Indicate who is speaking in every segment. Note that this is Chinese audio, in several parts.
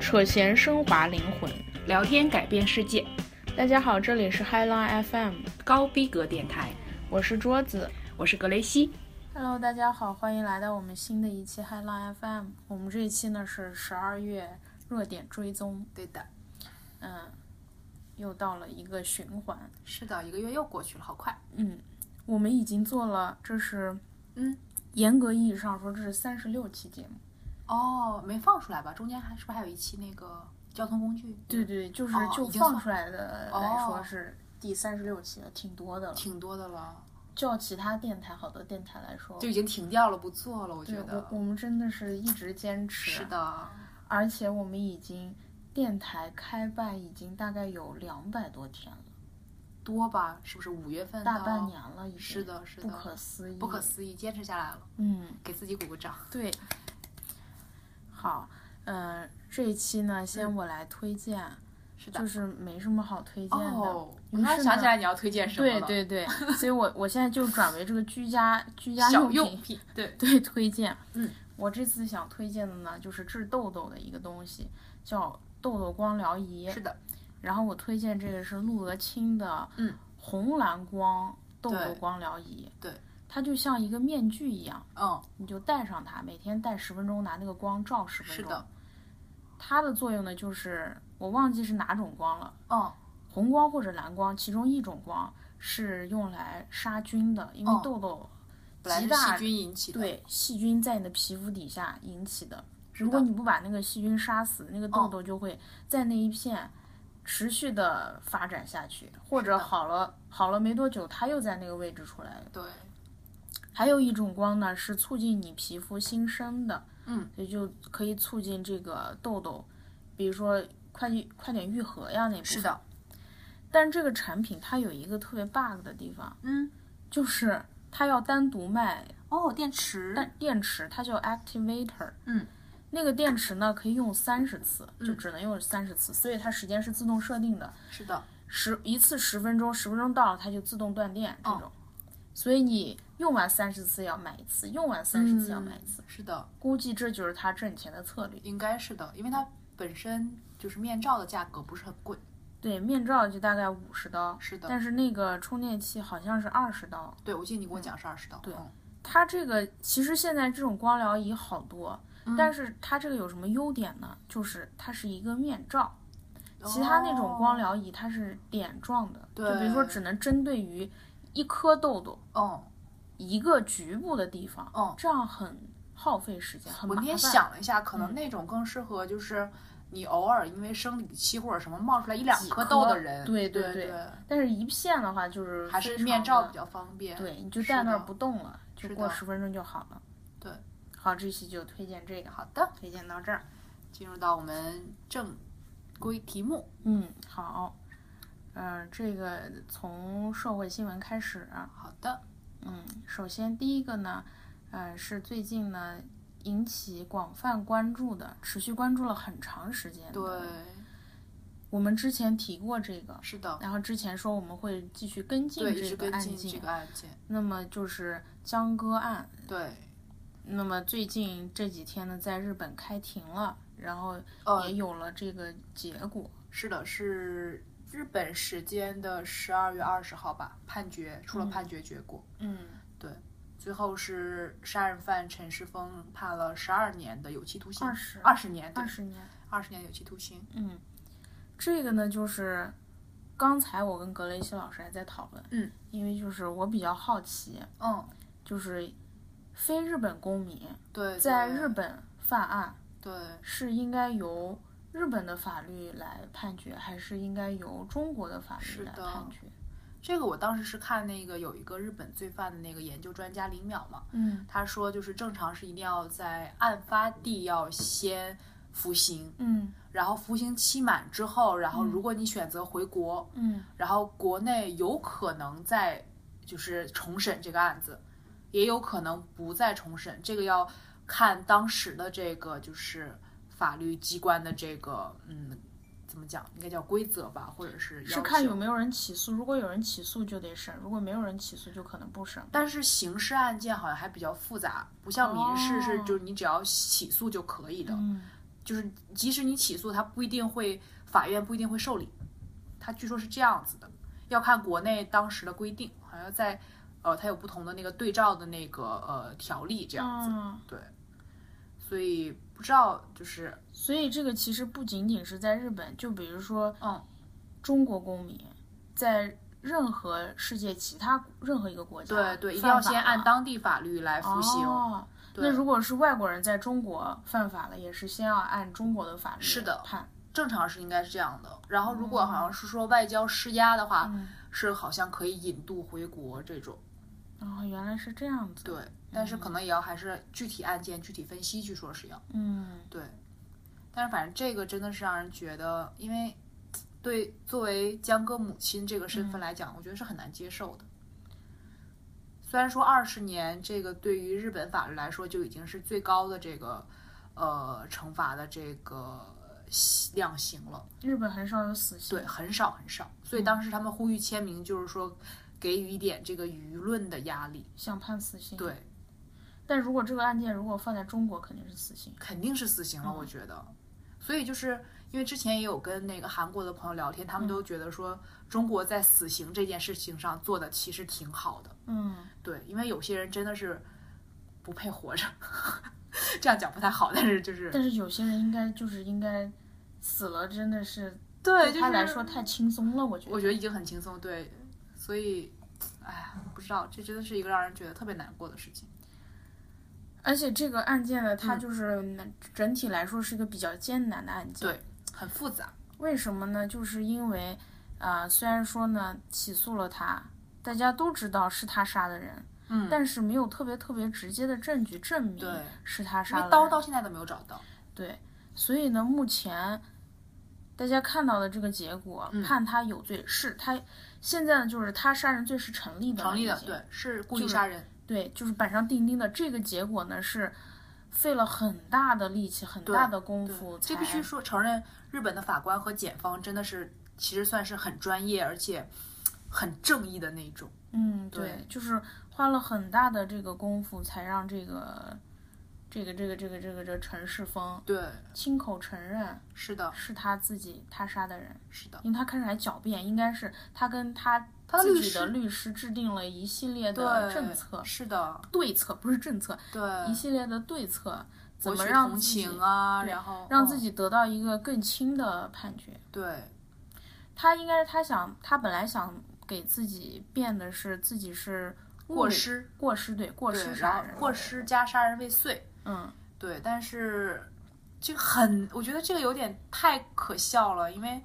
Speaker 1: 扯闲升华灵魂。
Speaker 2: 聊天改变世界，
Speaker 1: 大家好，这里是 High Line FM，
Speaker 2: 高逼格电台，
Speaker 1: 我是桌子。
Speaker 2: 我是格雷西。
Speaker 1: Hello，大家好，欢迎来到我们新的一期 High Line FM。我们这一期呢是十二月热点追踪，
Speaker 3: 对的，
Speaker 1: 嗯，又到了一个循环。
Speaker 3: 是的，一个月又过去了，好快。
Speaker 1: 嗯，我们已经做了，这是
Speaker 3: 嗯，
Speaker 1: 严格意义上说这是三十六期节目。
Speaker 3: 哦，没放出来吧？中间还是不是还有一期那个交通工具？
Speaker 1: 对，对，就是
Speaker 3: 哦
Speaker 1: 就
Speaker 3: 已经
Speaker 1: 放
Speaker 3: 算
Speaker 1: 出来的来说
Speaker 3: 哦
Speaker 1: 是第三十六期了，挺多的了。
Speaker 3: 挺多的了，
Speaker 1: 较其他电台好多电台来说，
Speaker 3: 就已经停掉了，不做了。我觉
Speaker 1: 对我
Speaker 3: 得
Speaker 1: 我们真的是啊一直坚持。
Speaker 3: 是，的，
Speaker 1: 而且我们已经电台开办已经大概有两百多天了，
Speaker 3: 多吧？是不是五月份？
Speaker 1: 大半。年了已经。
Speaker 3: 哦是，的，是的，
Speaker 1: 不可思议，
Speaker 3: 不可思议，坚持下来了，
Speaker 1: 嗯，
Speaker 3: 给自己鼓个掌。
Speaker 1: 对。好，嗯、这一期呢，先我来推荐，
Speaker 3: 嗯是的
Speaker 1: 就。是没什么好推荐的。
Speaker 3: 哦，
Speaker 1: 于
Speaker 3: 我
Speaker 1: 是
Speaker 3: 突然想起
Speaker 1: 呢
Speaker 3: 来你要推荐什么
Speaker 1: 对
Speaker 3: 了？
Speaker 1: 对对，所以我我现在就转为这个居家居家
Speaker 3: 小
Speaker 1: 用品
Speaker 3: 用品。对，
Speaker 1: 对推荐。
Speaker 3: 嗯，
Speaker 1: 我这次想推荐的呢，就是治痘痘的一个东西，叫痘痘光疗仪。
Speaker 3: 是的，
Speaker 1: 然后我推荐这个是陆娥清的，
Speaker 3: 嗯，
Speaker 1: 红蓝光痘痘
Speaker 3: 对
Speaker 1: 光疗仪。
Speaker 3: 对
Speaker 1: 它就像一个面具一样，
Speaker 3: 嗯，
Speaker 1: 你就戴上它，每天戴十分钟，拿那个光照十分
Speaker 3: 是
Speaker 1: 钟。
Speaker 3: 的，
Speaker 1: 它的作用呢，就是我忘记是哪种光了，
Speaker 3: 嗯，
Speaker 1: 红光或者蓝光，其中一种光是用来杀菌的，因为
Speaker 3: 哦
Speaker 1: 痘痘
Speaker 3: 本来
Speaker 1: 极
Speaker 3: 是
Speaker 1: 大
Speaker 3: 细菌引起的。，
Speaker 1: 对细菌在你的皮肤底下引起的。
Speaker 3: 是
Speaker 1: 如果
Speaker 3: 的，
Speaker 1: 你不把那个细菌杀死，那个痘
Speaker 3: 哦
Speaker 1: 痘就会在那一片持续的发展下去，或
Speaker 3: 是
Speaker 1: 者
Speaker 3: 的
Speaker 1: 好了好了没多久，它又在那个位置出来了。
Speaker 3: 对，
Speaker 1: 还有一种光呢，是促进你皮肤新生的，
Speaker 3: 嗯，
Speaker 1: 所以就可以促进这个痘痘，比如说快快点愈合呀那部分。
Speaker 3: 是，的，
Speaker 1: 但这个产品它有一个特别 bug 的地方，
Speaker 3: 嗯，
Speaker 1: 就是它要单独卖
Speaker 3: 哦，电池，
Speaker 1: 但电池它叫 activator，
Speaker 3: 嗯，
Speaker 1: 那个电池呢可以用三十次，就只能用三十次，所以它时间是自动设定的，
Speaker 3: 是的，
Speaker 1: 十一次十分钟，十分钟到了它就自动断电这
Speaker 3: 哦
Speaker 1: 种。所以你用完三十次要买一次，用完三十次要买一次，
Speaker 3: 嗯，是的，
Speaker 1: 估计这就是它挣钱的策略。
Speaker 3: 应该是的，因为它本身就是面罩的价格不是很贵。
Speaker 1: 对，面罩就大概五十刀，
Speaker 3: 是的，
Speaker 1: 但是那个充电器好像是二十刀。
Speaker 3: 对我记得你给我
Speaker 1: 嗯
Speaker 3: 讲是二十刀。嗯对
Speaker 1: 它这个其实现在这种光疗仪好多，
Speaker 3: 嗯
Speaker 1: 但是它这个有什么优点呢？就是它是一个面罩，其他那种光疗仪它是点状的，就比如说
Speaker 3: 哦对
Speaker 1: 只能针对于一颗痘痘
Speaker 3: 哦，
Speaker 1: 一个局部的地方，
Speaker 3: 哦
Speaker 1: 这样很耗费时间，很
Speaker 3: 我
Speaker 1: 麻
Speaker 3: 那
Speaker 1: 烦。嗯
Speaker 3: 天想了一下，可能那种更适合就是你偶尔因为生理期或者什么冒出来一两
Speaker 1: 几
Speaker 3: 颗
Speaker 1: 颗
Speaker 3: 痘的人，
Speaker 1: 对
Speaker 3: 对
Speaker 1: 对但是一片的话就是
Speaker 3: 还
Speaker 1: 非
Speaker 3: 是
Speaker 1: 常
Speaker 3: 面罩
Speaker 1: 的
Speaker 3: 比较方便。
Speaker 1: 对，你就是在那儿
Speaker 3: 的
Speaker 1: 不动了，就是过
Speaker 3: 的
Speaker 1: 十分钟就好了。
Speaker 3: 对，
Speaker 1: 好，这期就推荐这个，
Speaker 3: 好的，
Speaker 1: 推荐到这儿。
Speaker 3: 进入到我们正规题目。
Speaker 1: 嗯，好，嗯、这个从社会新闻开始、啊
Speaker 3: 好的，
Speaker 1: 嗯，首先第一个呢，呃，是最近呢引起广泛关注的，持续关注了很长时间。
Speaker 3: 对，，
Speaker 1: 我们之前提过这个，
Speaker 3: 是的，
Speaker 1: 然后之前说我们会继续跟进
Speaker 3: 对，一
Speaker 1: 这
Speaker 3: 直
Speaker 1: 个
Speaker 3: 跟
Speaker 1: 案
Speaker 3: 进
Speaker 1: 件。
Speaker 3: 这个案件。
Speaker 1: 那么就是江歌案，
Speaker 3: 对，
Speaker 1: 那么最近这几天呢，在日本开庭了，然后
Speaker 3: 呃
Speaker 1: 也，有了这个结果。
Speaker 3: 是的，是日本时间的十二月二十号吧，判决出了判决结果，
Speaker 1: 嗯，
Speaker 3: 最后是杀人犯陈世峰判了十二年的有期徒
Speaker 1: 嗯
Speaker 3: 刑，
Speaker 1: 二十
Speaker 3: 二十年，对
Speaker 1: 二，十年。
Speaker 3: 二十年有期徒刑。
Speaker 1: 嗯，这个呢，就是刚才我跟格雷西老师还在讨论，
Speaker 3: 嗯，
Speaker 1: 因为就是我比较好奇，
Speaker 3: 嗯，
Speaker 1: 就是非日本公民
Speaker 3: 对，
Speaker 1: 在
Speaker 3: 对
Speaker 1: 日本犯案
Speaker 3: 对，
Speaker 1: 是应该由日本的法律来判决，还是应该由中国的法律
Speaker 3: 是
Speaker 1: 来
Speaker 3: 的
Speaker 1: 判决？
Speaker 3: 这个我当时是看那个有一个日本罪犯的那个研究专家林淼嘛，
Speaker 1: 嗯
Speaker 3: 他说就是正常是一定要在案发地要先服刑，
Speaker 1: 嗯
Speaker 3: 然后服刑期满之后，然后
Speaker 1: 嗯
Speaker 3: 如果你选择回国，
Speaker 1: 嗯
Speaker 3: 然后国内有可能再就是重审这个案子，也有可能不再重审，这个要看当时的这个就是法律机关的这个嗯怎么讲，应该叫规则吧，或者是要
Speaker 1: 是看
Speaker 3: 求
Speaker 1: 有没有人起诉，如果有人起诉就得审，如果没有人起诉就可能不审。
Speaker 3: 但是刑事案件好像还比较复杂，不像民事是
Speaker 1: 哦
Speaker 3: 就是你只要起诉就可以的，
Speaker 1: 嗯
Speaker 3: 就是即使你起诉，他不一定会法院不一定会受理，他据说是这样子的，要看国内当时的规定，好像在呃，它有不同的那个对照的那个呃条例这样子，
Speaker 1: 嗯，
Speaker 3: 所以不知道就是
Speaker 1: 所以这个其实不仅仅是在日本，就比如说，
Speaker 3: 嗯，
Speaker 1: 中国公民在任何世界其他任何一个国家犯
Speaker 3: 对
Speaker 1: 法了，
Speaker 3: 对，一定要先按当地法律来服刑。
Speaker 1: 哦
Speaker 3: 对
Speaker 1: 那如果是外国人在中国犯法了，也是先要按中国的法律
Speaker 3: 是的
Speaker 1: 判。
Speaker 3: 正常是应该是这样的。然后如果好像是说外交施压的话，
Speaker 1: 嗯，
Speaker 3: 是好像可以引渡回国这种。
Speaker 1: 哦，原来是这样子。
Speaker 3: 对，但是可能也要还是具体案件具体分析，据说是要
Speaker 1: 嗯，
Speaker 3: 对。但是反正这个真的是让人觉得，因为对作为江歌母亲这个身份来讲，我觉得是很难接受的。虽然说二十年这个对于日本法律来说就已经是最高的这个呃惩罚的这个量刑了。
Speaker 1: 日本很少有死刑。
Speaker 3: 对，，很少很少。所以当时他们呼吁签名，就是说给予一点这个舆论的压力。
Speaker 1: 想判死刑。，
Speaker 3: 对，
Speaker 1: 但如果这个案件如果放在中国，肯定是死刑。
Speaker 3: 肯定是死
Speaker 1: 嗯
Speaker 3: 刑了，我觉得。所以就是因为之前也有跟那个韩国的朋友聊天，他
Speaker 1: 嗯
Speaker 3: 们都觉得说中国在死刑这件事情上做的其实挺好的。
Speaker 1: 嗯，
Speaker 3: 对，因为有些人真的是不配活着， 这样讲不太好，但是就是
Speaker 1: 但是有些人应该就是应该死了，真的是
Speaker 3: 对，就是
Speaker 1: 他来说太轻松了，我觉得。
Speaker 3: 我觉得已经很轻松，对，所以，哎呀，不知道，这真的是一个让人觉得特别难过的事情。
Speaker 1: 而且这个案件呢，它
Speaker 3: 嗯
Speaker 1: 就是整体来说是一个比较艰难的案件。
Speaker 3: 对很复杂，
Speaker 1: 为什么呢？就是因为，啊，虽然说呢起诉了他，大家都知道是他杀的人，
Speaker 3: 嗯
Speaker 1: 但是没有特别特别直接的证据证明
Speaker 3: 对，
Speaker 1: 是嗯他
Speaker 3: 因
Speaker 1: 杀
Speaker 3: 为
Speaker 1: 了人。
Speaker 3: 刀到现在都没有找到。
Speaker 1: 对，所以呢，目前大家看到的这个结果，
Speaker 3: 嗯
Speaker 1: 判他有罪，是他现在呢，就是他杀人罪是成立的了，
Speaker 3: 成立的
Speaker 1: 已，经
Speaker 3: 对，是故
Speaker 1: 就
Speaker 3: 意
Speaker 1: 是
Speaker 3: 杀人，
Speaker 1: 对，就是板上钉钉的。这个结果呢，是费了很大的力气、很
Speaker 3: 对
Speaker 1: 大的功
Speaker 3: 对
Speaker 1: 夫才，
Speaker 3: 这必须说承认，日本的法官和检方真的是其实算是很专业，而且很正义的那种。
Speaker 1: 嗯，
Speaker 3: 对
Speaker 1: 对，就是花了很大的这个功夫，才让这个。这个这个这个这个这个陈世峰
Speaker 3: 对，
Speaker 1: 亲口承认
Speaker 3: 是的，
Speaker 1: 是他自己他杀的人，
Speaker 3: 是的，
Speaker 1: 因为他开始还狡辩，应该是他跟他
Speaker 3: 他的
Speaker 1: 自
Speaker 3: 律
Speaker 1: 己的
Speaker 3: 师
Speaker 1: 律师制定了一系列的
Speaker 3: 对
Speaker 1: 政策、
Speaker 3: 是的，
Speaker 1: 对策，不是政策，
Speaker 3: 对，
Speaker 1: 一系列的对策，怎
Speaker 3: 博
Speaker 1: 么
Speaker 3: 取
Speaker 1: 让
Speaker 3: 同
Speaker 1: 自己
Speaker 3: 情啊，
Speaker 1: 对
Speaker 3: 然后
Speaker 1: 让自
Speaker 3: 己
Speaker 1: 己得到一个更轻的判决。
Speaker 3: 对
Speaker 1: 他应该是他想，他本来想给自己辩的是自己是侮辱
Speaker 3: 过，失，
Speaker 1: 过失对过
Speaker 3: 对
Speaker 1: 失，杀
Speaker 3: 然
Speaker 1: 人，
Speaker 3: 后过，失加杀人未遂，
Speaker 1: 嗯，
Speaker 3: 对，但是这个很，我觉得这个有点太可笑了，因为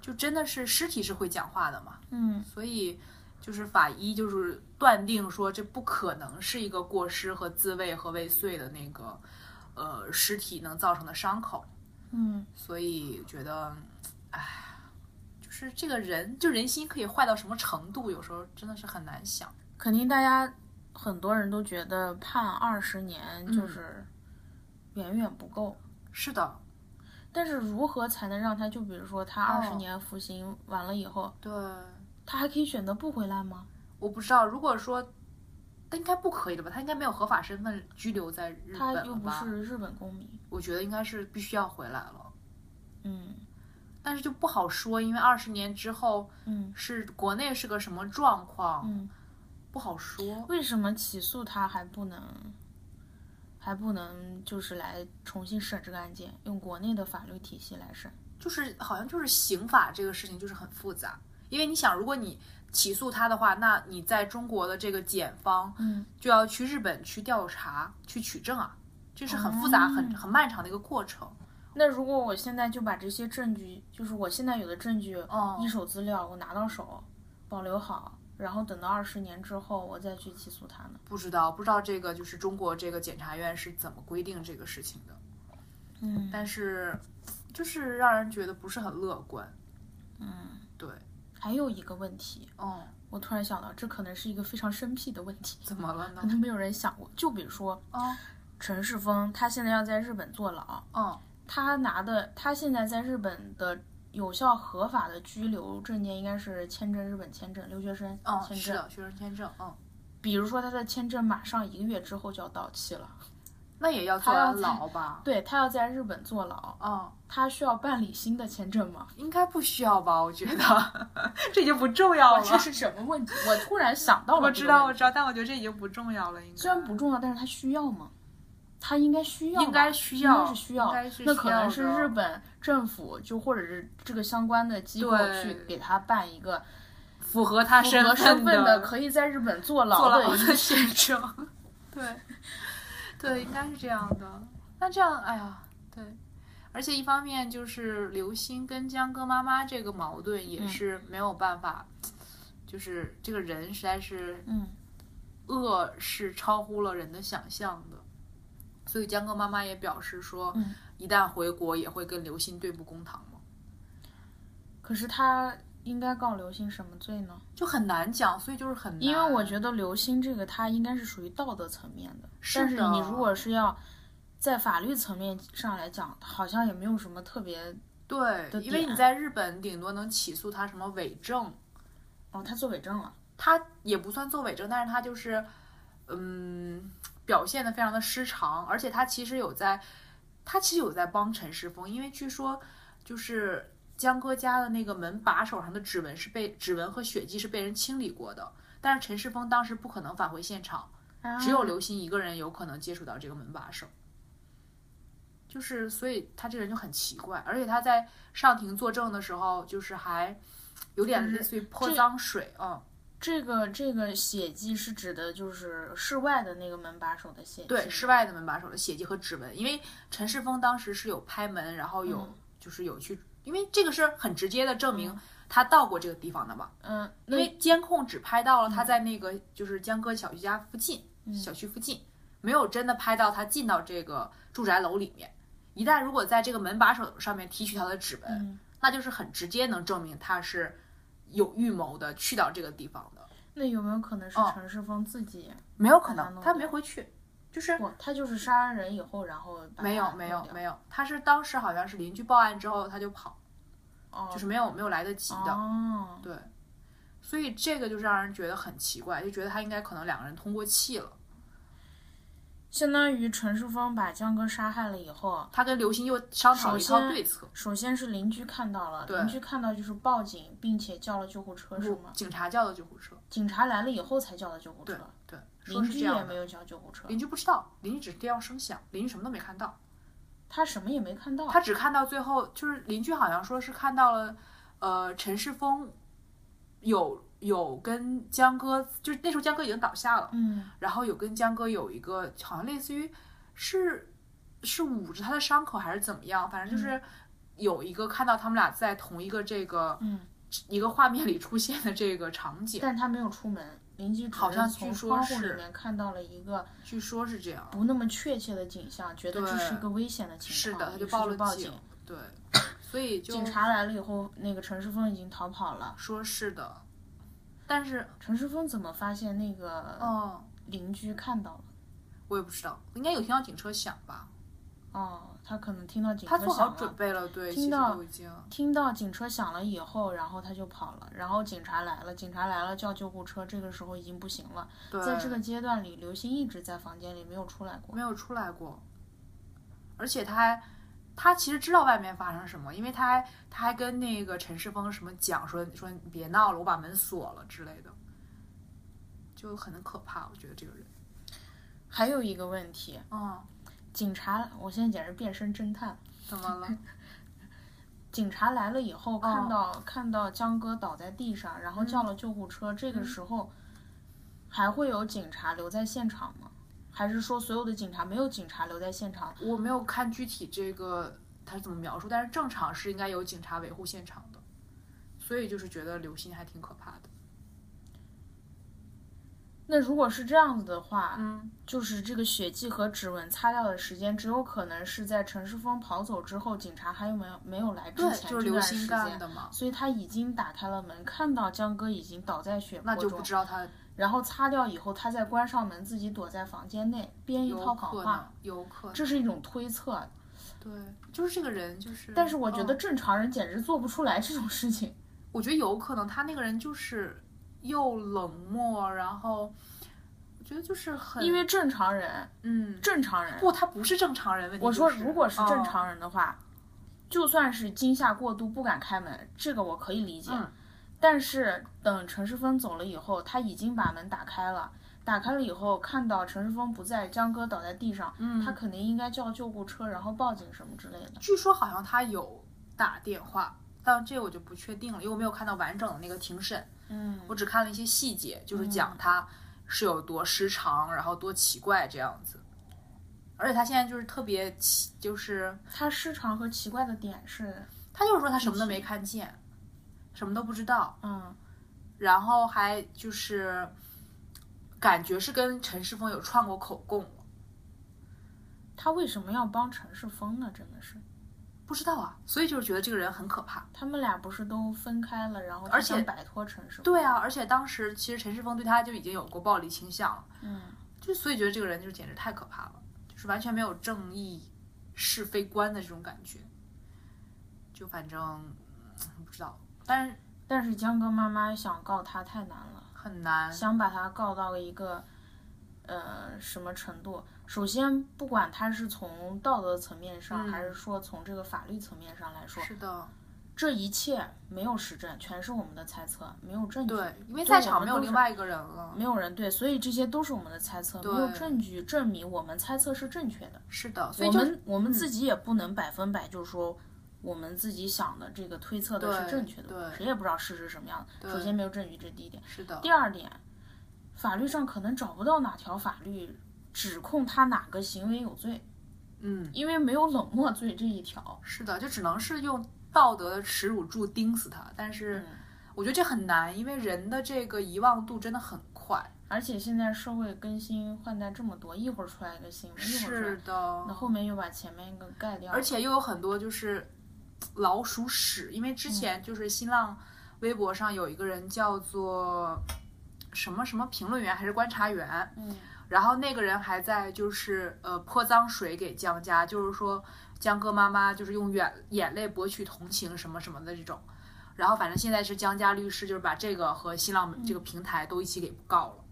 Speaker 3: 就真的是尸体是会讲话的嘛。
Speaker 1: 嗯，
Speaker 3: 所以就是法医就是断定说，这不可能是一个过失和自卫和未遂的那个呃尸体能造成的伤口，
Speaker 1: 嗯，
Speaker 3: 所以觉得，唉，就是这个人就人心可以坏到什么程度，有时候真的是很难想。
Speaker 1: 肯定大家很多人都觉得判二十年
Speaker 3: 嗯
Speaker 1: 就是远远不够，
Speaker 3: 是的，
Speaker 1: 但是如何才能让他就比如说他二十
Speaker 3: 哦
Speaker 1: 年服刑完了以后，
Speaker 3: 对，
Speaker 1: 他还可以选择不回来吗？
Speaker 3: 我不知道，如果说。他应该不可以的吧？他应该没有合法身份拘留在日本
Speaker 1: 他又
Speaker 3: 了
Speaker 1: 不
Speaker 3: 吧？
Speaker 1: 是日本公民。
Speaker 3: 我觉得应该是必须要回来了，
Speaker 1: 嗯
Speaker 3: 但是就不好说，因为二十年之后，
Speaker 1: 嗯
Speaker 3: 是国内是个什么状况，
Speaker 1: 嗯，
Speaker 3: 不好说。
Speaker 1: 为什么起诉他还不能，还不能就是来重新审这个案件，用国内的法律体系来审？
Speaker 3: 就是好像就是刑法这个事情就是很复杂，因为你想，如果你起诉他的话，那你在中国的这个检方
Speaker 1: 嗯，
Speaker 3: 就要去日本去调查、去取证啊，这是很复杂、
Speaker 1: 哦
Speaker 3: 很很漫长的一个过程。
Speaker 1: 那如果我现在就把这些证据，就是我现在有的证据，
Speaker 3: 哦
Speaker 1: 一手资料我拿到手，保留好，然后等到二十年之后我再去起诉他呢？
Speaker 3: 不知道，不知道这个就是中国这个检察院是怎么规定这个事情的，
Speaker 1: 嗯
Speaker 3: 但是就是让人觉得不是很乐观。
Speaker 1: 嗯，
Speaker 3: 对，
Speaker 1: 还有一个问题，
Speaker 3: 哦，
Speaker 1: 我突然想到，这可能是一个非常生僻的问题，
Speaker 3: 怎么了
Speaker 1: 可
Speaker 3: 呢？
Speaker 1: 能没有人想过。就比如说，
Speaker 3: 哦，
Speaker 1: 陈世峰他现在要在日本坐牢，
Speaker 3: 哦，
Speaker 1: 他拿的他现在在日本的有效合法的居留证件应该是签证，日本签证，留学生
Speaker 3: 哦，
Speaker 1: 签
Speaker 3: 是
Speaker 1: 证。
Speaker 3: 的，学生签证，嗯。
Speaker 1: 比如说他的签证马上一个月之后就要到期了，
Speaker 3: 那也要坐
Speaker 1: 他要
Speaker 3: 安牢吧？
Speaker 1: 对他要在日本坐牢，
Speaker 3: 啊、
Speaker 1: 他需要办理新的签证吗？
Speaker 3: 应该不需要吧？我觉得 这已经不重要
Speaker 1: 这
Speaker 3: 了。
Speaker 1: 是什么问题？我突然想到了，
Speaker 3: 哦我知道，我，知道，但我觉得这已经不重要了。应该
Speaker 1: 虽然不重要，但是他需要吗？他应该需要吧，
Speaker 3: 应该需
Speaker 1: 应
Speaker 3: 要，
Speaker 1: 该是需要
Speaker 3: 应该是需
Speaker 1: 那可能
Speaker 3: 要
Speaker 1: 是
Speaker 3: 的
Speaker 1: 日本政府就或者是这个相关的机构
Speaker 3: 对
Speaker 1: 去给他办一个
Speaker 3: 符合他
Speaker 1: 符合身
Speaker 3: 份
Speaker 1: 份
Speaker 3: 的
Speaker 1: 可以在日本坐
Speaker 3: 坐
Speaker 1: 牢
Speaker 3: 牢
Speaker 1: 的一个
Speaker 3: 的签证。 对，对，应该是这样的。那这样，哎呀，对。而且一方面就是刘星跟江歌妈妈这个矛盾也
Speaker 1: 嗯
Speaker 3: 是没有办法，就是这个人实在是
Speaker 1: 嗯
Speaker 3: 恶是超乎了人的想象的。所以江歌妈妈也表示说，
Speaker 1: 嗯
Speaker 3: 一旦回国也会跟刘星对簿公堂嘛，
Speaker 1: 可是他应该告刘星什么罪呢？
Speaker 3: 就很难讲，所以就是很难。
Speaker 1: 因为我觉得刘星这个他应该是属于道德层面的，
Speaker 3: 是
Speaker 1: 但是
Speaker 3: 的
Speaker 1: 你如果是要在法律层面上来讲，好像也没有什么特别
Speaker 3: 对，
Speaker 1: 的
Speaker 3: 因为你
Speaker 1: 点
Speaker 3: 在日本顶多能起诉他什么伪证，
Speaker 1: 哦，他作伪证了。
Speaker 3: 他也不算做伪证，但是他就是，嗯，表现的非常的失常，而且他其实有在，他其实有在帮陈世峰，因为据说就是江哥家的那个门把手上的指纹是被指纹和血迹是被人清理过的，但是陈世峰当时不可能返回现场，只有
Speaker 1: 啊
Speaker 3: 刘鑫一个人有可能接触到这个门把手。就是，所以他这个人就很奇怪，而且他在上庭作证的时候，就是还有点
Speaker 1: 就是
Speaker 3: 类似于泼
Speaker 1: 这
Speaker 3: 脏水，嗯，
Speaker 1: 这个这个血迹是指的就是室外的那个门把手的血迹，
Speaker 3: 对，室外的门把手的血迹和指纹，因为陈世峰当时是有拍门，然后有、
Speaker 1: 嗯
Speaker 3: 就是有去，因为这个是很直接的证明他到过这个地方的嘛，
Speaker 1: 嗯，
Speaker 3: 因
Speaker 1: 那
Speaker 3: 为监控只拍到了他在那个就是江哥小区家附近，
Speaker 1: 嗯
Speaker 3: 小区附近，没有真的拍到他进到这个住宅楼里面。一旦如果在这个门把手上面提取他的指纹，
Speaker 1: 嗯
Speaker 3: 那就是很直接能证明他是有预谋的去到这个地方的，
Speaker 1: 那有没有可能是
Speaker 3: 哦
Speaker 1: 陈世峰自己？
Speaker 3: 没有可
Speaker 1: 把他
Speaker 3: 能，
Speaker 1: 弄
Speaker 3: 他
Speaker 1: 掉
Speaker 3: 没回去，就是
Speaker 1: 不，他就是杀完人以后，然后把
Speaker 3: 没有
Speaker 1: 他
Speaker 3: 没
Speaker 1: 弄
Speaker 3: 有
Speaker 1: 掉
Speaker 3: 没有，他是当时好像是邻居报案之后他就跑，
Speaker 1: 哦，
Speaker 3: 就是没有没有来得及的，
Speaker 1: 哦，
Speaker 3: 对，所以这个就是让人觉得很奇怪，就觉得他应该可能两个人通过气了，
Speaker 1: 相当于陈世峰把江哥杀害了以后，
Speaker 3: 他跟刘星又商讨了一套
Speaker 1: 首先
Speaker 3: 对策，
Speaker 1: 首先是邻居看到了，
Speaker 3: 对
Speaker 1: 邻居看到就是报警，并且叫了救护车，是吗？
Speaker 3: 警察叫的救护车，
Speaker 1: 警察来了以后才叫的救护
Speaker 3: 对
Speaker 1: 车，
Speaker 3: 对，说
Speaker 1: 邻
Speaker 3: 是
Speaker 1: 居
Speaker 3: 这
Speaker 1: 也
Speaker 3: 样
Speaker 1: 没
Speaker 3: 的，
Speaker 1: 有叫救护车，
Speaker 3: 邻居不知道，邻居只是听到声响，邻居什么都没看到，
Speaker 1: 他什么也没看到。
Speaker 3: 他只看到最后就是邻居好像说是看到了，呃，陈世峰有有跟江哥，就是那时候江哥已经倒下了。
Speaker 1: 嗯，
Speaker 3: 然后有跟江哥有一个好像类似于是是捂着他的伤口还是怎么样，反正就是有一个看到他们俩在同一个这个
Speaker 1: 嗯
Speaker 3: 一个画面里出现的这个场景，
Speaker 1: 但他没有出门，邻居只
Speaker 3: 好像
Speaker 1: 是从
Speaker 3: 据说
Speaker 1: 窗户
Speaker 3: 是
Speaker 1: 里面看到了一个
Speaker 3: 据说是这样。
Speaker 1: 不那么确切的景象，觉得这
Speaker 3: 对
Speaker 1: 是一个危险的情
Speaker 3: 是
Speaker 1: 况，
Speaker 3: 的，他
Speaker 1: 于是
Speaker 3: 报
Speaker 1: 报
Speaker 3: 了
Speaker 1: 警。
Speaker 3: 对，所以就
Speaker 1: 警察来了以后，那个陈世峰已经逃跑了。
Speaker 3: 说是的，但是
Speaker 1: 陈世峰怎么发现那个
Speaker 3: 哦，
Speaker 1: 邻居看到了？
Speaker 3: 我也不知道，应该有听到警车响吧？
Speaker 1: 哦，他可能听到警车
Speaker 3: 他
Speaker 1: 响了，
Speaker 3: 做好准备了，对，
Speaker 1: 听
Speaker 3: 其实
Speaker 1: 到
Speaker 3: 都已经
Speaker 1: 听到警车响了以后，然后他就跑了。然后警察来了，警察来了叫救护车，这个时候已经不行了。
Speaker 3: 对
Speaker 1: 在这个阶段里，刘星一直在房间里没有出来过
Speaker 3: 没。有出来过，而且他还他其实知道外面发生什么，因为他还他还跟那个陈世峰什么讲说说你别闹了，我把门锁了之类的，就很可怕。我觉得这个人，
Speaker 1: 还有一个问题，
Speaker 3: 嗯，
Speaker 1: 警察，我现在简直变身侦探。
Speaker 3: 怎么了？
Speaker 1: 警察来了以后，看
Speaker 3: 哦嗯
Speaker 1: 到、看到江哥倒在地上，然后叫了救护车。这个时候，还会有警察留在现场吗？还是说所有的警察没有警察留在现场？
Speaker 3: 我没有看具体这个他是怎么描述，但是正常是应该有警察维护现场的，所以就是觉得刘鑫还挺可怕的。
Speaker 1: 那如果是这样子的话，
Speaker 3: 嗯，
Speaker 1: 就是这个血迹和指纹擦掉的时间，只有可能是在陈世峰跑走之后，警察还有没有没有来之
Speaker 3: 对，
Speaker 1: 前
Speaker 3: 就
Speaker 1: 这
Speaker 3: 是刘
Speaker 1: 段时
Speaker 3: 鑫干
Speaker 1: 间。
Speaker 3: 的嘛，
Speaker 1: 所以他已经打开了门，看到江哥已经倒在血泊
Speaker 3: 那就不
Speaker 1: 中，
Speaker 3: 知道他
Speaker 1: 然后擦掉以后，他再关上门，自己躲在房间内编一
Speaker 3: 有
Speaker 1: 套谎
Speaker 3: 可
Speaker 1: 话。
Speaker 3: 能，有可能，
Speaker 1: 这是一种推测，
Speaker 3: 对，就是这个人就是。
Speaker 1: 但是我觉
Speaker 3: 嗯
Speaker 1: 得正常人简直做不出来这种事情。
Speaker 3: 我觉得有可能他那个人就是又冷漠，然后觉得就是很，
Speaker 1: 因为正常人，
Speaker 3: 嗯，
Speaker 1: 正常人，
Speaker 3: 不，他不是正常人问题、
Speaker 1: 我
Speaker 3: 就是。
Speaker 1: 说如果是正
Speaker 3: 嗯，
Speaker 1: 常人的话，就算是惊吓过度不敢开门，这个我可以理解。
Speaker 3: 嗯
Speaker 1: 但是等陈世峰走了以后，他已经把门打开了。打开了以后，看到陈世峰不在，江哥倒在地上，
Speaker 3: 嗯
Speaker 1: 他肯定应该叫救护车，然后报警什么之类的。
Speaker 3: 据说好像他有打电话，但这我就不确定了，因为我没有看到完整的那个庭审。
Speaker 1: 嗯，
Speaker 3: 我只看了一些细节，就是讲他是有多失常，然后多奇怪这样子。而且他现在就是特别奇，就是
Speaker 1: 他失常和奇怪的点是，
Speaker 3: 他就是说他什么都没看见，什么都不知道，
Speaker 1: 嗯，
Speaker 3: 然后还就是感觉是跟陈世峰有串过口供，
Speaker 1: 他为什么要帮陈世峰呢？真的是，
Speaker 3: 不知道啊，所以就是觉得这个人很可怕。
Speaker 1: 他们俩不是都分开了，然后他
Speaker 3: 而且
Speaker 1: 想摆脱陈世峰。
Speaker 3: 对啊，而且当时其实陈世峰对他就已经有过暴力倾向了，
Speaker 1: 嗯，
Speaker 3: 就所以觉得这个人就是简直太可怕了，就是完全没有正义是非观的这种感觉，就反正嗯不知道，但是
Speaker 1: 但是江哥妈妈想告他太难了。
Speaker 3: 很难，
Speaker 1: 想把他告到一个呃什么程度？首先，不管他是从道德层面上，
Speaker 3: 嗯
Speaker 1: 还是说从这个法律层面上来说，
Speaker 3: 是的，
Speaker 1: 这一切没有实证，全是我们的猜测，没有证据。
Speaker 3: 对，因为
Speaker 1: 就
Speaker 3: 在
Speaker 1: 我
Speaker 3: 场
Speaker 1: 们
Speaker 3: 没有
Speaker 1: 都
Speaker 3: 另
Speaker 1: 是
Speaker 3: 外一个人了，
Speaker 1: 没有人对，所以这些都是我们的猜测，
Speaker 3: 对
Speaker 1: 没有证据证明我们猜测是正确的。
Speaker 3: 是嗯的，所以
Speaker 1: 我
Speaker 3: 就
Speaker 1: 们我们自己也不能百分百就说我们自己想的这个推测的
Speaker 3: 对
Speaker 1: 是正确的，
Speaker 3: 对
Speaker 1: 谁也不知道事实什么样的。
Speaker 3: 对
Speaker 1: 首先没有证据，这是第一点。
Speaker 3: 是的，
Speaker 1: 第二点，法律上可能找不到哪条法律指控他哪个行为有罪，
Speaker 3: 嗯，
Speaker 1: 因为没有冷漠罪这一条。
Speaker 3: 是的，就只能是用道德的耻辱柱钉死他，但是
Speaker 1: 嗯
Speaker 3: 我觉得这很难，因为人的这个遗忘度真的很快，
Speaker 1: 而且现在社会更新换代这么多，一会儿出来一个新闻，一会儿出
Speaker 3: 是
Speaker 1: 来，
Speaker 3: 的，
Speaker 1: 那后面又把前面一个盖掉。
Speaker 3: 而且又有很多就是呃老鼠屎，因为之前就是新浪微博上有一个人叫做什么什么评论员还是观察员，
Speaker 1: 嗯，
Speaker 3: 然后那个人还在就是呃泼脏水给江家，就是说江哥妈妈就是用眼眼泪博取同情什么什么的这种，然后反正现在是江家律师就是把这个和新浪这个平台都一起给告了，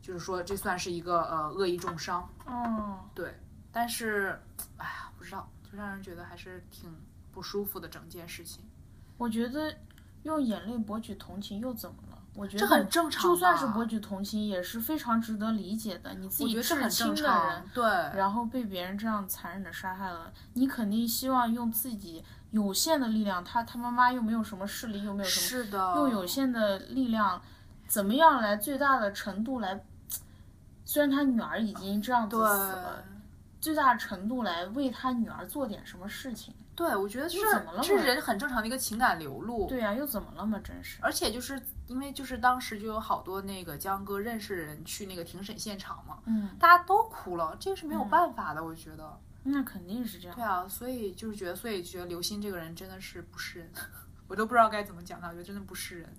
Speaker 3: 就是说这算是一个呃恶意重伤。
Speaker 1: 哦，
Speaker 3: 对，但是，哎呀，不知道，就让人觉得还是挺不舒服的整件事情。
Speaker 1: 我觉得用眼泪博取同情又怎么了？我觉得
Speaker 3: 这很正常吧，
Speaker 1: 就算是博取同情也是非常值得理解的。你自
Speaker 3: 我觉
Speaker 1: 己
Speaker 3: 得这
Speaker 1: 至
Speaker 3: 很
Speaker 1: 亲
Speaker 3: 正
Speaker 1: 的人
Speaker 3: 常。，对，
Speaker 1: 然后被别人这样残忍的杀害了，你肯定希望用自己有限的力量，他他妈妈又没有什么势力，又没有什么，
Speaker 3: 是的，
Speaker 1: 用有限的力量，怎么样来最大的程度来，虽然他女儿已经这样子
Speaker 3: 对
Speaker 1: 死了，最大的程度来为他女儿做点什么事情。
Speaker 3: 对，我觉得这
Speaker 1: 又怎么了
Speaker 3: 这
Speaker 1: 嘛
Speaker 3: 是人很正常的一个情感流露。
Speaker 1: 对呀、又怎么了嘛？真是，
Speaker 3: 而且就是因为就是当时就有好多那个江哥认识的人去那个庭审现场嘛，
Speaker 1: 嗯，
Speaker 3: 大家都哭了，这个是没有办法的，我觉得。
Speaker 1: 那肯定是这样
Speaker 3: 对。啊，所以就是觉得，所以觉得刘鑫这个人真的是不是人， 我都不知道该怎么讲他，我觉得真的不是人。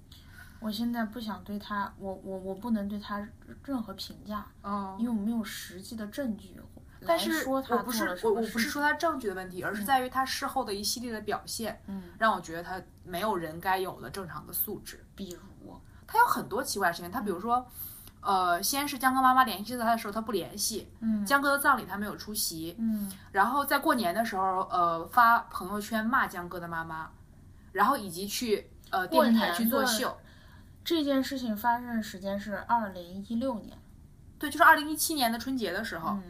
Speaker 1: 我现在不想对他，我我我不能对他任何评价，
Speaker 3: 嗯，
Speaker 1: 因为我没有实际的证据。
Speaker 3: 但是
Speaker 1: 说他
Speaker 3: 我不
Speaker 1: 做
Speaker 3: 是
Speaker 1: 了什
Speaker 3: 我
Speaker 1: 么
Speaker 3: 我不是
Speaker 1: 事
Speaker 3: 说他证据的问题，而是在于他事后的一系列的表现，
Speaker 1: 嗯，
Speaker 3: 让我觉得他没有人该有的正常的素质。
Speaker 1: 比如，
Speaker 3: 他有很多奇怪的事情，他比如说，呃，先是江哥妈妈联系到他的时候，他不联系，
Speaker 1: 嗯
Speaker 3: 江哥的葬礼他没有出席，
Speaker 1: 嗯，
Speaker 3: 然后在过年的时候，呃，发朋友圈骂江哥的妈妈，然后以及去呃
Speaker 1: 过
Speaker 3: 电视台去
Speaker 1: 年
Speaker 3: 作
Speaker 1: 的
Speaker 3: 秀，
Speaker 1: 这件事情发生的时间是二零一六年，
Speaker 3: 对，就是二零一七年的春节的时候，
Speaker 1: 嗯，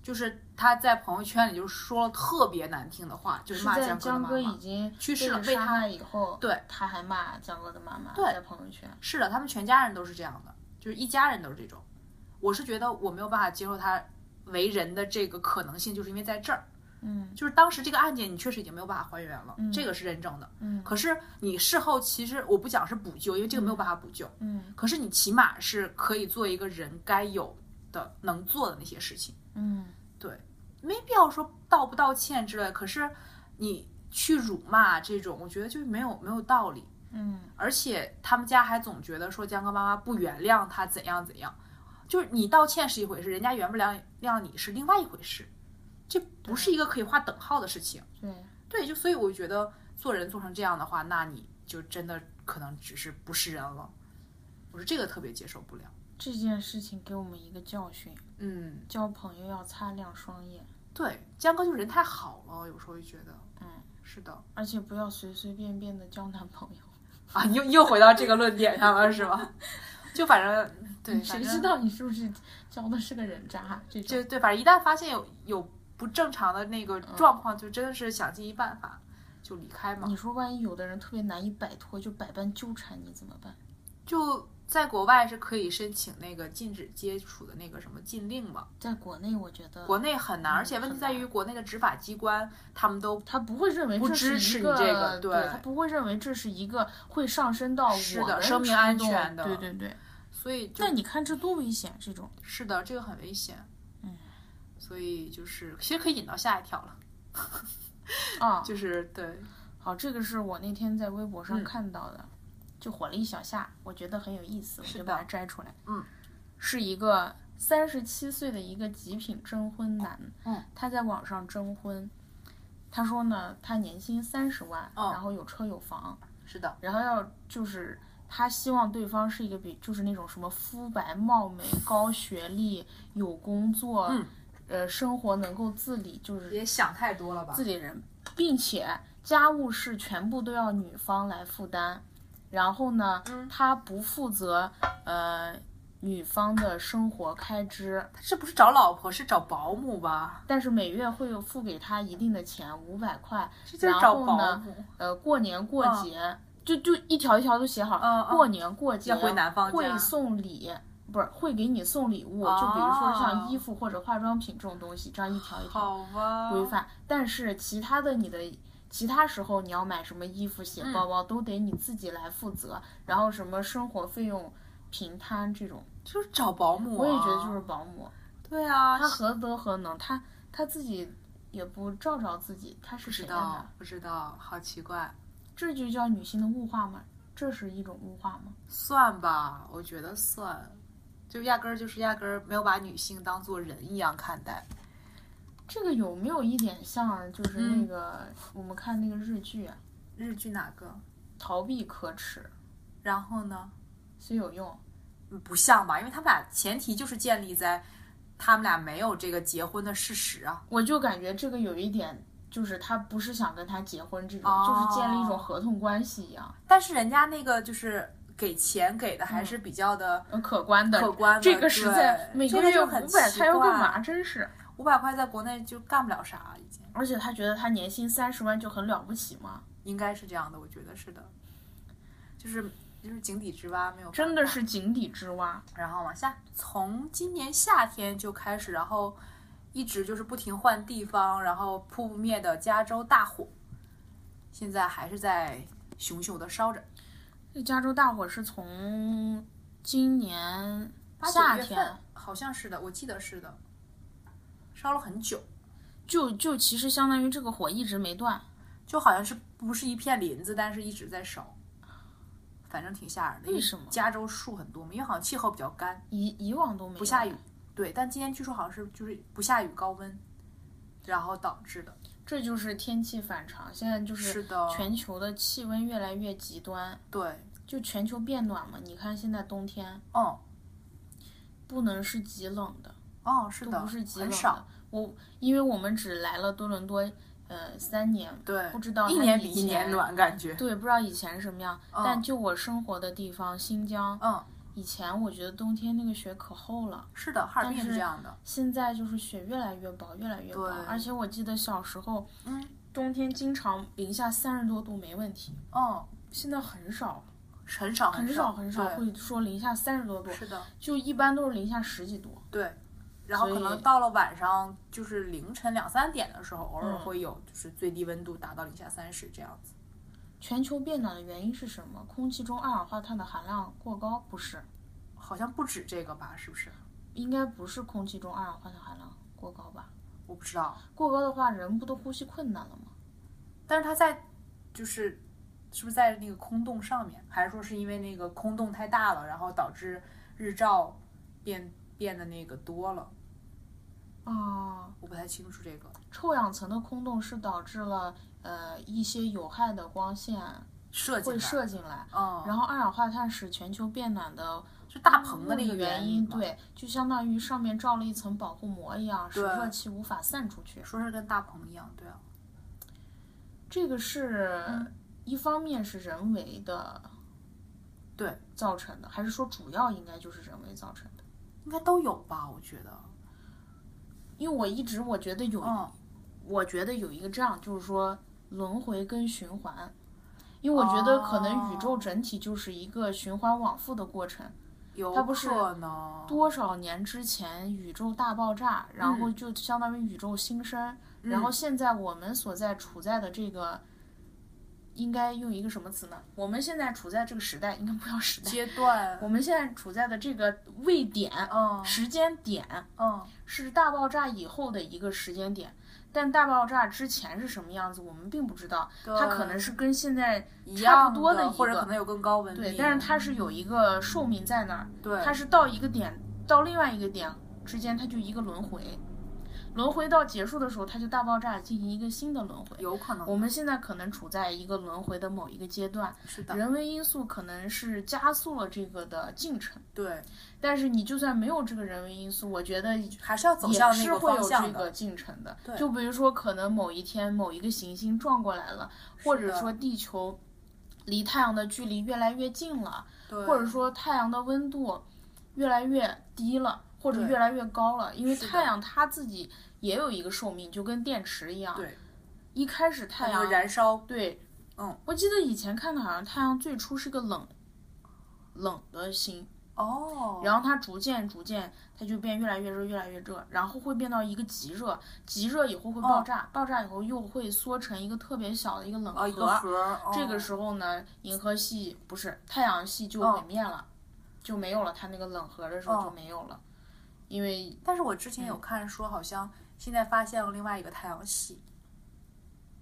Speaker 3: 就是他在朋友圈里就说了特别难听的话，就是
Speaker 1: 是
Speaker 3: 骂
Speaker 1: 在
Speaker 3: 江哥的
Speaker 1: 江
Speaker 3: 妈
Speaker 1: 哥
Speaker 3: 妈
Speaker 1: 已。经
Speaker 3: 去世了
Speaker 1: 被
Speaker 3: 被
Speaker 1: 杀
Speaker 3: 他
Speaker 1: 害以后，
Speaker 3: 对，
Speaker 1: 他还骂江哥的妈妈，
Speaker 3: 对
Speaker 1: 在朋友圈，
Speaker 3: 是的，他们全家人都是这样的，就是一家人都是这种。我是觉得我没有办法接受他为人的这个可能性，就是因为在这儿，
Speaker 1: 嗯
Speaker 3: 就是当时这个案件你确实已经没有办法还原了，
Speaker 1: 嗯
Speaker 3: 这个是认证的。
Speaker 1: 嗯
Speaker 3: 可是你事后其实我不讲是补救，因为这个没有办法补救。
Speaker 1: 嗯
Speaker 3: 可是你起码是可以做一个人该有的、能做的那些事情，
Speaker 1: 嗯，
Speaker 3: 没必要说道不道歉之类。可是你去辱骂这种，我觉得就是没有没有道理。
Speaker 1: 嗯，
Speaker 3: 而且他们家还总觉得说江哥妈妈不原谅他怎样怎样，就是你道歉是一回事，人家原不原谅你是另外一回事，这不是一个可以画等号的事情。
Speaker 1: 对，
Speaker 3: 对，就所以我觉得做人做成这样的话，那你就真的可能只是不是人了。我是这个特别接受不了，
Speaker 1: 这件事情给我们一个教训：
Speaker 3: 嗯，
Speaker 1: 交朋友要擦亮双眼，
Speaker 3: 对，江哥就人太好了，有时候就觉得，
Speaker 1: 嗯，
Speaker 3: 是的
Speaker 1: 而且不要随随便便的交男朋友。
Speaker 3: 啊，又又回到这个论点上了，是吧？ 就反正 对，
Speaker 1: 谁
Speaker 3: 反
Speaker 1: 知
Speaker 3: 正
Speaker 1: 道你是不是交的是个人渣？这种
Speaker 3: 就对，反正一旦发现有有不正常的那个
Speaker 1: 嗯
Speaker 3: 状况，就真的是想尽一办法就离开嘛。
Speaker 1: 你说万一有的人特别难以摆脱，就百般纠缠你怎么办？
Speaker 3: 就在国外是可以申请那个禁止接触的那个什么禁令嘛，
Speaker 1: 在国内，我觉得
Speaker 3: 国内很
Speaker 1: 嗯
Speaker 3: 难，而且问题在于国内的执法机关他们都
Speaker 1: 他不会认为
Speaker 3: 不
Speaker 1: 这是
Speaker 3: 支持
Speaker 1: 一
Speaker 3: 你
Speaker 1: 个，
Speaker 3: 这个
Speaker 1: 对
Speaker 3: 对
Speaker 1: 他不会认为这是一个会上升到
Speaker 3: 是
Speaker 1: 我
Speaker 3: 的
Speaker 1: 的
Speaker 3: 生命
Speaker 1: 触
Speaker 3: 安
Speaker 1: 动
Speaker 3: 全的
Speaker 1: 对对对。
Speaker 3: 所以就
Speaker 1: 但你看这多危险，这 种
Speaker 3: 是的，这个很危险。
Speaker 1: 嗯，
Speaker 3: 所以就是其实可以引到下一条了，
Speaker 1: 啊，
Speaker 3: 就是对，
Speaker 1: 好，这个是我那天在微博上
Speaker 3: 嗯
Speaker 1: 看到的，就火了一小下，我觉得很有意思，我
Speaker 3: 是
Speaker 1: 就把
Speaker 3: 的
Speaker 1: 它摘出来。
Speaker 3: 嗯，
Speaker 1: 是一个三十七岁的一个极品征婚男，
Speaker 3: 嗯，
Speaker 1: 他在网上征婚，他说呢，他年薪三十万，
Speaker 3: 哦
Speaker 1: 然后有车有房，
Speaker 3: 是的，
Speaker 1: 然后要就是。他希望对方是一个比就是那种什么肤白貌美、高学历、有工作，
Speaker 3: 嗯
Speaker 1: 呃，生活能够自理，就是
Speaker 3: 也想太多了吧
Speaker 1: 自己人，并且家务事全部都要女方来负担。然后呢，
Speaker 3: 嗯
Speaker 1: 他不负责呃女方的生活开支，
Speaker 3: 这不是找老婆，是找保姆吧？
Speaker 1: 但是每月会有付给他一定的钱，五百块。
Speaker 3: 这就是找保姆。
Speaker 1: 呃，过年过节、就就一条一条都写好，
Speaker 3: 嗯嗯
Speaker 1: 过年过节
Speaker 3: 哦要回男方家
Speaker 1: 会送礼。不是会给你送礼物，
Speaker 3: 哦
Speaker 1: 就比如说像衣服或者化妆品这种东西，这样一条一条
Speaker 3: 好吧，
Speaker 1: 规范，但是其他的你的其他时候你要买什么衣服、鞋、
Speaker 3: 嗯
Speaker 1: 包包、都得你自己来负责，然后什么生活费用平摊这种，
Speaker 3: 就是找保姆、啊。
Speaker 1: 我也觉得就是保姆，
Speaker 3: 对啊，
Speaker 1: 他何德何能，他他自己也不照照自己，他是
Speaker 3: 不知
Speaker 1: 谁呀？
Speaker 3: 道，不知道，好奇怪。
Speaker 1: 这就叫女性的物化吗？这是一种物化吗？
Speaker 3: 算吧，我觉得算，就压根儿就是压根儿没有把女性当做人一样看待。
Speaker 1: 这个有没有一点像就是
Speaker 3: 嗯
Speaker 1: 那个、我们看那个日剧、啊
Speaker 3: 日剧哪个？
Speaker 1: 《逃避可耻
Speaker 3: 然后呢？
Speaker 1: 虽有用
Speaker 3: 嗯不像吧，因为他们俩前提就是建立在他们俩没有这个结婚的事实啊》，。
Speaker 1: 我就感觉这个有一点。就是他不是想跟他结婚这种，
Speaker 3: 哦
Speaker 1: 就是建立一种合同关系一样，
Speaker 3: 但是人家那个就是给钱给的还是比较的
Speaker 1: 呃可观的。
Speaker 3: 可观的，
Speaker 1: 这个实在
Speaker 3: 对
Speaker 1: 每
Speaker 3: 这
Speaker 1: 个
Speaker 3: 个
Speaker 1: 月
Speaker 3: 就
Speaker 1: 五
Speaker 3: 很
Speaker 1: 百，他要干嘛？
Speaker 3: 嘛？
Speaker 1: 真是。
Speaker 3: 五百块在国内就干不了啥，已经
Speaker 1: 而且他觉得他年薪三十万就很了不起嘛，
Speaker 3: 应该是这样的，我觉得是的，就是就是井底之蛙没有办法
Speaker 1: 真的是井底之蛙。
Speaker 3: 然后往下，从今年夏天就开始，然后一直就是不停换地方，然后扑不灭的加州大火，现在还是在熊熊的烧着。
Speaker 1: 这加州大火是从今年
Speaker 3: 八九
Speaker 1: 夏
Speaker 3: 月
Speaker 1: 天
Speaker 3: 份好像是的，我记得是的，烧了很久，
Speaker 1: 就就其实相当于这个火一直没断，
Speaker 3: 就好像是不是一片林子，但是一直在烧，反正挺吓人的。因
Speaker 1: 为什么
Speaker 3: 加州树很多嘛，因为好像气候比较干，
Speaker 1: 以以往都没有
Speaker 3: 不下雨。对，但今天据说好像是就是不下雨高温，然后导致的。
Speaker 1: 这就是天气反常。现在嗯就是
Speaker 3: 是的，
Speaker 1: 全球的气温越来越极端，
Speaker 3: 对，
Speaker 1: 就全球变暖嘛。你看现在冬天
Speaker 3: 嗯。
Speaker 1: 不能是极冷的，
Speaker 3: 哦，是
Speaker 1: 都
Speaker 3: 的，
Speaker 1: 不是极冷
Speaker 3: 很
Speaker 1: 的
Speaker 3: 少，
Speaker 1: 我因为我们只来了多伦多，呃，三年，
Speaker 3: 对，
Speaker 1: 不知道
Speaker 3: 一
Speaker 1: 它
Speaker 3: 年
Speaker 1: 以
Speaker 3: 比一年
Speaker 1: 前
Speaker 3: 暖，感觉，
Speaker 1: 对，不知道以前是什么样。
Speaker 3: 嗯
Speaker 1: 但就我生活的地方新疆，
Speaker 3: 嗯，
Speaker 1: 以前我觉得冬天那个雪可厚了，
Speaker 3: 是的，哈尔
Speaker 1: 但
Speaker 3: 滨也是
Speaker 1: 是
Speaker 3: 这样的，
Speaker 1: 现在就是雪越来越薄，越来越薄
Speaker 3: 对。
Speaker 1: 而且我记得小时候，
Speaker 3: 嗯，
Speaker 1: 冬天经常零下三十多度没问题，
Speaker 3: 嗯，
Speaker 1: 现在很少，
Speaker 3: 很少
Speaker 1: 很
Speaker 3: 少
Speaker 1: 少很少
Speaker 3: 对
Speaker 1: 会说零下三十多度，
Speaker 3: 是的，
Speaker 1: 就一般都是零下十几度。
Speaker 3: 对。然后
Speaker 1: 所
Speaker 3: 可能
Speaker 1: 以
Speaker 3: 到了晚上，就是凌晨两三点的时候，偶尔
Speaker 1: 嗯
Speaker 3: 会有就是最低温度达到零下三十这样子。
Speaker 1: 全球变暖的原因是什么？空气中二氧化碳的含量过高？不是，
Speaker 3: 好像不止这个吧？是不是？
Speaker 1: 应该不是空气中二氧化碳含量过高吧？
Speaker 3: 我不知道。
Speaker 1: 过高的话，人不都呼吸困难了吗？
Speaker 3: 但是它在，就是是不是在那个空洞上面，还是说是因为那个空洞太大了，然后导致日照变变得那个多了？
Speaker 1: 啊，
Speaker 3: 我不太清楚这个。
Speaker 1: 臭氧层的空洞是导致了呃一些有害的光线
Speaker 3: 射进
Speaker 1: 会
Speaker 3: 来，
Speaker 1: 射进来。
Speaker 3: 嗯，
Speaker 1: 然后二氧化碳使全球变暖的
Speaker 3: 就大棚的那
Speaker 1: 物
Speaker 3: 个
Speaker 1: 理
Speaker 3: 原
Speaker 1: 原因，
Speaker 3: 嘛，
Speaker 1: 对，就相当于上面罩了一层保护膜一样，使
Speaker 3: 对
Speaker 1: 热气无法散出去。
Speaker 3: 说是跟大棚一样，对啊，
Speaker 1: 这个是、一方面是人为的，
Speaker 3: 对
Speaker 1: 造成的，还是说主要应该就是人为造成的？
Speaker 3: 应该都有吧，我觉得，
Speaker 1: 因为我一直我觉得有，
Speaker 3: 嗯，
Speaker 1: 我觉得有一个这样，就是说轮回跟循环，因为我觉得可能宇宙整体就是一个循环往复的过程。
Speaker 3: 有
Speaker 1: 它不是
Speaker 3: 可能，
Speaker 1: 多少年之前宇宙大爆炸，然后就相当于宇宙新生，然后现在我们所在处在的这个，应该用一个什么词呢？我们现在处在这个时代，应该不叫时代，
Speaker 3: 阶段，
Speaker 1: 我们现在处在的这个位 点，
Speaker 3: 嗯
Speaker 1: 时间点
Speaker 3: 嗯，
Speaker 1: 是大爆炸以后的一个时间点。但大爆炸之前是什么样子，我们并不知道。它可能是跟现在
Speaker 3: 一
Speaker 1: 差
Speaker 3: 样
Speaker 1: 不多的一
Speaker 3: 或者
Speaker 1: 个
Speaker 3: 可能有更高文明，
Speaker 1: 对，但是它是有一个寿命在那儿，
Speaker 3: 对
Speaker 1: 它是到一个点到另外一个点之间，它就一个轮回，轮回到结束的时候，它就大爆炸进行一个新的轮回。
Speaker 3: 有可能
Speaker 1: 我们现在可能处在一个轮回的某一个阶段，
Speaker 3: 是的，
Speaker 1: 人为因素可能是加速了这个的进程，
Speaker 3: 对，
Speaker 1: 但是你就算没有这个人为因素，我觉得
Speaker 3: 还是要走
Speaker 1: 也
Speaker 3: 向那
Speaker 1: 是
Speaker 3: 个
Speaker 1: 会
Speaker 3: 方
Speaker 1: 有这
Speaker 3: 向
Speaker 1: 个
Speaker 3: 的，
Speaker 1: 进程的。
Speaker 3: 对
Speaker 1: 就比如说，可能某一天某一个行星撞过来了，或者说地球离太阳的距离越来越近了，
Speaker 3: 对，
Speaker 1: 或者说太阳的温度越来越低了，或者
Speaker 3: 对
Speaker 1: 越来越高了，因为
Speaker 3: 是的
Speaker 1: 太阳它自己也有一个寿命，就跟电池一样。
Speaker 3: 对，
Speaker 1: 一开始太
Speaker 3: 它就
Speaker 1: 阳
Speaker 3: 燃烧，
Speaker 1: 对，
Speaker 3: 嗯，
Speaker 1: 我记得以前看的好像太阳最初是个冷冷的星，
Speaker 3: 哦，
Speaker 1: 然后它逐渐逐渐，它就变越来越热，越来越热，然后会变到一个极热，极热以后会
Speaker 3: 哦
Speaker 1: 爆炸，爆炸以后又会缩成一个特别小的一个冷
Speaker 3: 哦一
Speaker 1: 核。
Speaker 3: 个核儿，哦
Speaker 1: 这个时候呢，银河系不是太阳系就毁灭了，就没有了。它那个冷核的时候就
Speaker 3: 哦
Speaker 1: 没有了，因为
Speaker 3: 但是我
Speaker 1: 嗯
Speaker 3: 之前有看说，好像现在发现了另外一个太阳系。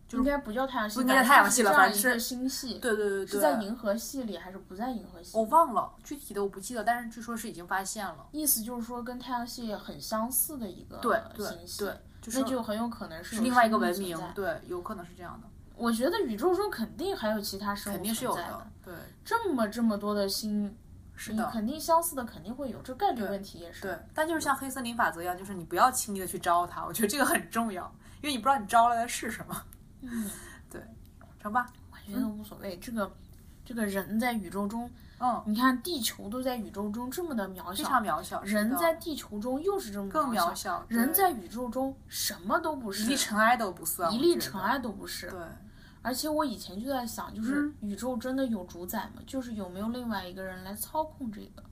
Speaker 3: 就是
Speaker 1: 应该不叫太阳系，
Speaker 3: 不应该
Speaker 1: 反正
Speaker 3: 太阳系了
Speaker 1: 它
Speaker 3: 反
Speaker 1: 是
Speaker 3: 正
Speaker 1: 这样一个
Speaker 3: 是
Speaker 1: 星系，
Speaker 3: 对对对对，哦
Speaker 1: 是在银河系里还是不在银河系
Speaker 3: 我？忘了具体的，我不记得，但是据说是已经发现了。
Speaker 1: 意思就是说跟太阳系很相似的一个
Speaker 3: 对对
Speaker 1: 星系，
Speaker 3: 对，就是
Speaker 1: 嗯那就很有可能是
Speaker 3: 是
Speaker 1: 有
Speaker 3: 另外一个
Speaker 1: 生命
Speaker 3: 文
Speaker 1: 存
Speaker 3: 明
Speaker 1: 在，
Speaker 3: 对，有可能是这样的，
Speaker 1: 我觉得宇宙中肯定还有其他生物
Speaker 3: 肯定是有
Speaker 1: 存在
Speaker 3: 的，对，
Speaker 1: 这么这么多的星，
Speaker 3: 是
Speaker 1: 你
Speaker 3: 的，
Speaker 1: 肯定相似的肯定会有，这概率
Speaker 3: 对
Speaker 1: 问题也是。
Speaker 3: 对。但就是像黑森林法则一样，就是你不要轻易的去招它，我觉得这个很重要，因为你不知道你招来的是什么，
Speaker 1: 嗯，
Speaker 3: 成吧？
Speaker 1: 我觉得无所谓。这个这个人在宇宙中，
Speaker 3: 嗯，
Speaker 1: 你看地球都在宇宙中这么的渺
Speaker 3: 非
Speaker 1: 小，
Speaker 3: 常渺小，是
Speaker 1: 人
Speaker 3: 的
Speaker 1: 在地球中又是这么
Speaker 3: 更渺
Speaker 1: 渺。
Speaker 3: 小，
Speaker 1: 人
Speaker 3: 对
Speaker 1: 在宇宙中什么都不
Speaker 3: 一
Speaker 1: 是
Speaker 3: 粒，尘埃都不算，
Speaker 1: 一
Speaker 3: 我
Speaker 1: 粒
Speaker 3: 觉
Speaker 1: 尘
Speaker 3: 得，嗯
Speaker 1: 埃都不是。
Speaker 3: 对，
Speaker 1: 而且我以前就在想，就是宇宙真的有主宰吗？就是有没有另外一个人来操控这个，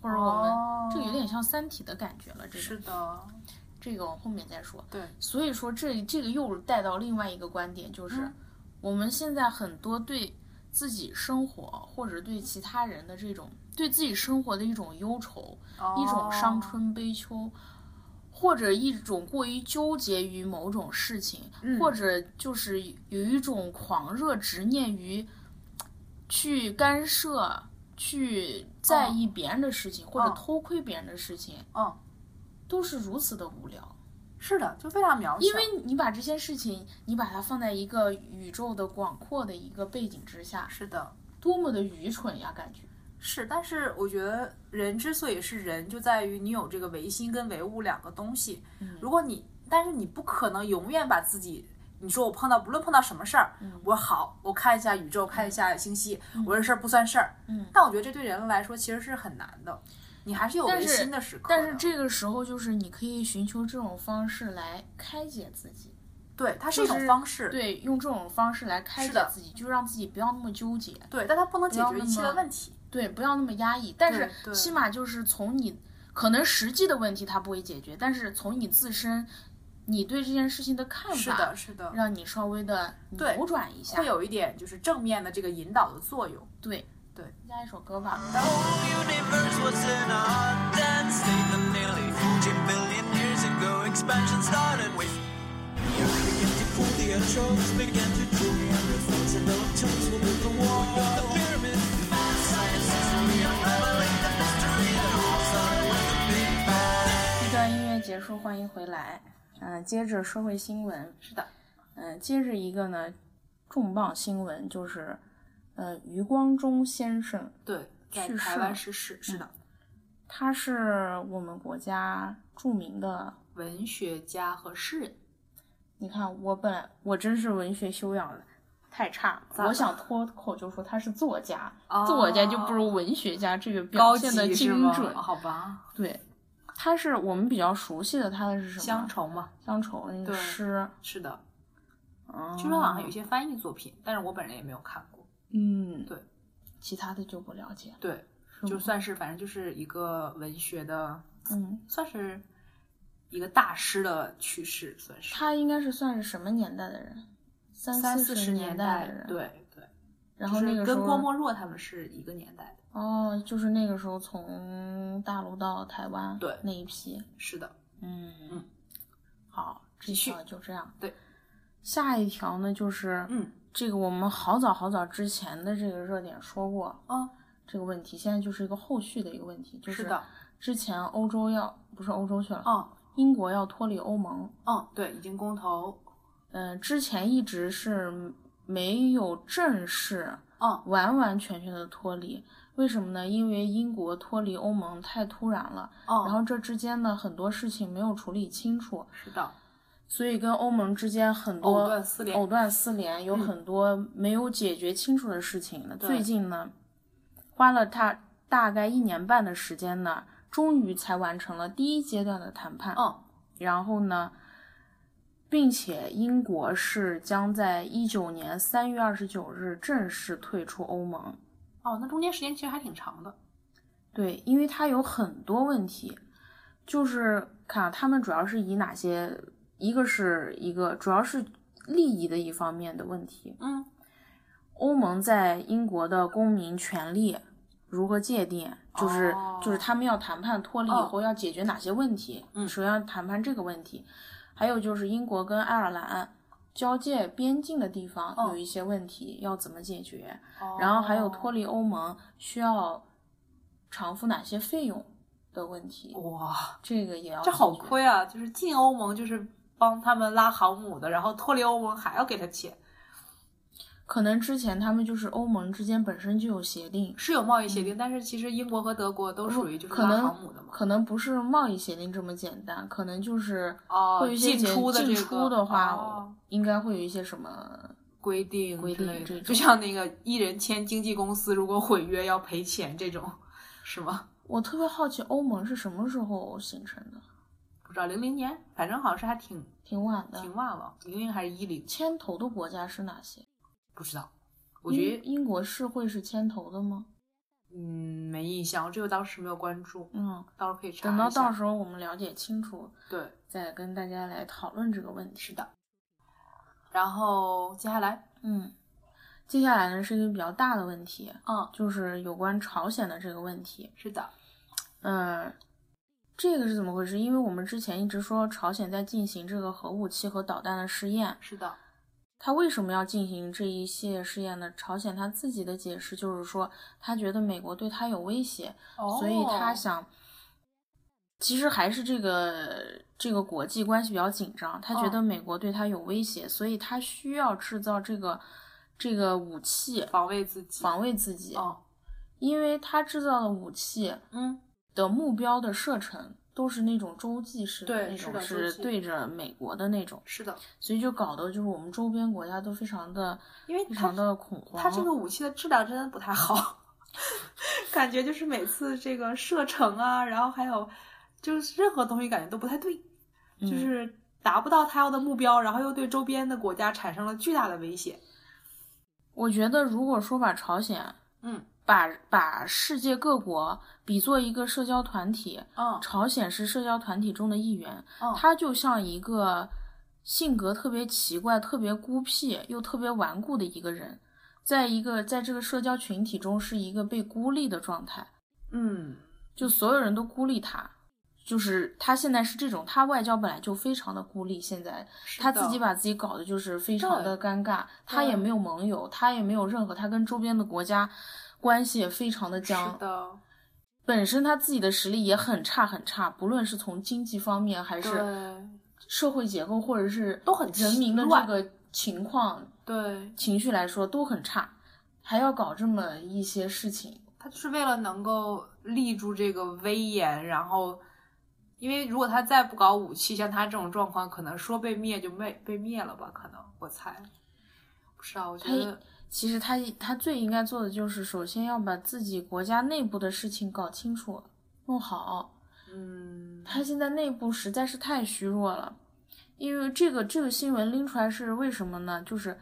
Speaker 1: 或者我们、
Speaker 3: 哦
Speaker 1: 这个有点像《三体》的感觉了。这个
Speaker 3: 是的，哦
Speaker 1: 这个我后面再说。
Speaker 3: 对，
Speaker 1: 所以说这这个又带到另外一个观点，就是、
Speaker 3: 嗯
Speaker 1: 我们现在很多对自己生活或者对其他人的这种对自己生活的一种忧愁，一种伤
Speaker 3: 哦，
Speaker 1: 春悲秋，或者一种过于纠结于某种事情，
Speaker 3: 嗯
Speaker 1: 或者就是有一种狂热执念于去干涉、去
Speaker 3: 哦
Speaker 1: 在意别人的事情，或者
Speaker 3: 嗯
Speaker 1: 偷窥别人的事情，
Speaker 3: 嗯，
Speaker 1: 都是如此的无聊。
Speaker 3: 是的，就非常渺小，
Speaker 1: 因为你把这些事情，你把它放在一个宇宙的广阔的一个背景之下，
Speaker 3: 是的。
Speaker 1: 多么的愚蠢呀！感觉
Speaker 3: 是，但是我觉得人之所以是人，就在于你有这个唯心跟唯物两个东西。
Speaker 1: 嗯
Speaker 3: 如果你，但是你不可能永远把自己，你说我碰到不论碰到什么事儿，
Speaker 1: 嗯
Speaker 3: 我好，我看一下宇宙，看一下星系，我这事儿不算事儿。
Speaker 1: 嗯，
Speaker 3: 但我觉得这对人来说其实是很难的，你还是有
Speaker 1: 但
Speaker 3: 唯
Speaker 1: 是
Speaker 3: 心的时刻
Speaker 1: 但是
Speaker 3: 的
Speaker 1: 这个时候，就是你可以寻求这种方式来开解自己，
Speaker 3: 对它是
Speaker 1: 就
Speaker 3: 一种
Speaker 1: 是
Speaker 3: 方式，
Speaker 1: 对，用这种方式来开
Speaker 3: 是
Speaker 1: 解
Speaker 3: 的
Speaker 1: 自己，就让自己不要那么纠结，
Speaker 3: 对，但它不能解
Speaker 1: 要
Speaker 3: 决
Speaker 1: 那
Speaker 3: 一切的
Speaker 1: 么
Speaker 3: 问题。
Speaker 1: 对，不要那么压抑。但是
Speaker 3: 对
Speaker 1: 起码就是从你可能实际的问题它不会解决，但是从你自身，你对这件事情的看
Speaker 3: 是
Speaker 1: 法，
Speaker 3: 的，是的，
Speaker 1: 让你稍微的
Speaker 3: 对
Speaker 1: 扭转一下
Speaker 3: 会。有一点就是正面的这个引导的作用。
Speaker 1: 对，
Speaker 3: 对，
Speaker 1: 加一首歌吧。
Speaker 4: The whole universe was in a hot dance state of nearly 14 billion years ago. Expansion started with. Years began to pull the atropes, began to pull the underfolds, and our tombs will build the wall. We built the pyramids. Math science is re-unraveling the mystery that all started with the Big Bang.
Speaker 1: 这段音乐结束，欢迎回来。嗯、接着说回新闻。呃
Speaker 3: 是的，
Speaker 1: 嗯、接着一个呢，重磅新闻就是，嗯、呃余光中先生，
Speaker 3: 对，在
Speaker 1: 去世
Speaker 3: 台湾
Speaker 1: 了
Speaker 3: 逝世，是的，
Speaker 1: 他是我们国家著名的。
Speaker 3: 文学家和诗人。
Speaker 1: 你看，我本来我真是文学修养太差了，
Speaker 3: 咋了
Speaker 1: 我想脱口就说他是作家，
Speaker 3: 哦
Speaker 1: 作家就不如文学家这个表
Speaker 3: 高
Speaker 1: 现的
Speaker 3: 级是
Speaker 1: 精
Speaker 3: 吗
Speaker 1: 准。
Speaker 3: 好吧，
Speaker 1: 对，他是我们比较熟悉的，他的是什么？
Speaker 3: 乡愁嘛，
Speaker 1: 乡愁那个
Speaker 3: 对
Speaker 1: 诗，
Speaker 3: 是的，
Speaker 1: 哦
Speaker 3: 据说好像有一些翻译作品，但是我本人也没有看过。
Speaker 1: 嗯，
Speaker 3: 对，
Speaker 1: 其他的就不了解了。
Speaker 3: 对，
Speaker 1: 吗
Speaker 3: 就算是反正就是一个文学的，
Speaker 1: 嗯，
Speaker 3: 算是一个大师的去世，算是
Speaker 1: 他应该是算是什么年代的人？三
Speaker 3: 三
Speaker 1: 四
Speaker 3: 四十
Speaker 1: 年
Speaker 3: 代
Speaker 1: 的人。，
Speaker 3: 对对，
Speaker 1: 然后那
Speaker 3: 就
Speaker 1: 个
Speaker 3: 是
Speaker 1: 时
Speaker 3: 跟
Speaker 1: 候
Speaker 3: 郭沫若他们是一个年代的，
Speaker 1: 哦，就是那个时候从大陆到台湾
Speaker 3: 对
Speaker 1: 那一批，
Speaker 3: 是的，
Speaker 1: 嗯
Speaker 3: 嗯，
Speaker 1: 好，这
Speaker 3: 继续
Speaker 1: 条就这样。
Speaker 3: 对，
Speaker 1: 下一条呢就是，
Speaker 3: 嗯
Speaker 1: 这个我们好早好早之前的这个热点说过
Speaker 3: 嗯，
Speaker 1: 这个问题，现在就是一个后续的一个问题，就是
Speaker 3: 的，
Speaker 1: 之前欧洲要不是欧洲去了，
Speaker 3: 嗯
Speaker 1: 英国要脱离欧盟，
Speaker 3: 嗯，对，已经公投，
Speaker 1: 嗯、之前一直是没有正式
Speaker 3: 嗯
Speaker 1: 完完全全的脱离，为什么呢？因为英国脱离欧盟太突然了，
Speaker 3: 嗯，
Speaker 1: 然后这之间的很多事情没有处理清楚，
Speaker 3: 是的，
Speaker 1: 所以跟欧盟之间很多
Speaker 3: 藕断丝连嗯
Speaker 1: 藕断丝连有很多没有解决清楚的事情呢。
Speaker 3: 对
Speaker 1: 最近呢，花了他大概一年半的时间呢，终于才完成了第一阶段的谈判。
Speaker 3: 嗯
Speaker 1: 然后呢，并且英国是将在一九年三月二十九日正式退出欧盟。
Speaker 3: 哦，那中间时间其实还挺长的，
Speaker 1: 对，因为它有很多问题，就是看啊他们主要是以哪些，一个是一个主要是利益的一方面的问题。
Speaker 3: 嗯
Speaker 1: 欧盟在英国的公民权利如何界定？就是、
Speaker 3: 哦
Speaker 1: 就是他们要谈判脱离以
Speaker 3: 哦
Speaker 1: 后要解决哪些问题？
Speaker 3: 嗯
Speaker 1: 首先要谈判这个问题，还有就是英国跟爱尔兰交界边境的地方
Speaker 3: 哦
Speaker 1: 有一些问题要怎么解决？
Speaker 3: 哦
Speaker 1: 然后还有脱离欧盟需要偿付哪些费用的问题，
Speaker 3: 哦哇，
Speaker 1: 这个也要
Speaker 3: 这好
Speaker 1: 解决。
Speaker 3: 亏啊！就是进欧盟就是帮他们拉航母的，然后脱离欧盟还要给他钱，
Speaker 1: 可能之前他们就是欧盟之间本身就有协定，
Speaker 3: 是有贸易协定，但是其实英国和德国都属于就
Speaker 1: 嗯
Speaker 3: 是
Speaker 1: 可
Speaker 3: 拉
Speaker 1: 能
Speaker 3: 航母的嘛。
Speaker 1: 可能不是贸易协定这么简单，可能就是
Speaker 3: 哦
Speaker 1: 会有一些
Speaker 3: 进
Speaker 1: 解
Speaker 3: 出的
Speaker 1: 进
Speaker 3: 这
Speaker 1: 出
Speaker 3: 个
Speaker 1: 的话，
Speaker 3: 哦
Speaker 1: 应该会有一些什么。
Speaker 3: 规定
Speaker 1: 规
Speaker 3: 之
Speaker 1: 定
Speaker 3: 类
Speaker 1: 这
Speaker 3: 的，
Speaker 1: 种
Speaker 3: 就像那个一人签经纪公司，如果毁约要赔钱这种，是吗？
Speaker 1: 我特别好奇欧盟是什么时候形成的，
Speaker 3: 不知道零零年，反正好像是还挺
Speaker 1: 挺晚的。
Speaker 3: 挺晚了，零零还是一零，
Speaker 1: 牵头的国家是哪些？
Speaker 3: 不知道。我觉
Speaker 1: 英
Speaker 3: 得
Speaker 1: 英国是会是牵头的吗？
Speaker 3: 嗯没印象，这个当时没有关注，
Speaker 1: 嗯，
Speaker 3: 到时候可以查
Speaker 1: 等到
Speaker 3: 一下
Speaker 1: 到时候我们了解清楚，
Speaker 3: 对，
Speaker 1: 再跟大家来讨论这个问题。
Speaker 3: 是的。然后接下来，
Speaker 1: 嗯，接下来呢是一个比较大的问题，
Speaker 3: 嗯，
Speaker 1: 就是有关朝鲜的这个问题。
Speaker 3: 是的，
Speaker 1: 嗯，这个是怎么回事？因为我们之前一直说朝鲜在进行这个核武器和导弹的试验，
Speaker 3: 是的，
Speaker 1: 它为什么要进行这一系列试验呢？朝鲜他自己的解释就是说，他觉得美国对他有威胁，所以他
Speaker 3: 哦
Speaker 1: 想，其实还是这个这个国际关系比较紧张，他觉
Speaker 3: 哦
Speaker 1: 得美国对他有威胁，所以他需要制造这个这个武器
Speaker 3: 防卫自己。
Speaker 1: 防卫自己，
Speaker 3: 哦，
Speaker 1: 因为他制造的武器
Speaker 3: 嗯，
Speaker 1: 的目标的射程都是那种洲际式的
Speaker 3: 对
Speaker 1: 那
Speaker 3: 是
Speaker 1: 种，
Speaker 3: 的
Speaker 1: 是
Speaker 3: 洲际
Speaker 1: 对着美国的那种，
Speaker 3: 是的，
Speaker 1: 所以就搞得就是我们周边国家都非常的
Speaker 3: 因为
Speaker 1: 非
Speaker 3: 他
Speaker 1: 常的恐慌。
Speaker 3: 哎他这个武器的质量真的不太好， 感觉就是每次这个射程啊，然后还有就是任何东西感觉都不太对，
Speaker 1: 嗯
Speaker 3: 就是达不到他要的目标，然后又对周边的国家产生了巨大的威胁。
Speaker 1: 我觉得如果说把朝鲜
Speaker 3: 嗯
Speaker 1: 把把世界各国比作一个社交团体，
Speaker 3: 嗯
Speaker 1: 朝鲜是社交团体中的一员，
Speaker 3: 嗯
Speaker 1: 它就像一个性格特别奇怪、特别孤僻又特别顽固的一个人，在一个在这个社交群体中是一个被孤立的状态，
Speaker 3: 嗯，
Speaker 1: 就所有人都孤立他。就是他现在是这种，他外交本来就非常的孤立，现在
Speaker 3: 是
Speaker 1: 他
Speaker 3: 的
Speaker 1: 自己把自己搞得就是非常的尴尬，他
Speaker 3: 对
Speaker 1: 也没有盟友，他也没有任何，他跟周边的国家关系也非常的僵
Speaker 3: 是，的，
Speaker 1: 本身他自己的实力也很差很差，不论是从经济方面还是
Speaker 3: 对
Speaker 1: 社会结构，或者是
Speaker 3: 都很
Speaker 1: 人民的这
Speaker 3: 乱
Speaker 1: 个情况
Speaker 3: 对
Speaker 1: 情绪来说都很差。还要搞这么一些事情。
Speaker 3: 他就是为了能够立住这个威严，然后，因为如果他再不搞武器，像他这种状况，可能说被灭就灭被灭了吧？可能我猜，不知道，我觉得
Speaker 1: 其实他他最应该做的就是，首先要把自己国家内部的事情搞清楚、弄好。
Speaker 3: 嗯，
Speaker 1: 他现在内部实在是太虚弱了，因为这个这个新闻拎出来是为什么呢？就是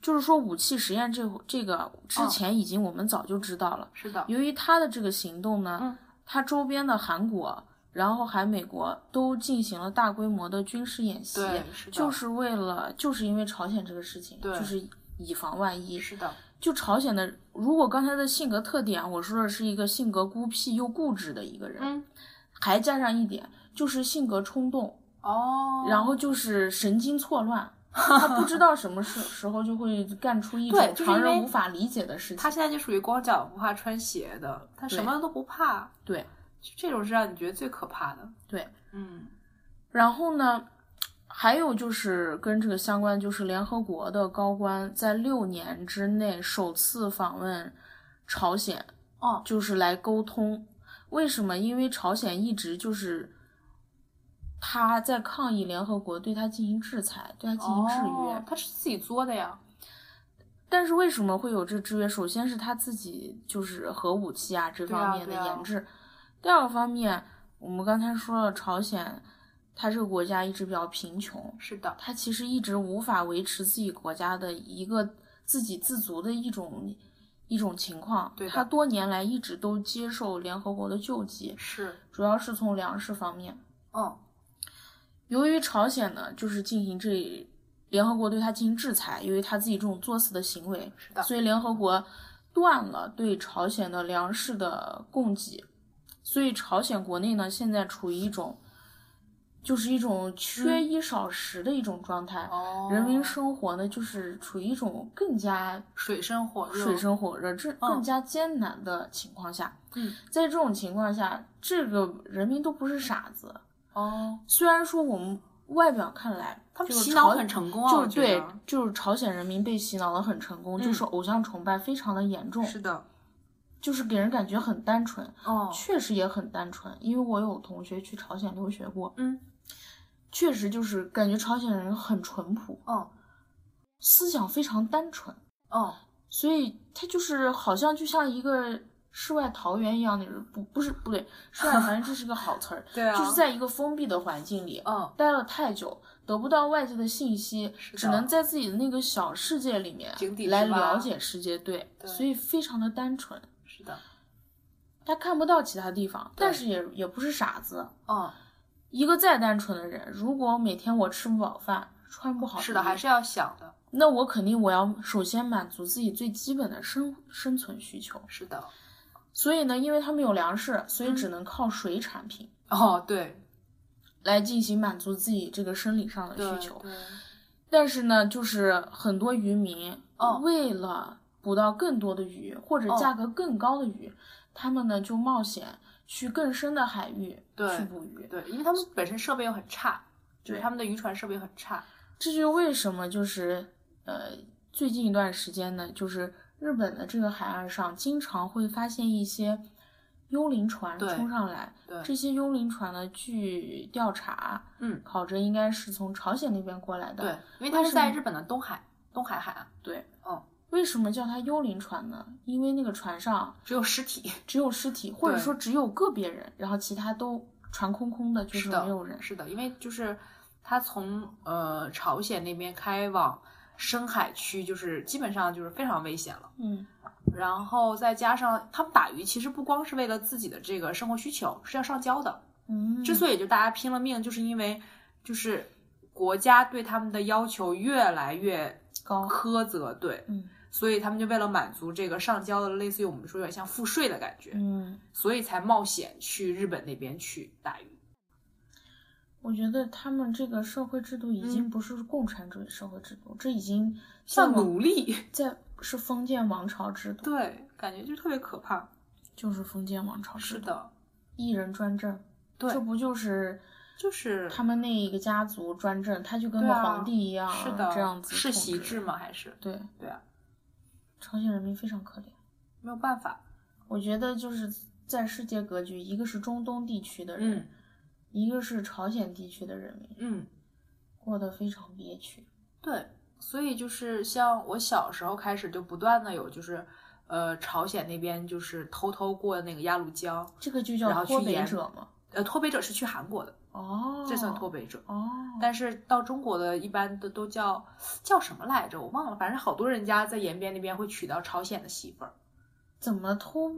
Speaker 1: 就是说武器实验这这个
Speaker 3: 哦
Speaker 1: 之前已经我们早就知道了，
Speaker 3: 是的，
Speaker 1: 由于他的这个行动呢，
Speaker 2: 嗯
Speaker 1: 他周边的韩国，然后还美国都进行了大规模的军事演习，
Speaker 3: 对，是的，
Speaker 1: 就是为了就是因为朝鲜这个事情，
Speaker 3: 对
Speaker 1: 就是以防万一。
Speaker 3: 是的，
Speaker 1: 就朝鲜的，如果刚才的性格特点，啊我说的是一个性格孤僻又固执的一个人，
Speaker 2: 嗯
Speaker 1: 还加上一点就是性格冲动，
Speaker 3: 哦，
Speaker 1: 然后就是神经错 乱。他不知道什么时时候就会干出一
Speaker 3: 对
Speaker 1: 种
Speaker 3: 就是
Speaker 1: 常
Speaker 3: 因为
Speaker 1: 人无法理解的事情。
Speaker 3: 他现在就属于光脚不怕穿鞋的，他什么都不怕，
Speaker 1: 对，
Speaker 3: 就这种是让你觉得最可怕的。
Speaker 1: 对，
Speaker 3: 嗯，
Speaker 1: 然后呢，还有就是跟这个相关，就是联合国的高官在六年之内首次访问朝鲜，
Speaker 3: 哦，
Speaker 1: 就是来沟通。为什么？因为朝鲜一直就是他在抗议联合国对他进行制裁，对他进行制约。
Speaker 3: 哦他是自己作的呀。
Speaker 1: 但是为什么会有这制约？首先是他自己就是核武器啊这方面的
Speaker 3: 对啊对啊
Speaker 1: 研制，第二个方面，我们刚才说了，朝鲜它这个国家一直比较贫穷，
Speaker 3: 是的，
Speaker 1: 它其实一直无法维持自己国家的一个自给自足的一种一种情况
Speaker 3: 对。的
Speaker 1: 它多年来一直都接受联合国的救济，
Speaker 3: 是，
Speaker 1: 主要是从粮食方面。
Speaker 3: 嗯，
Speaker 1: 由于朝鲜呢，就是进行这联合国对他进行制裁，由于他自己这种作死的行为，
Speaker 3: 是的
Speaker 1: 所以联合国断了对朝鲜的粮食的供给，所以朝鲜国内呢现在处于一种就是一种缺衣少食的一种状态，
Speaker 3: 嗯哦，
Speaker 1: 人民生活呢就是处于一种更加
Speaker 3: 水深火热，
Speaker 1: 水深火热、这
Speaker 3: 嗯
Speaker 1: 更加艰难的情况下，
Speaker 3: 嗯，
Speaker 1: 在这种情况下，这个人民都不是傻子，
Speaker 3: 哦，
Speaker 1: 虽然说我们外表看来，
Speaker 3: 他们
Speaker 1: 就是
Speaker 3: 洗
Speaker 1: 朝
Speaker 3: 脑很成功啊，
Speaker 1: 就
Speaker 3: 我
Speaker 1: 是
Speaker 3: 觉
Speaker 1: 对
Speaker 3: 得，嗯
Speaker 1: 就是朝鲜人民被洗脑的很成功，就是偶像崇拜非常的严重，
Speaker 3: 是的，
Speaker 1: 就是给人感觉很单纯，
Speaker 3: 哦，
Speaker 1: 确实也很单纯。因为我有同学去朝鲜留学过，
Speaker 3: 嗯，
Speaker 1: 确实就是感觉朝鲜人很淳朴，
Speaker 3: 哦，
Speaker 1: 思想非常单纯，嗯
Speaker 3: 哦，
Speaker 1: 所以他就是好像就像一个世外桃源一样的人，不不是不对，世外桃源这是个好词儿
Speaker 3: ，对啊，
Speaker 1: 就是在一个封闭的环境里，
Speaker 3: 嗯，
Speaker 1: 待了太久，得不到外界的信息，
Speaker 3: 是的
Speaker 1: 只能在自己的那个小世界里面
Speaker 3: 井底之蛙
Speaker 1: 来了解世界，对，
Speaker 3: 对
Speaker 1: 所以非常的单纯，
Speaker 3: 是的，
Speaker 1: 他看不到其他地方，
Speaker 3: 对
Speaker 1: 但是也也不是傻子。
Speaker 3: 嗯，
Speaker 1: 一个再单纯的人，如果每天我吃不饱饭，穿不好衣服，
Speaker 3: 是的，还是要想的，
Speaker 1: 那我肯定我要首先满足自己最基本的生生存需求。
Speaker 3: 是的，
Speaker 1: 所以呢，因为他们有粮食，所以
Speaker 3: 嗯
Speaker 1: 只能靠水产品
Speaker 3: 哦，对，
Speaker 1: 来进行满足自己这个生理上的
Speaker 3: 对
Speaker 1: 需求。
Speaker 3: 对
Speaker 1: 但是呢，就是很多渔民、
Speaker 3: 哦
Speaker 1: 为了捕到更多的鱼或者
Speaker 3: 哦
Speaker 1: 价格更高的鱼，他们呢就冒险去更深的海域
Speaker 3: 对
Speaker 1: 去捕鱼。
Speaker 3: 对，因为他们本身设备又很差，就是
Speaker 1: 对
Speaker 3: 他们的渔船设备很差，
Speaker 1: 这就是为什么就是呃，最近一段时间呢，就是日本的这个海岸上经常会发现一些幽灵船
Speaker 3: 对
Speaker 1: 冲上来。
Speaker 3: 对，
Speaker 1: 这些幽灵船呢，据调查
Speaker 3: 嗯，
Speaker 1: 考证，应该是从朝鲜那边过来的。
Speaker 3: 对，因为它是
Speaker 1: 什么
Speaker 3: 在日本的东海，东海海岸，
Speaker 1: 对，
Speaker 3: 嗯，
Speaker 1: 为什么叫它幽灵船呢？因为那个船上
Speaker 3: 只有尸体，
Speaker 1: 只有尸体，或者
Speaker 3: 对
Speaker 1: 说只有个别人，然后其他都船空空的，就是是
Speaker 3: 的，
Speaker 1: 没有人。
Speaker 3: 是的，因为就是他从呃朝鲜那边开往深海区，就是基本上就是非常危险了。
Speaker 1: 嗯，
Speaker 3: 然后再加上他们打鱼，其实不光是为了自己的这个生活需求，是要上交的。
Speaker 1: 嗯，
Speaker 3: 之所以就大家拼了命，就是因为就是国家对他们的要求越来越
Speaker 1: 高，
Speaker 3: 苛责，对，
Speaker 1: 嗯
Speaker 3: 所以他们就为了满足这个上交的，类似于我们说有点像赋税的感觉，
Speaker 1: 嗯，
Speaker 3: 所以才冒险去日本那边去打鱼。
Speaker 1: 我觉得他们这个社会制度已经
Speaker 3: 嗯
Speaker 1: 不是共产主义社会制度，这已经在
Speaker 3: 像
Speaker 1: 往
Speaker 3: 奴隶，
Speaker 1: 在是封建王朝制度，
Speaker 3: 对，感觉就特别可怕。
Speaker 1: 就是封建王朝制
Speaker 3: 是
Speaker 1: 度，
Speaker 3: 的，
Speaker 1: 一人专政，
Speaker 3: 对
Speaker 1: 这不就是
Speaker 3: 就是
Speaker 1: 他们那一个家族专政，他就跟
Speaker 3: 对
Speaker 1: 个
Speaker 3: 啊
Speaker 1: 皇帝一样，
Speaker 3: 是的，
Speaker 1: 这样子
Speaker 3: 世袭
Speaker 1: 统治
Speaker 3: 制嘛，还是
Speaker 1: 对
Speaker 3: 对啊。
Speaker 1: 朝鲜人民非常可怜。
Speaker 3: 没有办法。
Speaker 1: 我觉得就是在世界格局，一个是中东地区的人，一个是朝鲜地区的人民，
Speaker 3: 嗯，
Speaker 1: 过得非常憋屈。
Speaker 3: 对，所以就是像我小时候开始就不断的有就是，呃，朝鲜那边就是偷偷过那个鸭绿江，
Speaker 1: 这个就
Speaker 3: 然
Speaker 1: 叫
Speaker 3: 后
Speaker 1: 脱
Speaker 3: 去
Speaker 1: 北
Speaker 3: 演
Speaker 1: 者嘛。
Speaker 3: 呃，脱北者是去韩国的，
Speaker 1: 哦，
Speaker 3: 这算脱北者。
Speaker 1: 哦，
Speaker 3: 但是到中国的一般都都叫叫什么来着，我忘了。反正好多人家在延边那边会娶到朝鲜的媳妇儿，
Speaker 1: 怎么偷？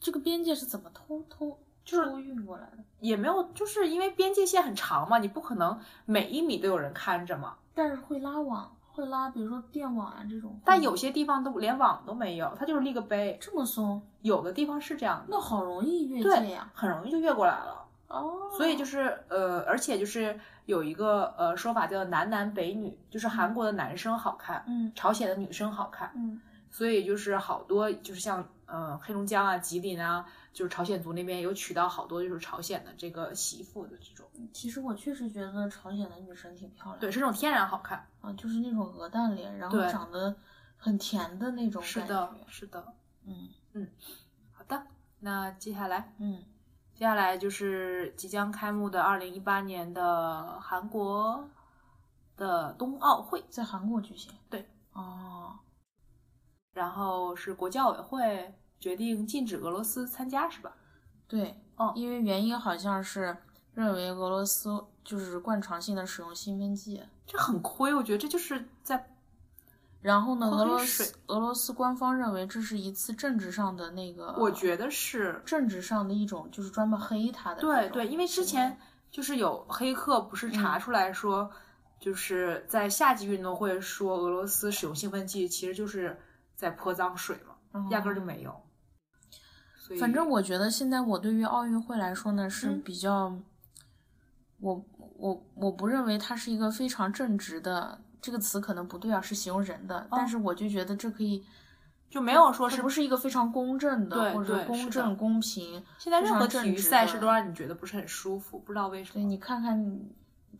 Speaker 1: 这个边界是怎么偷偷
Speaker 3: 就是
Speaker 1: 偷运过来的？
Speaker 3: 也没有，就是因为边界线很长嘛，你不可能每一米都有人看着嘛。
Speaker 1: 但是会拉网，会拉，比如说电网啊这种。
Speaker 3: 但
Speaker 1: 会吗
Speaker 3: 有些地方都连网都没有，它就是立个碑。
Speaker 1: 这么松，
Speaker 3: 有的地方是这样的，
Speaker 1: 那好容易越
Speaker 3: 对
Speaker 1: 界呀、
Speaker 3: 很容易就越过来了。
Speaker 1: 哦，
Speaker 3: 所以就是呃，而且就是有一个呃说法叫南男北女，就是韩国的男生好看，
Speaker 1: 嗯
Speaker 3: 朝鲜的女生好看。
Speaker 1: 嗯
Speaker 3: 所以就是好多就是像呃黑龙江啊、吉林啊，就是朝鲜族那边有娶到好多就是朝鲜的这个媳妇的这种，
Speaker 1: 其实我确实觉得朝鲜的女生挺漂亮的。
Speaker 3: 对，是这种天然好看。
Speaker 1: 啊，就是那种鹅蛋脸，然后
Speaker 3: 对
Speaker 1: 长得很甜的那种
Speaker 3: 是
Speaker 1: 感
Speaker 3: 的
Speaker 1: 觉。，
Speaker 3: 是的。
Speaker 1: 嗯
Speaker 3: 好的，那接下来
Speaker 1: 嗯，
Speaker 3: 接下来就是即将开幕的二零一八年的韩国的冬奥会，
Speaker 1: 在韩国举行。
Speaker 3: 对。
Speaker 1: 哦，
Speaker 3: 然后是国教委会决定禁止俄罗斯参加，是吧？
Speaker 1: 对，
Speaker 3: 哦
Speaker 1: 因为原因好像是认为俄罗斯就是惯常性的使用兴奋剂。
Speaker 3: 这很亏，我觉得这就是在
Speaker 1: 然后呢，俄
Speaker 3: 泼黑
Speaker 1: 罗
Speaker 3: 水
Speaker 1: 斯俄罗斯官方认为这是一次政治上的那个，
Speaker 3: 我觉得是
Speaker 1: 政治上的一种就是专门黑他的这种
Speaker 3: 对
Speaker 1: 行为。
Speaker 3: 对，因为之前就是有黑客不是查
Speaker 1: 嗯
Speaker 3: 出来说，就是在夏季运动会说俄罗斯使用兴奋剂，其实就是在泼脏水嘛，压根儿就
Speaker 1: 嗯
Speaker 3: 没有。所以
Speaker 1: 反正我觉得现在我对于奥运会来说呢是
Speaker 3: 嗯
Speaker 1: 比较，我我我不认为它是一个非常正直的这个词可能不对啊，是形容人的，
Speaker 3: 哦
Speaker 1: 但是我就觉得这可以
Speaker 3: 就没有说
Speaker 1: 它
Speaker 3: 是
Speaker 1: 不是一个非常公正的
Speaker 3: 对
Speaker 1: 或者
Speaker 3: 对是
Speaker 1: 公
Speaker 3: 的
Speaker 1: 正公平？
Speaker 3: 现在
Speaker 1: 非
Speaker 3: 任
Speaker 1: 常
Speaker 3: 何
Speaker 1: 正
Speaker 3: 体育
Speaker 1: 直
Speaker 3: 赛
Speaker 1: 的
Speaker 3: 事都让你觉得不是很舒服，不知道为什
Speaker 1: 对
Speaker 3: 么。
Speaker 1: 你看看，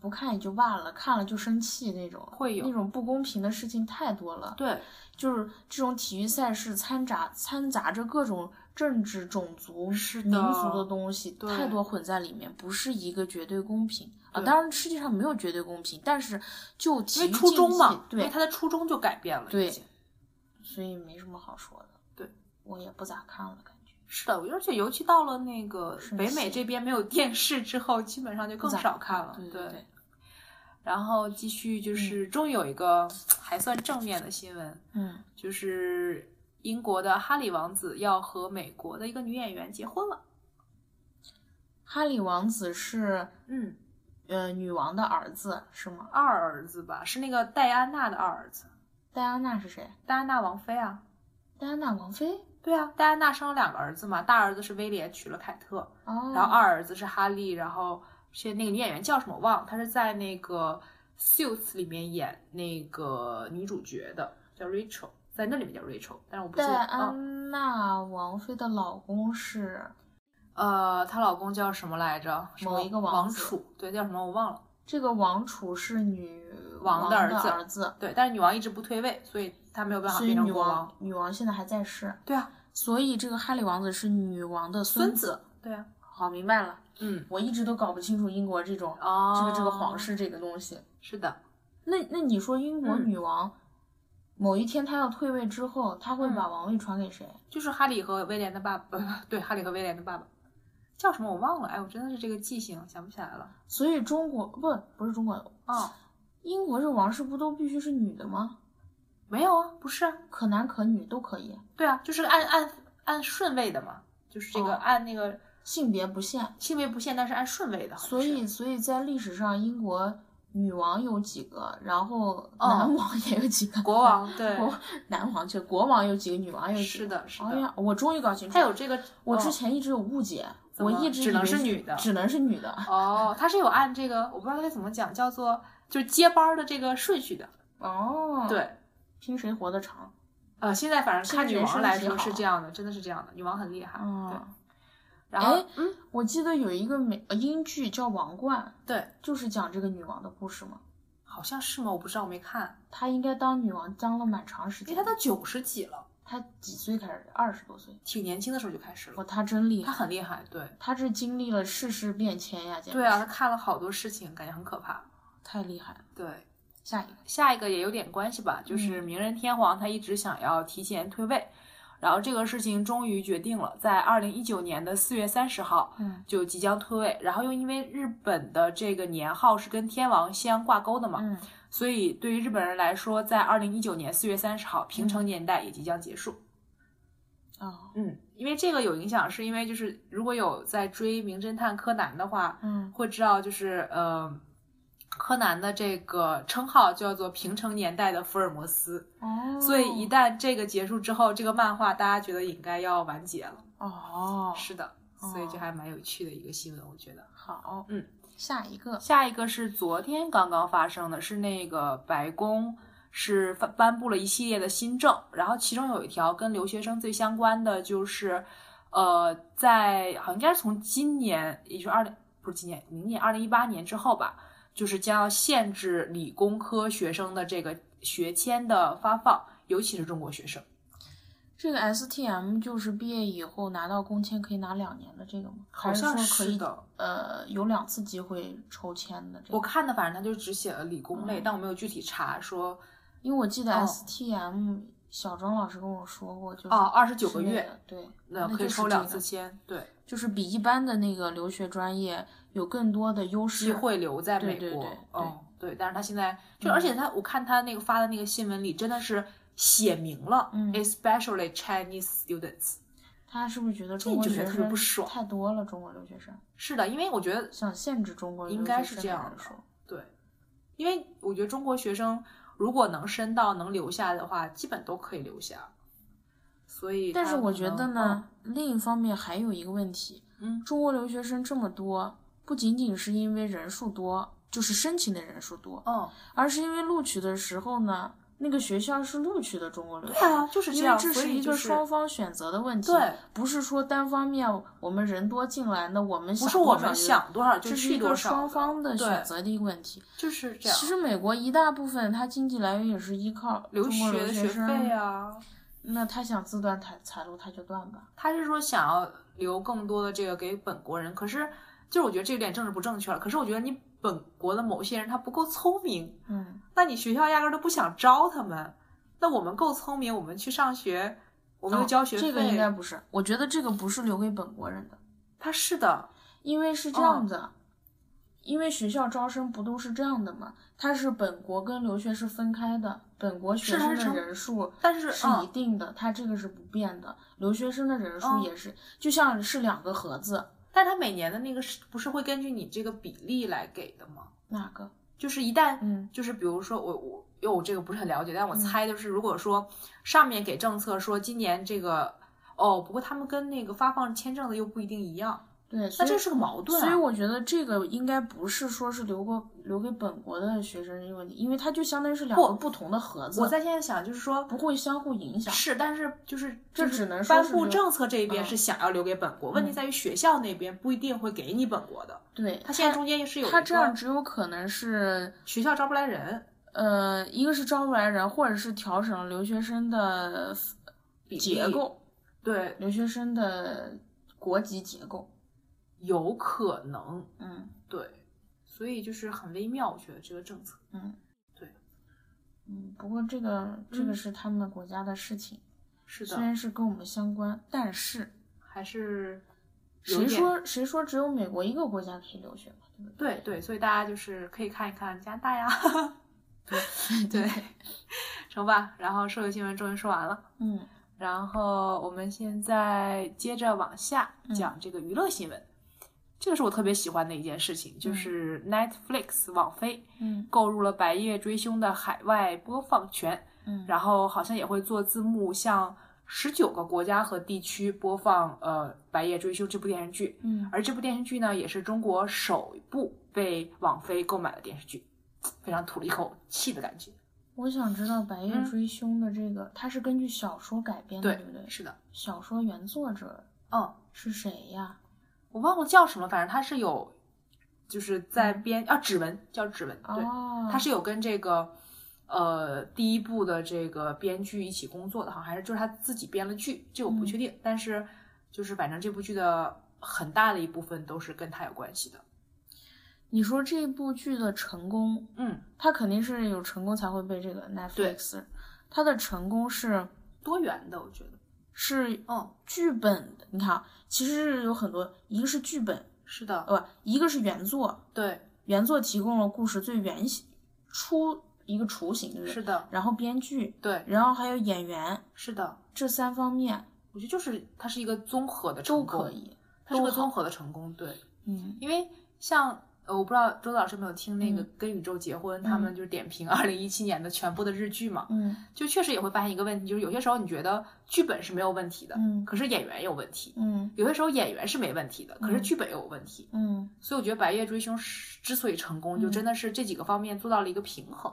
Speaker 1: 不看也就罢了，看了就生气那种，
Speaker 3: 会有
Speaker 1: 那种不公平的事情太多了。
Speaker 3: 对
Speaker 1: 就是这种体育赛事掺杂掺杂着各种政治、种族、
Speaker 3: 是的
Speaker 1: 民族的东西，
Speaker 3: 对
Speaker 1: 太多混在里面，不是一个绝对公平啊。
Speaker 3: 对
Speaker 1: 当然，世界上没有绝对公平，但是就
Speaker 3: 因
Speaker 1: 体育
Speaker 3: 为初
Speaker 1: 竞
Speaker 3: 衷
Speaker 1: 技
Speaker 3: 嘛，因为
Speaker 1: 对，
Speaker 3: 他的初衷就改变了。
Speaker 1: 对，所以没什么好说的。
Speaker 3: 对，
Speaker 1: 我也不咋看了，感觉
Speaker 3: 是的，我而且尤其到了那个
Speaker 1: 是
Speaker 3: 北
Speaker 1: 是
Speaker 3: 美这边没有电视之后，基本上就
Speaker 1: 不
Speaker 3: 更
Speaker 1: 咋
Speaker 3: 少看了。
Speaker 1: 对
Speaker 3: 对
Speaker 1: 对，
Speaker 3: 然后继续就是，终于有一个还算正面的新闻，
Speaker 1: 嗯，
Speaker 3: 就是英国的哈里王子要和美国的一个女演员结婚了。
Speaker 1: 哈里王子是
Speaker 3: 嗯，
Speaker 1: 呃女王的儿子是吗？
Speaker 3: 二儿子吧，是那个戴安娜的二儿子，
Speaker 1: 戴安娜是谁？
Speaker 3: 戴安娜王妃啊。
Speaker 1: 戴安娜王妃
Speaker 3: 对啊，戴安娜生了两个儿子嘛，大儿子是威廉娶了凯特，
Speaker 1: 哦，
Speaker 3: 然后二儿子是哈利，然后是那个女演员叫什么我忘了，她是在那个《Suits》里面演那个女主角的，叫 Rachel，在那里面叫 Rachel，但是我不记
Speaker 1: 戴
Speaker 3: 得。嗯
Speaker 1: 安娜王妃的老公是
Speaker 3: 呃，她老公叫什么来着？什
Speaker 1: 某
Speaker 3: 么
Speaker 1: 一个王
Speaker 3: 王
Speaker 1: 子
Speaker 3: 储，对，叫什么我忘了。
Speaker 1: 这个王储是女
Speaker 3: 王
Speaker 1: 的
Speaker 3: 的儿子
Speaker 1: 儿子，
Speaker 3: 对，但是女王一直不退位，所以她没有办法
Speaker 1: 所以
Speaker 3: 变
Speaker 1: 女
Speaker 3: 成国
Speaker 1: 王
Speaker 3: 王。
Speaker 1: 女王现在还在世，
Speaker 3: 对啊，
Speaker 1: 所以这个哈利王子是女王的
Speaker 3: 孙
Speaker 1: 子。
Speaker 3: 子，对啊，
Speaker 1: 好，明白了。
Speaker 3: 嗯，
Speaker 1: 我一直都搞不清楚英国这种、
Speaker 3: 哦，
Speaker 1: 这个这个皇室这个东西。
Speaker 3: 是的，
Speaker 1: 那那你说英国
Speaker 3: 嗯
Speaker 1: 女王、某一天她要退位之后，她会
Speaker 3: 嗯
Speaker 1: 把王位传给谁？
Speaker 3: 就是哈利和威廉的爸爸，呃对，哈利和威廉的爸爸叫什么我忘了，哎，我真的是这个记性想不起来了。
Speaker 1: 所以中国不不是中国，
Speaker 3: 哦，
Speaker 1: 英国这王室不都必须是女的吗？
Speaker 3: 没有啊，不是啊，
Speaker 1: 可男可女都可以，
Speaker 3: 对啊，就是按按按顺位的嘛，就是这个、
Speaker 1: 哦
Speaker 3: 按那个
Speaker 1: 性别不限。
Speaker 3: 性别不限，但是按顺位的，好像
Speaker 1: 所以，
Speaker 3: 是
Speaker 1: 所以在历史上，英国女王有几个，然后男王也有几个，
Speaker 3: 哦国王对，
Speaker 1: 国男王去，国王有几个，女王有几
Speaker 3: 是
Speaker 1: 个。
Speaker 3: 的，是
Speaker 1: 哎
Speaker 3: 的，
Speaker 1: 呀，我终于搞清楚。
Speaker 3: 他有这个，
Speaker 1: 我之
Speaker 3: 哦
Speaker 1: 前一直有误解，
Speaker 3: 怎
Speaker 1: 我
Speaker 3: 么
Speaker 1: 一直
Speaker 3: 只
Speaker 1: 以
Speaker 3: 能
Speaker 1: 为
Speaker 3: 是女的
Speaker 1: 只能是女的。
Speaker 3: 哦，他是有按这个，我不知道该怎么讲，叫做就是接班儿的这个顺序的。
Speaker 1: 哦，，
Speaker 3: 对，
Speaker 1: 拼谁活得长。
Speaker 3: 呃，现在反正看
Speaker 1: 这
Speaker 3: 女
Speaker 1: 个人
Speaker 3: 王来
Speaker 1: 身体
Speaker 3: 说
Speaker 1: 好
Speaker 3: 是这样的，真的是这样的，女王很厉害。对，
Speaker 1: 嗯，
Speaker 3: 然后
Speaker 1: 哎
Speaker 3: 嗯，
Speaker 1: 我记得有一个美呃英剧叫《王冠
Speaker 3: 对，》，
Speaker 1: 就是讲这个女王的故事嘛。
Speaker 3: 好像是吗？我不知道，我没看，
Speaker 1: 她应该当女王当了蛮长时
Speaker 3: 因为
Speaker 1: 间
Speaker 3: 她
Speaker 1: 的。
Speaker 3: 都九十几了，
Speaker 1: 他几岁开始的？二十多岁。
Speaker 3: 挺年轻的时候就开始了
Speaker 1: 哇，。他真厉
Speaker 3: 他
Speaker 1: 害，
Speaker 3: 很厉害，对
Speaker 1: 他这经历了世事变迁呀，简直
Speaker 3: 对啊，
Speaker 1: 是
Speaker 3: 他看了好多事情，感觉很可怕。
Speaker 1: 太厉害了。
Speaker 3: 对，
Speaker 1: 下一个，
Speaker 3: 下一个也有点关系吧，就是明仁天皇他一直想要提前退位，然后这个事情终于决定了，在二零一九年的四月三十号
Speaker 1: 嗯
Speaker 3: 就即将退位。然后又因为日本的这个年号是跟天王相挂钩的嘛，
Speaker 1: 嗯，
Speaker 3: 所以对于日本人来说，在二零一九年四月三十号，平成年代也即将结束。
Speaker 1: 哦，
Speaker 3: 嗯，因为这个有影响，是因为就是如果有在追《名侦探柯南》的话，
Speaker 1: 嗯
Speaker 3: 会知道就是呃，柯南的这个称号叫做平成年代的福尔摩斯，
Speaker 1: 哦，
Speaker 3: 所以一旦这个结束之后，这个漫画大家觉得应该要完结了。
Speaker 1: 哦
Speaker 3: 是的，所以这还蛮有趣的一个新闻，我觉得。
Speaker 1: 好，
Speaker 3: 嗯，
Speaker 1: 下一个，
Speaker 3: 下一个是昨天刚刚发生的，是那个白宫是发颁布了一系列的新政，然后其中有一条跟留学生最相关的就是，呃，在好像应该是从今年，也就是二零不是今年，明年二零一八年之后吧，就是将要限制理工科学生的这个学签的发放，尤其是中国学生，
Speaker 1: 这个 STM 就是毕业以后拿到工签可以拿两年的这个吗？
Speaker 3: 好像
Speaker 1: 还是说可
Speaker 3: 是
Speaker 1: 以
Speaker 3: 的。
Speaker 1: 呃有两次机会抽签的这个？
Speaker 3: 我看的，反正他就只写了理工类，
Speaker 1: 嗯
Speaker 3: 但我没有具体查说
Speaker 1: 因为我记得
Speaker 3: 哦
Speaker 1: STM 小张老师跟我说过，就是
Speaker 3: 哦29
Speaker 1: 是
Speaker 3: 个
Speaker 1: 那
Speaker 3: 月
Speaker 1: 个，对，
Speaker 3: 那
Speaker 1: 嗯那
Speaker 3: 可以
Speaker 1: 就是
Speaker 3: 抽
Speaker 1: 这
Speaker 3: 两
Speaker 1: 个
Speaker 3: 次签，对。
Speaker 1: 就是比一般的那个留学专业有更多的优势。
Speaker 3: 机会留在美
Speaker 1: 对
Speaker 3: 国。
Speaker 1: 对对嗯
Speaker 3: 嗯，对。但是他现在就，而且他我看他那个发的那个新闻里，真的是写明了、
Speaker 1: 嗯
Speaker 3: e s p e c i a l l y Chinese students。
Speaker 1: 他是不是觉得中国
Speaker 3: 这就
Speaker 1: 学
Speaker 3: 觉得特别
Speaker 1: 生
Speaker 3: 不爽
Speaker 1: 太多了？中国留学生
Speaker 3: 是的，因为我觉得
Speaker 1: 想限制中国留
Speaker 3: 应
Speaker 1: 学
Speaker 3: 该
Speaker 1: 生
Speaker 3: 是这样的
Speaker 1: 来说，
Speaker 3: 对，因为我觉得中国学生如果能申到能留下的话，基本都可以留下。所以他可能，
Speaker 1: 但是我觉得呢
Speaker 3: 嗯，，
Speaker 1: 另一方面还有一个问题，
Speaker 3: 嗯
Speaker 1: 中国留学生这么多，不仅仅是因为人数多，就是申请的人数多，
Speaker 3: 嗯，
Speaker 1: 而是因为录取的时候呢，那个学校是录取的中国留学
Speaker 3: 对
Speaker 1: 生
Speaker 3: 啊，。就是这
Speaker 1: 因为
Speaker 3: 样，
Speaker 1: 这
Speaker 3: 所
Speaker 1: 是
Speaker 3: 以
Speaker 1: 一
Speaker 3: 就
Speaker 1: 个
Speaker 3: 是
Speaker 1: 双方选择的问题，
Speaker 3: 对，
Speaker 1: 不是说单方面我们人多进来，那我们
Speaker 3: 不
Speaker 1: 想
Speaker 3: 是我
Speaker 1: 多少
Speaker 3: 们
Speaker 1: 就
Speaker 3: 想多少就
Speaker 1: 这是一
Speaker 3: 去
Speaker 1: 个
Speaker 3: 多少的，
Speaker 1: 双方的
Speaker 3: 对
Speaker 1: 选，择的一个问题。
Speaker 3: 就是这样。
Speaker 1: 其实美国一大部分它经济来源也是依靠
Speaker 3: 留
Speaker 1: 中国
Speaker 3: 学的
Speaker 1: 留学
Speaker 3: 学
Speaker 1: 生
Speaker 3: 费啊，
Speaker 1: 那他想自断财财路，他就断吧。
Speaker 3: 他是说想要留更多的这个给本国人，可是就是我觉得这有点政治不正确了。可是我觉得你本国的某些人他不够聪明，
Speaker 1: 嗯，
Speaker 3: 那你学校压根儿都不想招他们。那我们够聪明，我们去上学，我们就
Speaker 1: 哦
Speaker 3: 交学费。
Speaker 1: 这个应该不是，我觉得这个不是留给本国人的，
Speaker 3: 他是的，
Speaker 1: 因为是这
Speaker 3: 哦
Speaker 1: 样的，因为学校招生不都是这样的嘛？它是本国跟留学是分开的，本国学
Speaker 3: 是它
Speaker 1: 生
Speaker 3: 是
Speaker 1: 的
Speaker 3: 成
Speaker 1: 人数
Speaker 3: 但是
Speaker 1: 是一
Speaker 3: 嗯，
Speaker 1: 定的，它这个是不变的，留学生的人数
Speaker 3: 嗯
Speaker 1: 也是，就像是两个盒子，
Speaker 3: 但他每年的那个是不是会根据你这个比例来给的吗？
Speaker 1: 哪个？
Speaker 3: 就是一旦
Speaker 1: 嗯
Speaker 3: 就是比如说我我因为我这个不是很了解，但我
Speaker 1: 嗯
Speaker 3: 猜就是如果说上面给政策说今年这个哦，不过他们跟那个发放签证的又不一定一样，
Speaker 1: 对，
Speaker 3: 那
Speaker 1: 所以
Speaker 3: 这是个矛盾、啊。
Speaker 1: 所以我觉得这个应该不是说是留过留给本国的学生这个问题，因为它就相当于是两
Speaker 3: 不
Speaker 1: 个不同的盒子，
Speaker 3: 我在现在想就是说
Speaker 1: 不会相互影响。
Speaker 3: 是，但是就是
Speaker 1: 嗯这
Speaker 3: 就是
Speaker 1: 只能说
Speaker 3: 颁
Speaker 1: 是
Speaker 3: 布
Speaker 1: 留
Speaker 3: 政策这一
Speaker 1: 嗯
Speaker 3: 边是想要留给本国，问题在于学校那边不一定会给你本国的，
Speaker 1: 对，
Speaker 3: 他现在中间是有
Speaker 1: 他
Speaker 3: 一
Speaker 1: 这
Speaker 3: 个
Speaker 1: 样只有可能是，
Speaker 3: 学校招不来人，
Speaker 1: 呃，一个是招不来人，或者是调整留学生的
Speaker 3: 比
Speaker 1: 结
Speaker 3: 例
Speaker 1: 构，
Speaker 3: 对，
Speaker 1: 留学生的国籍结构。
Speaker 3: 有可能
Speaker 1: 嗯
Speaker 3: 对，所以就是很微妙，我觉得这个政策。
Speaker 1: 嗯，
Speaker 3: 对，
Speaker 1: 嗯。不过这个这个
Speaker 3: 嗯
Speaker 1: 是他们国家的事情，
Speaker 3: 是的
Speaker 1: 虽，然是跟我们相关，但是
Speaker 3: 还是有
Speaker 1: 谁
Speaker 3: 点
Speaker 1: 说谁说只有美国一个国家可以留学嘛？对不对？
Speaker 3: 对对，所以大家就是可以看一看加拿大呀，对， 成吧。然后社会新闻终于说完了，
Speaker 1: 嗯，
Speaker 3: 然后我们现在接着往下
Speaker 1: 嗯
Speaker 3: 讲这个娱乐新闻。这个是我特别喜欢的一件事情，就是 Netflix 网飞
Speaker 1: 嗯
Speaker 3: 购入了《白夜追凶》的海外播放权，
Speaker 1: 嗯，
Speaker 3: 然后好像也会做字幕，向十九个国家和地区播放呃《白夜追凶》这部电视剧。
Speaker 1: 嗯，
Speaker 3: 而这部电视剧呢，也是中国首部被网飞购买的电视剧，非常吐了一口气的感觉。
Speaker 1: 我想知道《白夜
Speaker 3: 嗯
Speaker 1: 追凶》的这个，它是根据小说改编的，对不对？
Speaker 3: 是的，
Speaker 1: 小说原作者
Speaker 3: 嗯，
Speaker 1: 是谁呀？
Speaker 3: 我忘了叫什么，反正它是有，就是在编啊指纹叫指纹，对，
Speaker 1: 哦，
Speaker 3: 它是有跟这个呃第一部的这个编剧一起工作的，好像还是就是他自己编了剧，这我不确定。但是就是反正这部剧的很大的一部分都是跟他有关系的。
Speaker 1: 你说这部剧的成功，
Speaker 3: 嗯，
Speaker 1: 它肯定是有成功才会被这个 Netflix，它的成功是
Speaker 3: 多元的，我觉得，
Speaker 1: 是
Speaker 3: 嗯，
Speaker 1: 剧本的。你看啊，其实有很多，一个是剧本，
Speaker 3: 是的，
Speaker 1: 呃，不，一个是原作，
Speaker 3: 对，
Speaker 1: 原作提供了故事最原型出一个雏形，对不对？
Speaker 3: 是的，
Speaker 1: 然后编剧，
Speaker 3: 对，
Speaker 1: 然后还有演员，
Speaker 3: 是的，
Speaker 1: 这三方面
Speaker 3: 我觉得就是它是一个综合的
Speaker 1: 都
Speaker 3: 成功，
Speaker 1: 可以。
Speaker 3: 它是个
Speaker 1: 都好
Speaker 3: 综合的成功，对，
Speaker 1: 嗯，
Speaker 3: 因为像呃，我不知道周老师有没有听那个
Speaker 1: 嗯
Speaker 3: 《跟宇宙结婚》，他们就是点评二零一七年的全部的日剧嘛，
Speaker 1: 嗯
Speaker 3: 就确实也会发现一个问题，就是有些时候你觉得剧本是没有问题的，
Speaker 1: 嗯
Speaker 3: 可是演员有问题；
Speaker 1: 嗯
Speaker 3: 有些时候演员是没问题的，可是
Speaker 1: 嗯
Speaker 3: 剧本也有问题。
Speaker 1: 嗯，
Speaker 3: 所以我觉得《白夜追凶》是之所以成功，就
Speaker 1: 嗯
Speaker 3: 真的是这几个方面做到了一个平衡。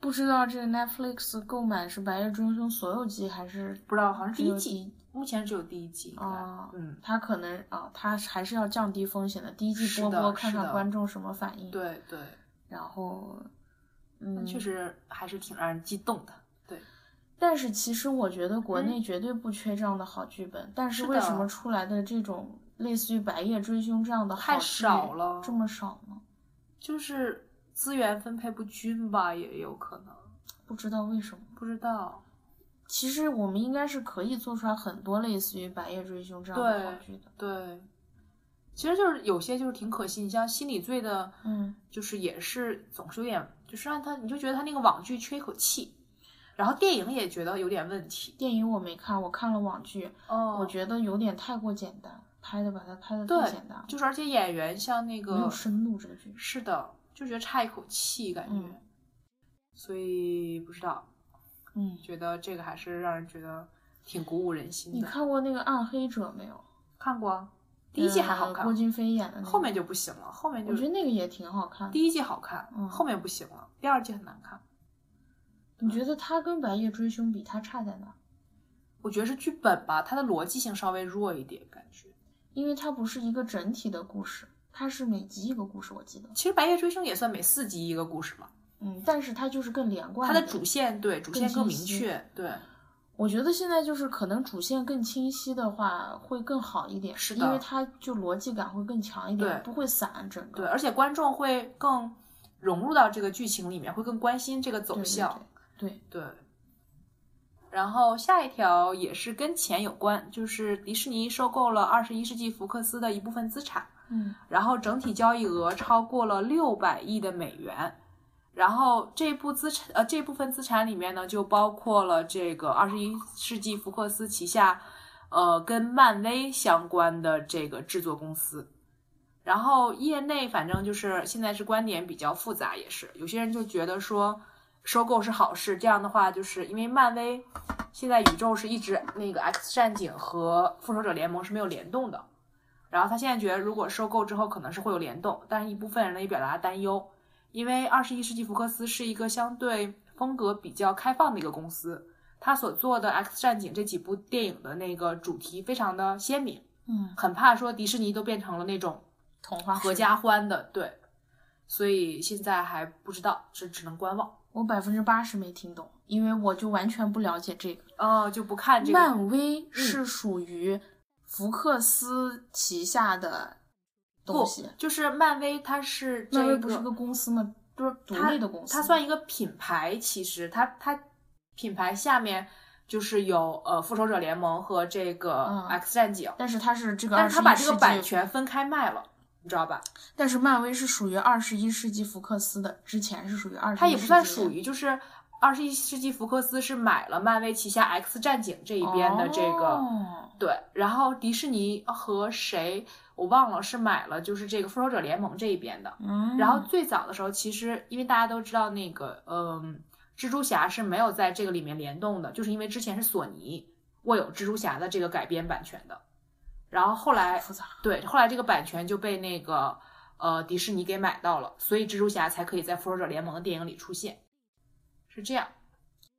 Speaker 1: 不知道这个 Netflix 购买是《白夜追凶》所有季还是
Speaker 3: 不知道，好像是
Speaker 1: 只
Speaker 3: 第
Speaker 1: 有
Speaker 3: 一季，目前只有第一季。应该
Speaker 1: 哦
Speaker 3: 嗯，
Speaker 1: 他可能啊，他还是要降低风险的。第一季
Speaker 3: 是
Speaker 1: 播
Speaker 3: 的
Speaker 1: 播看
Speaker 3: 是
Speaker 1: 看
Speaker 3: 的
Speaker 1: 观众什么反应，
Speaker 3: 对对，
Speaker 1: 然后，嗯，
Speaker 3: 确。实还是挺让人激动的。
Speaker 1: 但是其实我觉得国内绝对不缺这样的好剧本，但是
Speaker 3: 嗯是
Speaker 1: 为什
Speaker 3: 的
Speaker 1: 么出来的这种类似于《白夜追凶》这样的
Speaker 3: 太
Speaker 1: 好剧
Speaker 3: 少了
Speaker 1: 这么少呢？
Speaker 3: 就是资源分配不均吧，也有可能，
Speaker 1: 不知道为什么。
Speaker 3: 不知道。
Speaker 1: 其实我们应该是可以做出来很多类似于《白夜追凶》这样的好
Speaker 3: 对
Speaker 1: 剧的。
Speaker 3: 对，其实就是有些就是挺可惜，你像《心理罪》的，
Speaker 1: 嗯，
Speaker 3: 就是也是总是有点，就是让他你就觉得他那个网剧缺一口气，然后电影也觉得有点问题。
Speaker 1: 电影我没看，我看了网剧，
Speaker 3: 哦
Speaker 1: 我觉得有点太过简单，拍的把它拍的太
Speaker 3: 对
Speaker 1: 简单了，
Speaker 3: 就是而且演员像那
Speaker 1: 没有
Speaker 3: 个
Speaker 1: 深度这个剧。
Speaker 3: 是的，就觉得差一口气感觉，
Speaker 1: 嗯
Speaker 3: 所以不知道，
Speaker 1: 嗯，
Speaker 3: 觉得这个还是让人觉得挺鼓舞人心
Speaker 1: 你
Speaker 3: 的。
Speaker 1: 看过那个《暗黑者》没有？
Speaker 3: 看过啊第一季还好
Speaker 1: 呃
Speaker 3: 看，
Speaker 1: 郭京飞演的那个。
Speaker 3: 后面就不行了，后面就
Speaker 1: 我觉得那个也挺好看的。
Speaker 3: 第一季好看，
Speaker 1: 嗯
Speaker 3: 后面不行了，第二季很难看。
Speaker 1: 你觉得他跟《白夜追凶》比，他差在哪？
Speaker 3: 我觉得是剧本吧，它的逻辑性稍微弱一点，感觉。
Speaker 1: 因为它不是一个整体的故事，它是每集一个故事，我记得。
Speaker 3: 其实《白夜追凶》也算每四集一个故事嘛，
Speaker 1: 嗯，但是它就是更连贯
Speaker 3: 它
Speaker 1: 一
Speaker 3: 的
Speaker 1: 点。
Speaker 3: 主线对主线更明确，对，
Speaker 1: 我觉得现在就是可能主线更清晰的话会更好一点，
Speaker 3: 是的
Speaker 1: 因为它就逻辑感会更强一点，
Speaker 3: 对
Speaker 1: 不会散整个。
Speaker 3: 对，而且观众会更融入到这个剧情里面，会更关心这个
Speaker 1: 对
Speaker 3: 走
Speaker 1: 对
Speaker 3: 向，
Speaker 1: 对对
Speaker 3: 对。然后下一条也是跟钱有关，就是迪士尼收购了二十一世纪福克斯的一部分资产，
Speaker 1: 嗯
Speaker 3: 然后整体交易额超过了六百亿的美元。然后这部资产，呃，这部分资产里面呢，就包括了这个二十一世纪福克斯旗下，呃，跟漫威相关的这个制作公司。然后业内反正就是现在是观点比较复杂，也是有些人就觉得说收购是好事，这样的话就是因为漫威现在宇宙是一直那个 X 战警和复仇者联盟是没有联动的，然后他现在觉得，如果收购之后可能是会有联动，但是一部分人呢也表达担忧，因为二十一世纪福克斯是一个相对风格比较开放的一个公司，他所做的《X 战警》这几部电影的那个主题非常的鲜明，
Speaker 1: 嗯，
Speaker 3: 很怕说迪士尼都变成了那种
Speaker 1: 童话
Speaker 3: 合
Speaker 1: 世界。
Speaker 3: 家欢啊的，对，所以现在还不知道，这只能观望。
Speaker 1: 我百分之八十没听懂，因为我就完全不了解这个。
Speaker 3: 哦，就不看这个，嗯
Speaker 1: 漫威是属于福克斯旗下的东
Speaker 3: 不
Speaker 1: 西，
Speaker 3: 就是漫威，它是这
Speaker 1: 漫威
Speaker 3: 个
Speaker 1: 不是个公司吗？
Speaker 3: 就是
Speaker 1: 独
Speaker 3: 它
Speaker 1: 立的公司
Speaker 3: 它算一个品牌。其实它它品牌下面就是有呃复仇者联盟和这个
Speaker 1: 嗯
Speaker 3: X 战警，
Speaker 1: 但是它是这个
Speaker 3: 但
Speaker 1: 二
Speaker 3: 是
Speaker 1: 十
Speaker 3: 它把
Speaker 1: 一
Speaker 3: 这
Speaker 1: 世
Speaker 3: 个
Speaker 1: 纪，
Speaker 3: 版权分开卖了，你知道吧？
Speaker 1: 但是漫威是属于二十一世纪福克斯的，之前是属于二十，
Speaker 3: 它也不算属于就是。二十一世纪福克斯是买了漫威旗下 X 战警这一边的这个、
Speaker 1: 哦
Speaker 3: 对，然后迪士尼和谁我忘了是买了就是这个复仇者联盟这一边的，
Speaker 1: 嗯，
Speaker 3: 然后最早的时候，其实因为大家都知道那个，嗯，蜘蛛侠是没有在这个里面联动的，就是因为之前是索尼握有蜘蛛侠的这个改编版权的，然后后来
Speaker 1: 复杂，
Speaker 3: 对，后来这个版权就被那个呃迪士尼给买到了，所以蜘蛛侠才可以在复仇者联盟的电影里出现，是这样。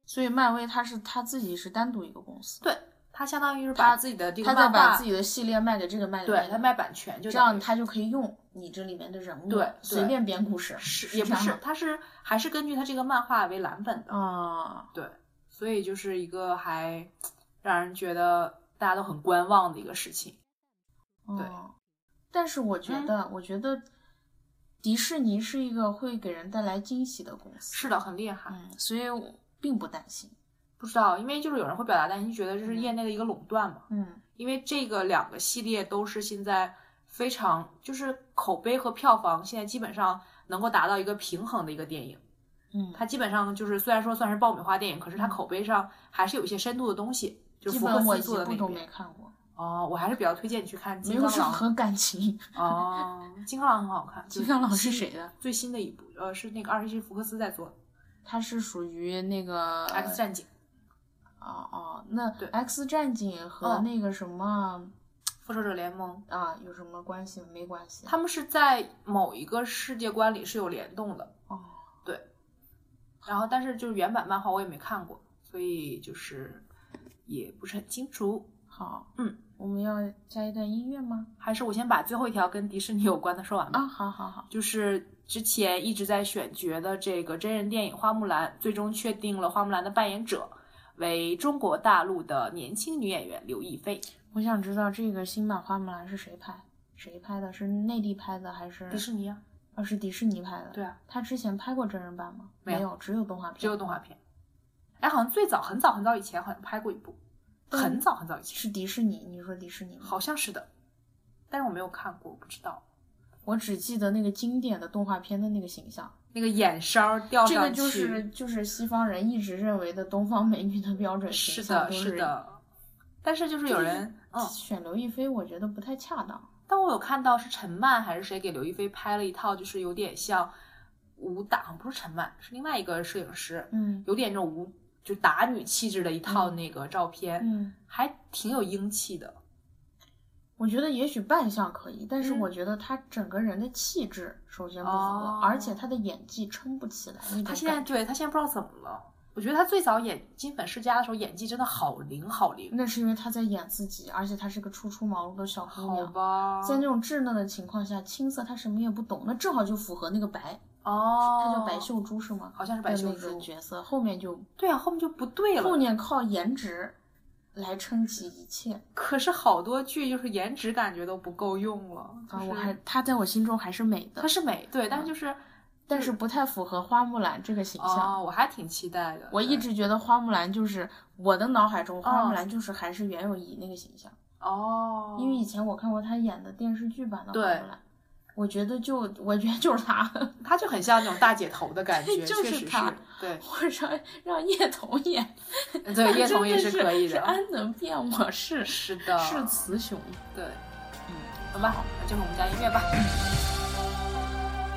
Speaker 1: 所以漫威它是它自己是单独一个公司，
Speaker 3: 对，他相当于是
Speaker 1: 它
Speaker 3: 把自己的这个
Speaker 1: 它在
Speaker 3: 漫画
Speaker 1: 把自己的系列卖给这个卖给那
Speaker 3: 对
Speaker 1: 个
Speaker 3: 他卖版权就
Speaker 1: 这
Speaker 3: 等于
Speaker 1: 样它就可以用，你这里面的人物，
Speaker 3: 对对
Speaker 1: 随便编故事，
Speaker 3: 是也不
Speaker 1: 这样
Speaker 3: 是
Speaker 1: 吗，
Speaker 3: 它是还是根据它这个漫画为蓝本的，
Speaker 1: 啊，
Speaker 3: 对，所以就是一个还让人觉得大家都很观望的一个事情。对
Speaker 1: 哦。但是我觉得，我觉得迪士尼是一个会给人带来惊喜的公司，
Speaker 3: 是的，很厉害。
Speaker 1: 嗯，所以我并不担心，
Speaker 3: 不知道，因为就是有人会表达担心，觉得这是
Speaker 1: 嗯
Speaker 3: 业内的一个垄断嘛。
Speaker 1: 嗯
Speaker 3: 因为这个两个系列都是现在非常就是口碑和票房现在基本上能够达到一个平衡的一个电影。
Speaker 1: 嗯，
Speaker 3: 它基本上就是虽然说算是爆米花电影，可是它
Speaker 1: 嗯
Speaker 3: 口碑上还是有一些深度的东西，就
Speaker 1: 基
Speaker 3: 符
Speaker 1: 本
Speaker 3: 合
Speaker 1: 我
Speaker 3: 四
Speaker 1: 一
Speaker 3: 做的
Speaker 1: 部
Speaker 3: 那
Speaker 1: 都没
Speaker 3: 边。
Speaker 1: 看过，
Speaker 3: 哦，我还是比较推荐你去看《
Speaker 1: 没
Speaker 3: 金
Speaker 1: 有
Speaker 3: 刚
Speaker 1: 任
Speaker 3: 狼》
Speaker 1: 何感情。
Speaker 3: 哦，《金刚狼》很 好看，就是
Speaker 1: 金刚狼是
Speaker 3: 新
Speaker 1: 谁的？
Speaker 3: 最新的一部，呃，是那个二十世福克斯在做的
Speaker 1: 它是属于那个
Speaker 3: 《X 战警》
Speaker 1: 哦哦，那
Speaker 3: 对
Speaker 1: X 战警和
Speaker 3: 嗯
Speaker 1: 那个什么、
Speaker 3: 《复仇者联盟》，
Speaker 1: 啊有什么关系吗？没关系。
Speaker 3: 他们是在某一个世界观里是有联动的。
Speaker 1: 哦，
Speaker 3: 然后但是就是原版漫画我也没看过，所以就是也不是很清楚。
Speaker 1: 好，
Speaker 3: 嗯，
Speaker 1: 我们要加一段音乐吗？
Speaker 3: 还是我先把最后一条跟迪士尼有关的说完吧。
Speaker 1: 啊，好好好，
Speaker 3: 就是之前一直在选角的这个真人电影《花木兰》，最终确定了花木兰的扮演者为中国大陆的年轻女演员刘亦菲。
Speaker 1: 我想知道这个新版花木兰是谁拍，谁拍的？是内地拍的还是
Speaker 3: 迪士尼啊，
Speaker 1: 啊，是迪士尼拍的。
Speaker 3: 对，啊，
Speaker 1: 他之前拍过真人版吗？
Speaker 3: 没有
Speaker 1: 有，只有动画片。
Speaker 3: 只有动画片。哎，好像最早很早很早以前好像拍过一部，
Speaker 1: 嗯
Speaker 3: 很早很早以前，
Speaker 1: 是迪士尼，你说迪士尼吗？
Speaker 3: 好，像是的，但是我没有看过，我不知道。
Speaker 1: 我只记得那个经典的动画片的那个形象。
Speaker 3: 那个眼梢儿掉
Speaker 1: 这
Speaker 3: 上
Speaker 1: 个
Speaker 3: 去，
Speaker 1: 就是就是西方人一直认为的东方美女的标准
Speaker 3: 是
Speaker 1: 形象
Speaker 3: 的，
Speaker 1: 都
Speaker 3: 是的。但是就是有人，嗯，
Speaker 1: 选刘亦菲，我觉得不太恰当。
Speaker 3: 但我有看到是陈漫还是谁给刘亦菲拍了一套，就是有点像武打，不是陈漫，是另外一个摄影师，
Speaker 1: 嗯
Speaker 3: 有点那种武就打女气质的一套
Speaker 1: 嗯
Speaker 3: 那个照片，
Speaker 1: 嗯，
Speaker 3: 还挺有英气的。
Speaker 1: 我觉得也许扮相可以，但是
Speaker 3: 嗯
Speaker 1: 我觉得她整个人的气质首先不符合，
Speaker 3: 哦
Speaker 1: 而且她的演技撑不起来那种
Speaker 3: 她
Speaker 1: 感
Speaker 3: 现在对她现在不知道怎么了，我觉得她最早演《金粉世家》的时候演技真的好灵好灵，
Speaker 1: 那是因为她在演自己，而且她是个初出茅庐的小姑
Speaker 3: 好
Speaker 1: 娘。
Speaker 3: 吧？
Speaker 1: 嗯在那种稚嫩的情况下，青涩她什么也不懂，那正好就符合那个白，
Speaker 3: 哦，
Speaker 1: 她叫白，秀珠是吗？
Speaker 3: 好像是白秀
Speaker 1: 的那
Speaker 3: 珠
Speaker 1: 个。角色，后面就
Speaker 3: 对啊，后面就不对了
Speaker 1: 后。面靠颜值来撑起一切
Speaker 3: 可是好多剧就是颜值感觉都不够用了
Speaker 1: 啊！
Speaker 3: 就是
Speaker 1: 我还嗯她在我心中还是美的
Speaker 3: 它，是美对，但是就是
Speaker 1: 但是不太符合花木兰这个形象。
Speaker 3: 哦，我还挺期待的。
Speaker 1: 我一
Speaker 3: 对
Speaker 1: 直觉得花木兰就是我的脑海中，花木兰就是还是袁咏仪那个形象，
Speaker 3: 哦，
Speaker 1: 因为以前我看过她演的电视剧版的花
Speaker 3: 对
Speaker 1: 木兰，我觉得就我觉得就是她，
Speaker 3: 它就很像那种大姐头的感觉，
Speaker 1: 就是
Speaker 3: 确实
Speaker 1: 它
Speaker 3: 是 对
Speaker 1: 或者让叶童演，
Speaker 3: 对，叶童也
Speaker 1: 真
Speaker 3: 可以
Speaker 1: 是
Speaker 3: 的，
Speaker 1: 安能辨我是
Speaker 3: 是的，
Speaker 1: 是雌雄。
Speaker 3: 对，嗯，好吧，那就是我们家音乐吧。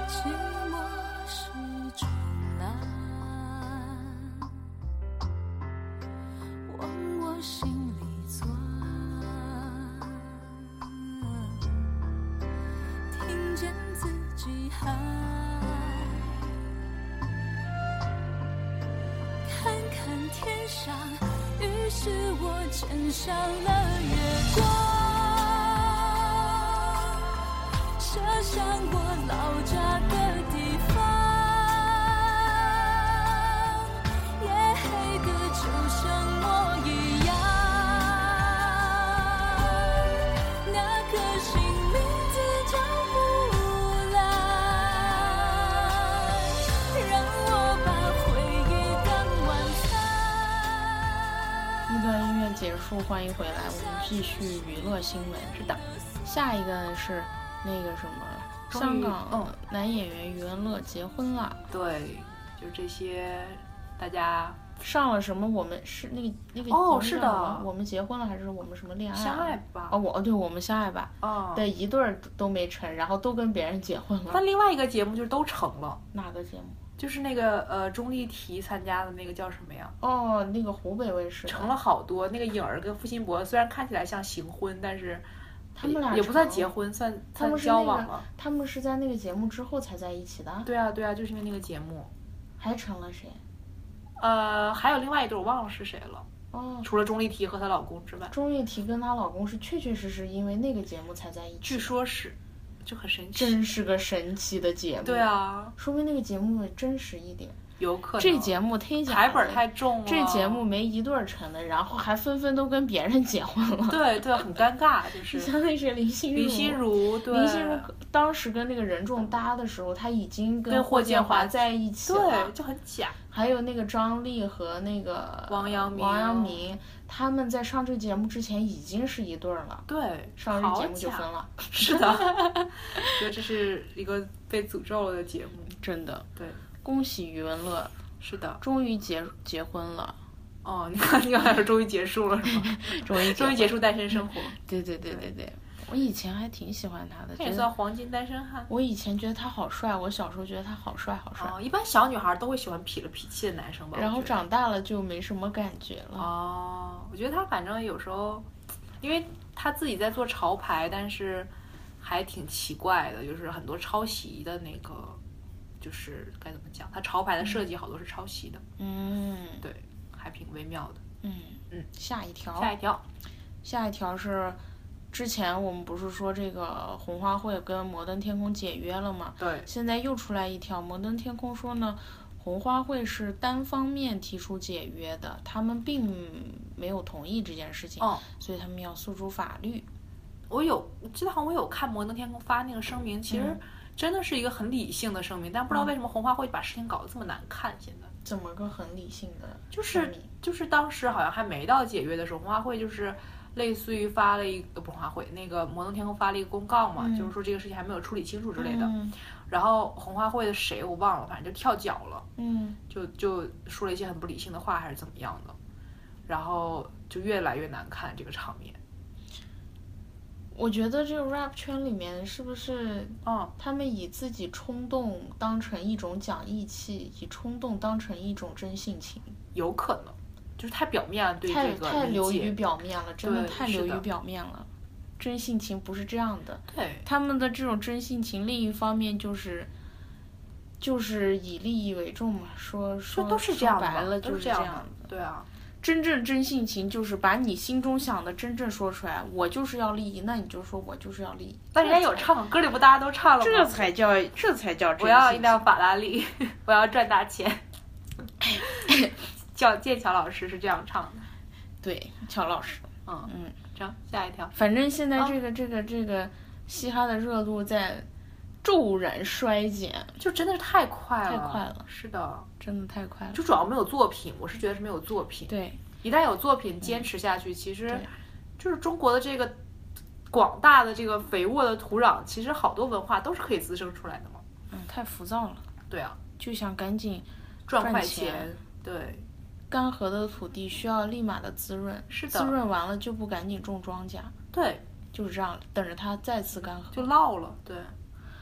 Speaker 5: 寂寞是一种难，往我心里钻。听见自己喊，看看天上，于是我剪上了月光。射向我老家的地方，夜黑的就像我一样。那颗心名字叫木兰，让我把回忆当晚
Speaker 1: 一
Speaker 5: 餐。
Speaker 1: 段音乐结束，欢迎回来，我们继续娱乐新闻。是的，下一个是那个什么，
Speaker 3: 终
Speaker 1: 香
Speaker 3: 于
Speaker 1: 港
Speaker 3: 嗯
Speaker 1: 男演员余文乐结婚了，
Speaker 3: 对，就这些，大家
Speaker 1: 上了什么？我们是那个那个
Speaker 3: 哦
Speaker 1: 节目
Speaker 3: 是
Speaker 1: 叫什么
Speaker 3: 的
Speaker 1: 我们结婚了还是我们什么恋爱啊？
Speaker 3: 相爱吧
Speaker 1: 哦，。我哦对，我们相爱吧。
Speaker 3: 哦，
Speaker 1: 对，一对儿都没成，然后都跟别人结婚了。
Speaker 3: 但另外一个节目就是都成了，
Speaker 1: 哪个节目？
Speaker 3: 就是那个呃钟丽缇参加的那个叫什么呀？
Speaker 1: 哦，那个湖北卫视的
Speaker 3: 成了好多。那个颖儿跟付辛博虽然看起来像行婚，但是
Speaker 1: 他们俩
Speaker 3: 也不算
Speaker 1: 成
Speaker 3: 结婚，算
Speaker 1: 他
Speaker 3: 算
Speaker 1: 们是
Speaker 3: 交
Speaker 1: 那
Speaker 3: 往
Speaker 1: 个
Speaker 3: 了。
Speaker 1: 他们是在那个节目之后才在一起的，
Speaker 3: 对啊，对啊，就是因为那个节目。
Speaker 1: 还成了谁？
Speaker 3: 呃，还有另外一对我忘了是谁了，
Speaker 1: 哦，
Speaker 3: 除了钟丽缇和她老公之外，
Speaker 1: 钟丽缇跟她老公是确确实实因为那个节目才在一起。
Speaker 3: 据说是就很神奇。
Speaker 1: 真是个神奇的节目。
Speaker 3: 对，啊，
Speaker 1: 说明那个节目真实一点。
Speaker 3: 有可能
Speaker 1: 这节目忒假了，
Speaker 3: 台本儿太重了，
Speaker 1: 这节目没一对儿成的，然后还纷纷都跟别人 结婚了。
Speaker 3: 对对很尴尬，就是
Speaker 1: 像那谁林心如，
Speaker 3: 林心如对
Speaker 1: 林心如当时跟那个任重搭的时候，她已经
Speaker 3: 跟
Speaker 1: 跟
Speaker 3: 霍
Speaker 1: 霍
Speaker 3: 建
Speaker 1: 建
Speaker 3: 华
Speaker 1: 华在一起
Speaker 3: 对
Speaker 1: 了。
Speaker 3: 就很假，
Speaker 1: 还有那个张丽和那个
Speaker 3: 王阳明
Speaker 1: 王阳明，他们在上这节目之前已经是一对儿了，
Speaker 3: 对
Speaker 1: 上
Speaker 3: 好
Speaker 1: 这节目就
Speaker 3: 假
Speaker 1: 分 了，
Speaker 3: 是的，觉得这是一个被诅咒了的节目。
Speaker 1: 真的。
Speaker 3: 对，
Speaker 1: 恭喜余文乐
Speaker 3: 是的，
Speaker 1: 终于结结婚了，
Speaker 3: 哦，你 看，你好像终于结束了，是吗？
Speaker 1: 终于
Speaker 3: 终于结束单身生 活，
Speaker 1: 对对对对对，我以前还挺喜欢他的，
Speaker 3: 他也
Speaker 1: 觉
Speaker 3: 算
Speaker 1: 得
Speaker 3: 黄金单身汉。
Speaker 1: 我以前觉得他好帅，我小时候觉得他好帅好帅，
Speaker 3: 哦，一般小女孩都会喜欢痞了痞气的男生吧？
Speaker 1: 然后
Speaker 3: 我觉得
Speaker 1: 长大了就没什么感觉了。
Speaker 3: 哦，我觉得他反正有时候，因为他自己在做潮牌，但是还挺奇怪的，就是很多抄袭的那个，就是该怎么讲，他潮牌的设计好多是抄袭的，
Speaker 1: 嗯
Speaker 3: 对，还挺微妙的。
Speaker 1: 嗯
Speaker 3: 嗯，
Speaker 1: 下一条，
Speaker 3: 下一条，
Speaker 1: 下一条是。之前我们不是说这个红花会跟摩登天空解约了吗？
Speaker 3: 对，
Speaker 1: 现在又出来一条，摩登天空说呢，红花会是单方面提出解约的，他们并没有同意这件事情，
Speaker 3: 哦，
Speaker 1: 所以他们要诉诸法律。
Speaker 3: 我有，我记得好像我有看摩登天空发那个声明，其实
Speaker 1: 嗯
Speaker 3: 真的是一个很理性的声明，但不知道为什么红花会把事情搞得这么难看。现在
Speaker 1: 怎么个很理性的
Speaker 3: 就
Speaker 1: 声
Speaker 3: 是
Speaker 1: 明？
Speaker 3: 就是当时好像还没到解约的时候，红花会就是类似于发了一个不是红花会，那个摩登天空发了一个公告嘛，
Speaker 1: 嗯
Speaker 3: 就是说这个事情还没有处理清楚之类的。
Speaker 1: 嗯
Speaker 3: 然后红花会的谁我忘了，反正就跳脚了，
Speaker 1: 嗯
Speaker 3: 就就说了一些很不理性的话还是怎么样的，然后就越来越难看这个场面。
Speaker 1: 我觉得这个 rap 圈里面是不是
Speaker 3: 嗯，
Speaker 1: 他们以自己冲动当成一种讲义气，以冲动当成一种真性情，
Speaker 3: 有可能就是太表面了，对
Speaker 1: 太
Speaker 3: 这个
Speaker 1: 太
Speaker 3: 理
Speaker 1: 流
Speaker 3: 解
Speaker 1: 于表面了，真的
Speaker 3: 对
Speaker 1: 太
Speaker 3: 是
Speaker 1: 流于
Speaker 3: 的
Speaker 1: 表面了。真性情不是这样的，
Speaker 3: 对。
Speaker 1: 他们的这种真性情，另一方面就是。就是以利益为重嘛，说
Speaker 3: 就
Speaker 1: 说
Speaker 3: 都是这
Speaker 1: 说
Speaker 3: 样的嘛，
Speaker 1: 白了
Speaker 3: 都
Speaker 1: 就是是
Speaker 3: 样
Speaker 1: 样
Speaker 3: 的，对啊，
Speaker 1: 真正真性情就是把你心中想的真正说出来，我就是要利益，那你就说我就是要利益。
Speaker 3: 但人家有唱歌里不大家都唱了吗？
Speaker 1: 这才叫这才叫真
Speaker 3: 我要一
Speaker 1: 性
Speaker 3: 辆法拉利，我要赚大钱。叫剑桥老师是这样唱的，
Speaker 1: 对，乔老师，
Speaker 3: 嗯
Speaker 1: 嗯，
Speaker 3: 行，下一条，
Speaker 1: 反正现在这个、这个这个嘻哈的热度在骤然衰减，
Speaker 3: 就真的是太快了，
Speaker 1: 太快了，
Speaker 3: 是的，
Speaker 1: 真的太快了。
Speaker 3: 就主要没有作品，我是觉得是没有作品，
Speaker 1: 对，
Speaker 3: 一旦有作品坚持下去，其实
Speaker 1: 对
Speaker 3: 就是中国的这个广大的这个肥沃的土壤，其实好多文化都是可以滋生出来的嘛，
Speaker 1: 嗯，太浮躁了，
Speaker 3: 对啊，
Speaker 1: 就想赶紧
Speaker 3: 赚
Speaker 1: 赚
Speaker 3: 快
Speaker 1: 钱
Speaker 3: 钱，对，
Speaker 1: 干涸的土地需要立马的滋润，
Speaker 3: 是
Speaker 1: 滋
Speaker 3: 的，
Speaker 1: 润完了就不赶紧种庄稼，
Speaker 3: 对，
Speaker 1: 就是这样，等着它再次干涸。
Speaker 3: 就落了，对，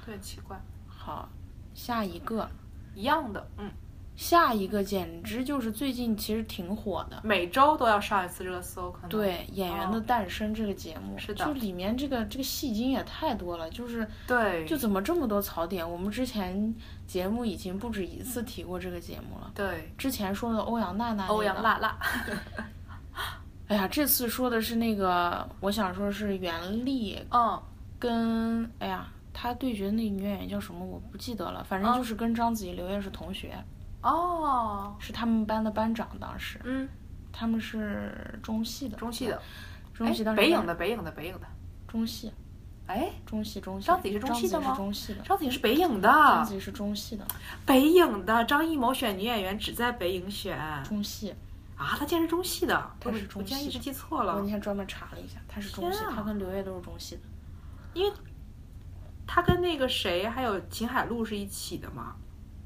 Speaker 3: 对，奇怪，
Speaker 1: 好，下一个。
Speaker 3: 一样的，嗯，
Speaker 1: 下一个简直就是最近其实挺火的，
Speaker 3: 每周都要上一次热搜，可能，
Speaker 1: 对《演员的诞生》这个节目，
Speaker 3: 哦是的嗯
Speaker 1: 就里面这个这个戏精也太多了，就是
Speaker 3: 对，
Speaker 1: 就怎么这么多槽点？我们之前节目已经不止一次提过这个节目了，
Speaker 3: 对，
Speaker 1: 之前说的欧阳娜娜、那个，
Speaker 3: 欧阳，娜娜，
Speaker 1: 哎呀，这次说的是那个，我想说是袁立
Speaker 3: 嗯，
Speaker 1: 跟哎呀。她对决那女演员叫什么我不记得了，反正
Speaker 3: 啊
Speaker 1: 就是跟章子怡、刘烨是同学，
Speaker 3: 哦，
Speaker 1: 是他们班的班长。当时
Speaker 3: 嗯，
Speaker 1: 他们是中戏的，
Speaker 3: 中戏的，
Speaker 1: 中戏
Speaker 3: 哎
Speaker 1: 当时
Speaker 3: 北
Speaker 1: 班
Speaker 3: 影的，北影的，北影的，
Speaker 1: 中戏，
Speaker 3: 哎，
Speaker 1: 中戏中戏。
Speaker 3: 章子怡是中
Speaker 1: 章
Speaker 3: 戏的吗
Speaker 1: 是中戏的，
Speaker 3: 章子怡是北影
Speaker 1: 章
Speaker 3: 的
Speaker 1: 子，怡是中戏的，
Speaker 3: 北影的，张艺谋选女演员只在北影选啊，
Speaker 1: 中戏。
Speaker 3: 她竟然是中戏的，
Speaker 1: 她
Speaker 3: 我
Speaker 1: 是中
Speaker 3: 我竟然
Speaker 1: 戏
Speaker 3: 一直记错
Speaker 1: 我
Speaker 3: 了
Speaker 1: 那，天专门查了一下，她是中戏
Speaker 3: 天，啊
Speaker 1: 她跟刘烨都是中戏的。
Speaker 3: 她跟那个谁还有秦海璐是一起的嘛？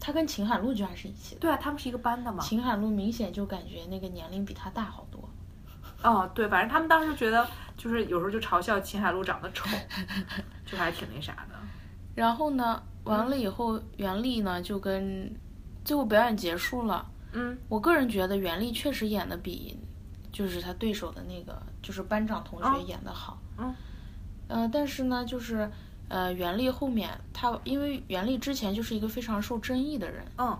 Speaker 1: 她跟秦海璐居然是一起的。
Speaker 3: 对啊，他们是一个班的嘛。
Speaker 1: 秦海璐明显就感觉那个年龄比她大好多，
Speaker 3: 哦，对，反正他们当时觉得，就是有时候就嘲笑秦海璐长得 丑，就还挺那啥的。
Speaker 1: 然后呢，完了以后，袁立呢就跟最后表演结束了。
Speaker 3: 嗯，
Speaker 1: 我个人觉得袁立确实演的比就是他对手的那个就是班长同学
Speaker 3: 嗯
Speaker 1: 演的好。
Speaker 3: 嗯。
Speaker 1: 呃，但是呢，就是呃，袁立后面他因为袁立之前就是一个非常受争议的人，
Speaker 3: 嗯，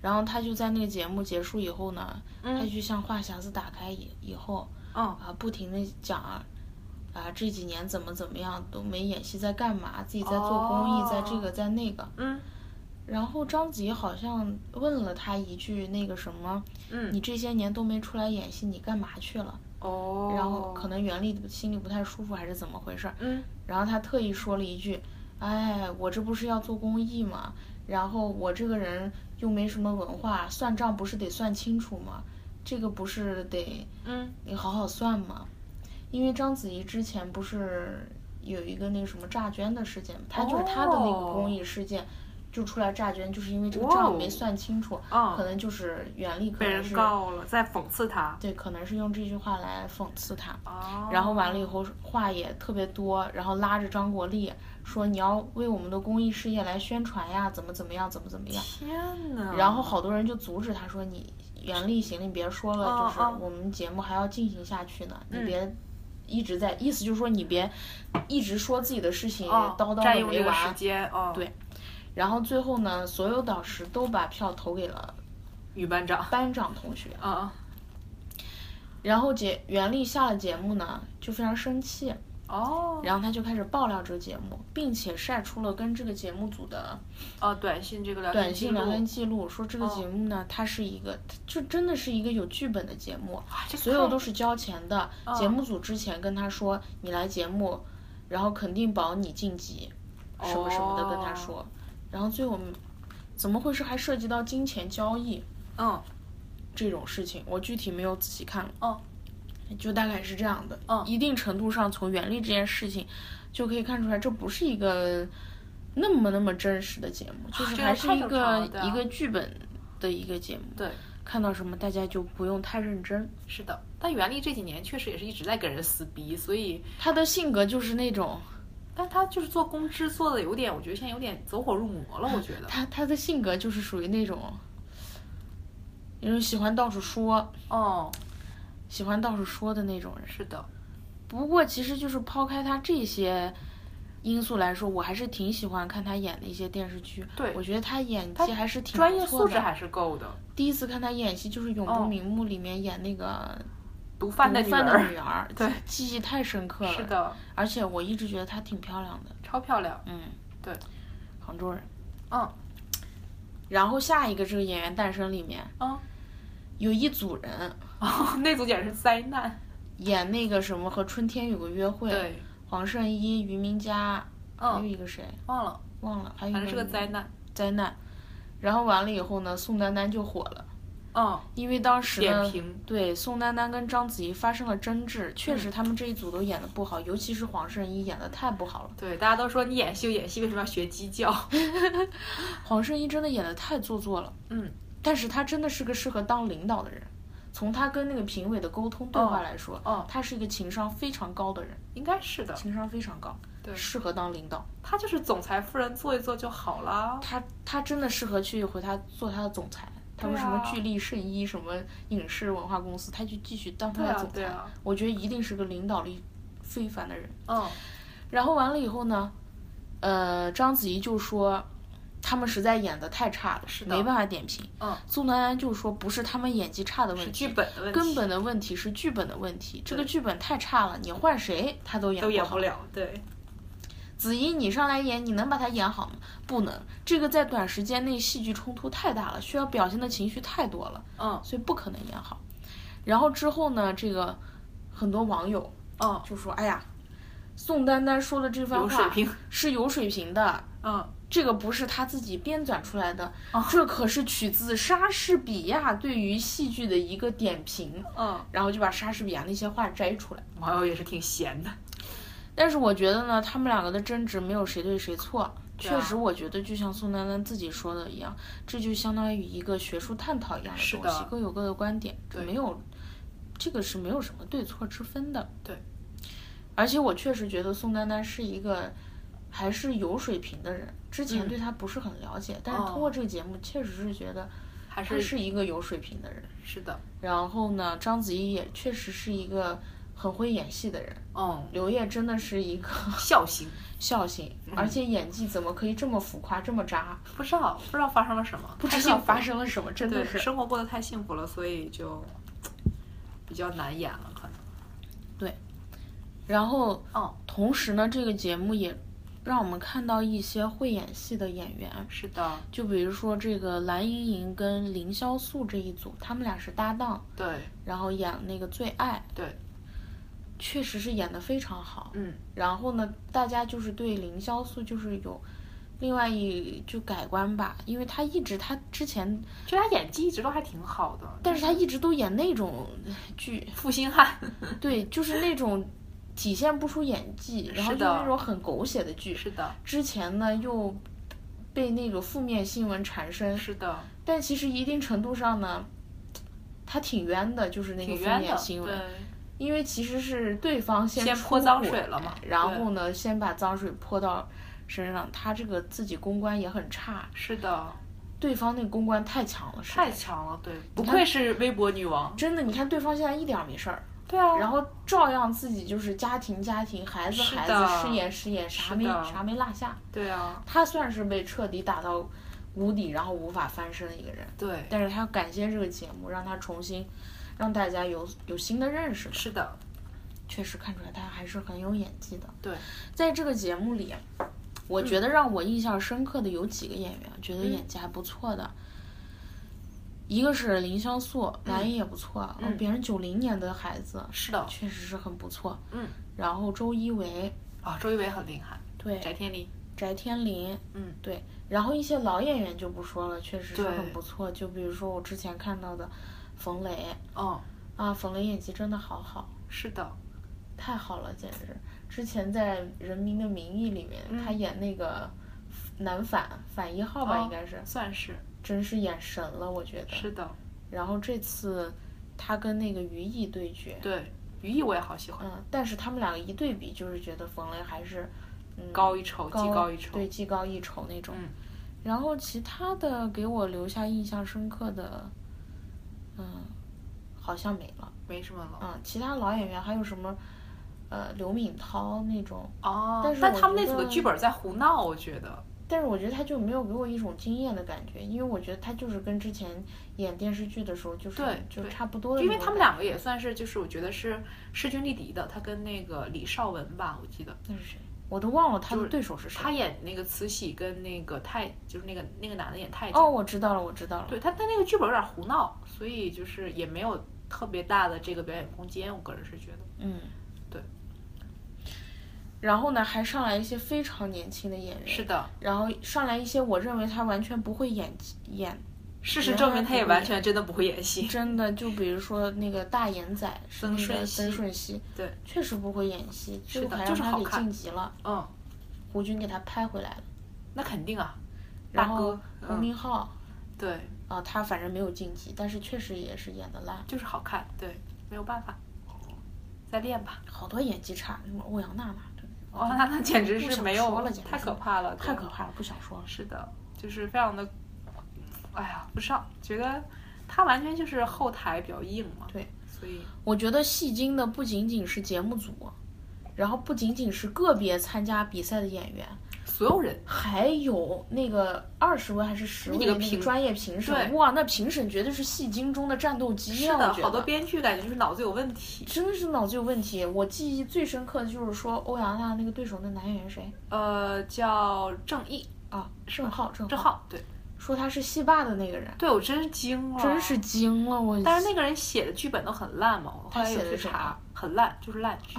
Speaker 1: 然后他就在那个节目结束以后呢，
Speaker 3: 嗯
Speaker 1: 他就像话匣子打开以以后
Speaker 3: 嗯
Speaker 1: 啊，不停的讲啊，啊这几年怎么怎么样都没演戏，在干嘛？自己在做公益，
Speaker 3: 哦
Speaker 1: 在这个在那个。
Speaker 3: 嗯
Speaker 1: 然后张杰好像问了他一句那个什么，
Speaker 3: 嗯
Speaker 1: 你这些年都没出来演戏，你干嘛去了？
Speaker 3: 哦，
Speaker 1: 然后可能袁立心里不太舒服还是怎么回事儿，
Speaker 3: 嗯
Speaker 1: 然后他特意说了一句：“哎，我这不是要做公益嘛，然后我这个人又没什么文化，算账不是得算清楚吗？这个不是得
Speaker 3: 嗯
Speaker 1: 你好好算吗？”因为章子怡之前不是有一个那个什么诈捐的事件，她就是她的那个公益事件。就出来诈捐，就是因为这个
Speaker 3: 哦哇哦
Speaker 1: 账没算清楚，
Speaker 3: 嗯
Speaker 1: 可能就是袁立可
Speaker 3: 被
Speaker 1: 能
Speaker 3: 人
Speaker 1: 是
Speaker 3: 告了，在讽刺他。
Speaker 1: 对，可能是用这句话来讽刺他。
Speaker 3: 哦，
Speaker 1: 然后完了以后话也特别多，然后拉着张国立说你要为我们的公益事业来宣传呀，怎么怎么样，怎么怎么样。
Speaker 3: 天呐，
Speaker 1: 然后好多人就阻止他说你袁立行，你别说了，
Speaker 3: 哦
Speaker 1: 就是
Speaker 3: 哦嗯
Speaker 1: 我们节目还要进行下去呢，你别一直在，意思就是说你别一直说自己的事情
Speaker 3: 哦
Speaker 1: 叨叨
Speaker 3: 占
Speaker 1: 的
Speaker 3: 用
Speaker 1: 没
Speaker 3: 这个时
Speaker 1: 完。
Speaker 3: 间哦，
Speaker 1: 对然后最后呢，所有导师都把票投给了
Speaker 3: 女班长，
Speaker 1: 班长同学。
Speaker 3: 嗯
Speaker 1: 然后节袁立下了节目呢，就非常生气。
Speaker 3: 哦
Speaker 1: 然后他就开始爆料这个节目，并且晒出了跟这个节目组的
Speaker 3: 哦，短信这个聊天
Speaker 1: 短
Speaker 3: 记
Speaker 1: 信
Speaker 3: 录
Speaker 1: 聊天记录，说这个
Speaker 3: 哦
Speaker 1: 节目呢，它是一个，就真的是一个有剧本的节目，
Speaker 3: 哇这个
Speaker 1: 所有
Speaker 3: 太
Speaker 1: 都是交钱的。节目组之前跟他说，你来节目，然后肯定保你晋级，什么什么的跟他说，然后最后怎么回事还涉及到金钱交易
Speaker 3: 嗯
Speaker 1: 这种事情，我具体没有仔细看了。
Speaker 3: 哦
Speaker 1: 就大概是这样的。
Speaker 3: 嗯
Speaker 1: 一定程度上，从原力这件事情就可以看出来，这不是一个那么那么真实的节目，就是
Speaker 3: 啊这个
Speaker 1: 还是
Speaker 3: 太
Speaker 1: 一
Speaker 3: 正常
Speaker 1: 个
Speaker 3: 了对啊
Speaker 1: 一个剧本的一个节目。
Speaker 3: 对，
Speaker 1: 看到什么大家就不用太认真。
Speaker 3: 是的，但袁立这几年确实也是一直在给人撕逼，所以，
Speaker 1: 他的性格就是那种，
Speaker 3: 但他就是做公知做的有点，我觉得现在有点走火入魔了，我觉得，
Speaker 1: 他他的性格就是属于那种，那种喜欢到处说，
Speaker 3: 哦，
Speaker 1: 喜欢到处说的那种人。
Speaker 3: 是的，
Speaker 1: 不过其实就是抛开他这些因素来说，我还是挺喜欢看他演的一些电视剧。
Speaker 3: 对
Speaker 1: 我觉得他演
Speaker 3: 他
Speaker 1: 技还是挺
Speaker 3: 专业
Speaker 1: 不错
Speaker 3: 素质
Speaker 1: 的
Speaker 3: 还是够的，
Speaker 1: 第一次看他演戏就是《永
Speaker 3: 哦
Speaker 1: 不瞑目》里面演那个
Speaker 3: 毒贩的
Speaker 1: 毒
Speaker 3: 女
Speaker 1: 贩的
Speaker 3: 儿，
Speaker 1: 女儿，
Speaker 3: 对
Speaker 1: 记忆太深刻了。
Speaker 3: 是， 的，
Speaker 1: 而且我一直觉得她挺漂亮的，
Speaker 3: 超漂亮，
Speaker 1: 嗯，
Speaker 3: 对，
Speaker 1: 杭州人。
Speaker 3: 嗯
Speaker 1: 然后下一个这个演员诞生里面
Speaker 3: 嗯，
Speaker 1: 有一组人
Speaker 3: 哦，那组简直是灾难，
Speaker 1: 演那个什么和春天有个约会，
Speaker 3: 对，黄
Speaker 1: 黄圣依、于明佳，还有
Speaker 3: 嗯，
Speaker 1: 一个谁
Speaker 3: 忘了，
Speaker 1: 忘了，还有
Speaker 3: 反
Speaker 1: 一
Speaker 3: 正是个
Speaker 1: 女
Speaker 3: 灾难，
Speaker 1: 灾难。然后完了以后呢，宋丹丹就火了，
Speaker 3: 嗯，
Speaker 1: 因为当时呢
Speaker 3: 点，评，嗯
Speaker 1: 对，宋丹丹跟章子怡发生了争执，确实他们这一组都演的不好，尤其是黄圣依演的太不好了。
Speaker 3: 对，大家都说你演戏就演戏，为什么要学鸡叫？
Speaker 1: 黄圣依真的演的太做作了，
Speaker 3: 嗯，
Speaker 1: 但是她真的是个适合当领导的人。从她跟那个评委的沟通对话
Speaker 3: 哦
Speaker 1: 来说，
Speaker 3: 哦
Speaker 1: 她是一个情商非常高的人，
Speaker 3: 应该是的，
Speaker 1: 情商非常高，
Speaker 3: 对
Speaker 1: 适合当领导。
Speaker 3: 他就是总裁夫人做一做就好啦，
Speaker 1: 她她真的适合去回她做她的总裁。她
Speaker 3: 对
Speaker 1: 为什么
Speaker 3: 啊
Speaker 1: 巨力圣衣什么影视文化公司，她就继续当她
Speaker 3: 对
Speaker 1: 的
Speaker 3: 啊
Speaker 1: 总裁。
Speaker 3: 对啊，
Speaker 1: 我觉得一定是个领导力非凡的人。
Speaker 3: 嗯。
Speaker 1: 然后完了以后呢，呃，章子怡就说他们实在演的太差了，
Speaker 3: 是的
Speaker 1: 没办法点评。
Speaker 3: 嗯，
Speaker 1: 宋丹丹就说不是他们演技差的
Speaker 3: 是
Speaker 1: 问
Speaker 3: 剧
Speaker 1: 题，
Speaker 3: 本的问题，
Speaker 1: 根本的问题是剧本的问题，这个
Speaker 3: 对
Speaker 1: 剧本太差了，你换谁他都演
Speaker 3: 都演
Speaker 1: 好
Speaker 3: 不。了。对，
Speaker 1: 子怡，你上来演，你能把它演好吗？不能，这个在短时间内戏剧冲突太大了，需要表现的情绪太多了，
Speaker 3: 嗯
Speaker 1: 所以不可能演好。然后之后呢，这个很多网友
Speaker 3: 嗯，
Speaker 1: 就说：“哎呀，宋丹丹说的这番
Speaker 3: 有
Speaker 1: 话
Speaker 3: 水平，
Speaker 1: 是有水平的，
Speaker 3: 嗯，
Speaker 1: 这个不是他自己编纂出来的，
Speaker 3: 哦
Speaker 1: 这可是取自莎士比亚对于戏剧的一个点评。
Speaker 3: 嗯，
Speaker 1: 然后就把莎士比亚那些话摘出来。
Speaker 3: 网友也是挺闲的，
Speaker 1: 但是我觉得呢，他们两个的争执没有谁对谁错。
Speaker 3: 对啊
Speaker 1: 确实，我觉得就像宋丹丹自己说的一样，这就相当于一个学术探讨一样
Speaker 3: 是
Speaker 1: 的
Speaker 3: 的
Speaker 1: 东西，各有各的观点，
Speaker 3: 对
Speaker 1: 没有这个是没有什么对错之分的。
Speaker 3: 对，
Speaker 1: 而且我确实觉得宋丹丹是一个还是有水平的人，之前
Speaker 3: 嗯
Speaker 1: 对她不是很了解，但是
Speaker 3: 哦
Speaker 1: 通过这个节目，确实是觉得
Speaker 3: 还
Speaker 1: 她
Speaker 3: 是
Speaker 1: 是一个有水平的人。
Speaker 3: 是的，
Speaker 1: 然后呢，章子怡也确实是一个很会演戏的人，
Speaker 3: 嗯，
Speaker 1: 刘烨真的是一个
Speaker 3: 孝心，
Speaker 1: 孝心，而且演技怎么可以这么浮夸，这么渣？
Speaker 3: 不知道不知道发生了什么，
Speaker 1: 不
Speaker 3: 太
Speaker 1: 知
Speaker 3: 幸
Speaker 1: 道
Speaker 3: 福
Speaker 1: 发
Speaker 3: 了，
Speaker 1: 生了什么，真的
Speaker 3: 对，
Speaker 1: 是。
Speaker 3: 生活过得太幸福了，所以就比较难演了，可能。
Speaker 1: 然后
Speaker 3: 嗯，
Speaker 1: 同时呢，这个节目也让我们看到一些会演戏的演员，
Speaker 3: 是的，
Speaker 1: 就比如说这个蓝盈莹跟凌潇肃这一组，他们俩是搭档，
Speaker 3: 对
Speaker 1: 然后演那个《最爱
Speaker 3: 对，》，
Speaker 1: 确实是演得非常好。
Speaker 3: 嗯，
Speaker 1: 然后呢，大家就是对凌潇肃就是有另外一就改观吧，因为他一直他之前，
Speaker 3: 就他演技一直都还挺好的，
Speaker 1: 但是他一直都演那种剧，
Speaker 3: 负心汉，
Speaker 1: 对，就是那种体现不出演技，然后
Speaker 3: 是
Speaker 1: 就
Speaker 3: 的
Speaker 1: 是那种很狗血的剧。
Speaker 3: 是的，
Speaker 1: 之前呢又被那个负面新闻缠身，
Speaker 3: 是的，
Speaker 1: 但其实一定程度上呢，他挺冤的，就是那个
Speaker 3: 挺
Speaker 1: 负
Speaker 3: 冤的，
Speaker 1: 面新闻，
Speaker 3: 对，
Speaker 1: 因为其实是对方先
Speaker 3: 先
Speaker 1: 出
Speaker 3: 泼脏
Speaker 1: 轨
Speaker 3: 水了嘛
Speaker 1: 然后呢先把脏水泼到身上，他这个自己公关也很差，
Speaker 3: 是的，
Speaker 1: 对方那个公关太强了，是
Speaker 3: 太强了，对，不
Speaker 1: 看
Speaker 3: 愧是微博女王，
Speaker 1: 真的，你看对方现在一点儿没事儿，
Speaker 3: 对啊，
Speaker 1: 然后照样自己就是家庭家庭，孩子
Speaker 3: 是
Speaker 1: 孩
Speaker 3: 的
Speaker 1: 子，誓言誓言，啥
Speaker 3: 是
Speaker 1: 没
Speaker 3: 的
Speaker 1: 啥没落下。
Speaker 3: 对啊，
Speaker 1: 他算是被彻底打到谷底，然后无法翻身的一个人。
Speaker 3: 对，
Speaker 1: 但是他感谢这个节目，让他重新让大家有有新的认识吧。
Speaker 3: 是的，
Speaker 1: 确实看出来他还是很有演技的。
Speaker 3: 对，
Speaker 1: 在这个节目里，我觉得让我印象深刻的有几个演员，觉得演技还不错的。一个是凌潇肃，男一也不错，哦
Speaker 3: 嗯
Speaker 1: 别人九零年的孩子，
Speaker 3: 是的，
Speaker 1: 确实是很不错。
Speaker 3: 嗯，
Speaker 1: 然后周一围，
Speaker 3: 啊，周一围很厉害，
Speaker 1: 对，
Speaker 3: 翟天临，
Speaker 1: 翟天临，
Speaker 3: 嗯，
Speaker 1: 对，然后一些老演员就不说了，确实是
Speaker 3: 对
Speaker 1: 很不错。就比如说我之前看到的冯磊
Speaker 3: 嗯，
Speaker 1: 啊，冯磊演技真的好好，
Speaker 3: 是的，
Speaker 1: 太好了，简直！之前在《人民的名义》里面，他演那个男反反一号吧，
Speaker 3: 嗯哦
Speaker 1: 应该是，嗯
Speaker 3: 算是，
Speaker 1: 真是演神了，我觉得。
Speaker 3: 是的，
Speaker 1: 然后这次他跟那个于毅对决，
Speaker 3: 对，于毅我也好喜欢，
Speaker 1: 嗯，但是他们两个一对比，就是觉得冯雷还是，嗯，
Speaker 3: 高一筹，技
Speaker 1: 高
Speaker 3: 高一筹，
Speaker 1: 对，技高一筹那种。
Speaker 3: 嗯
Speaker 1: 然后其他的给我留下印象深刻的，嗯，好像没了。
Speaker 3: 没什么了。
Speaker 1: 嗯，其他老演员还有什么，呃，刘敏涛那种，
Speaker 3: 哦，
Speaker 1: 但是我
Speaker 3: 他们
Speaker 1: 觉
Speaker 3: 那组的
Speaker 1: 得
Speaker 3: 剧本在胡闹，我觉得，
Speaker 1: 但是我觉得他就没有给我一种惊艳的感觉，因为我觉得他就是跟之前演电视剧的时候就是
Speaker 3: 对
Speaker 1: 就
Speaker 3: 对
Speaker 1: 差不多的
Speaker 3: 因
Speaker 1: 那
Speaker 3: 为
Speaker 1: 种感觉，
Speaker 3: 他们两个也算是就是我觉得是势均力敌的。他跟那个李绍文吧，我记得
Speaker 1: 那是谁？我都忘了他
Speaker 3: 就
Speaker 1: 的
Speaker 3: 是
Speaker 1: 对手是谁。
Speaker 3: 他演那个慈禧跟那个太就是那个那个男的演太监，
Speaker 1: 哦，我知道了，我知道了。
Speaker 3: 对他他那个剧本有点胡闹，所以就是也没有特别大的这个表演空间。我个人是觉得，
Speaker 1: 嗯，
Speaker 3: 对。
Speaker 1: 然后呢，还上来一些非常年轻的演员，
Speaker 3: 是的，
Speaker 1: 然后上来一些我认为他完全不会演技演，
Speaker 3: 事实证明他也完全真的不会演戏。
Speaker 1: 真的就比如说那个大眼仔是
Speaker 3: 曾
Speaker 1: 那
Speaker 3: 舜
Speaker 1: 个
Speaker 3: 晞
Speaker 1: 曾舜晞，
Speaker 3: 对，
Speaker 1: 确实不会演戏，
Speaker 3: 是
Speaker 1: 最后
Speaker 3: 的
Speaker 1: 还
Speaker 3: 就
Speaker 1: 让
Speaker 3: 是
Speaker 1: 他
Speaker 3: 好
Speaker 1: 给
Speaker 3: 看
Speaker 1: 晋级了，
Speaker 3: 嗯，
Speaker 1: 胡军给他拍回来了，
Speaker 3: 那肯定啊，
Speaker 1: 然
Speaker 3: 大
Speaker 1: 后
Speaker 3: 哥
Speaker 1: 洪
Speaker 3: 嗯，
Speaker 1: 明昊。
Speaker 3: 对，
Speaker 1: 啊，他反正没有晋级，但是确实也是演的烂，
Speaker 3: 就是好看，对，没有办法，再练吧。
Speaker 1: 好多演技差，什么欧阳娜娜，真的
Speaker 3: 哦，那那简直是没有
Speaker 1: 嗯不想说了简直，
Speaker 3: 太可怕了，
Speaker 1: 太
Speaker 3: 对
Speaker 1: 可怕了，不想说了。
Speaker 3: 是的，就是非常的，哎呀，不上，觉得他完全就是后台比较硬嘛。
Speaker 1: 对，
Speaker 3: 所以
Speaker 1: 我觉得戏精的不仅仅是节目组，然后不仅仅是个别参加比赛的演员，
Speaker 3: 所有人
Speaker 1: 还有那个二十位还是十位
Speaker 3: 那个
Speaker 1: 那
Speaker 3: 评
Speaker 1: 个专业评审，
Speaker 3: 对
Speaker 1: 哇，那评审绝对是戏精中的战斗机
Speaker 3: 是
Speaker 1: 啊！
Speaker 3: 的，
Speaker 1: 我觉
Speaker 3: 好多
Speaker 1: 得
Speaker 3: 编剧感觉就是脑子有问题。
Speaker 1: 真的是脑子有问题。我记忆最深刻的就是说欧阳娜娜那个对手那男演员谁
Speaker 3: 呃，叫郑义、
Speaker 1: 啊？郑浩，郑
Speaker 3: 郑
Speaker 1: 浩
Speaker 3: 浩，对，
Speaker 1: 说他是戏霸的那个人。
Speaker 3: 对我真是惊了，
Speaker 1: 真是。惊了我！
Speaker 3: 但是那个人写的剧本都很烂嘛，我后
Speaker 1: 他
Speaker 3: 来有
Speaker 1: 写的
Speaker 3: 去
Speaker 1: 什么
Speaker 3: 查，很烂，就是烂 剧。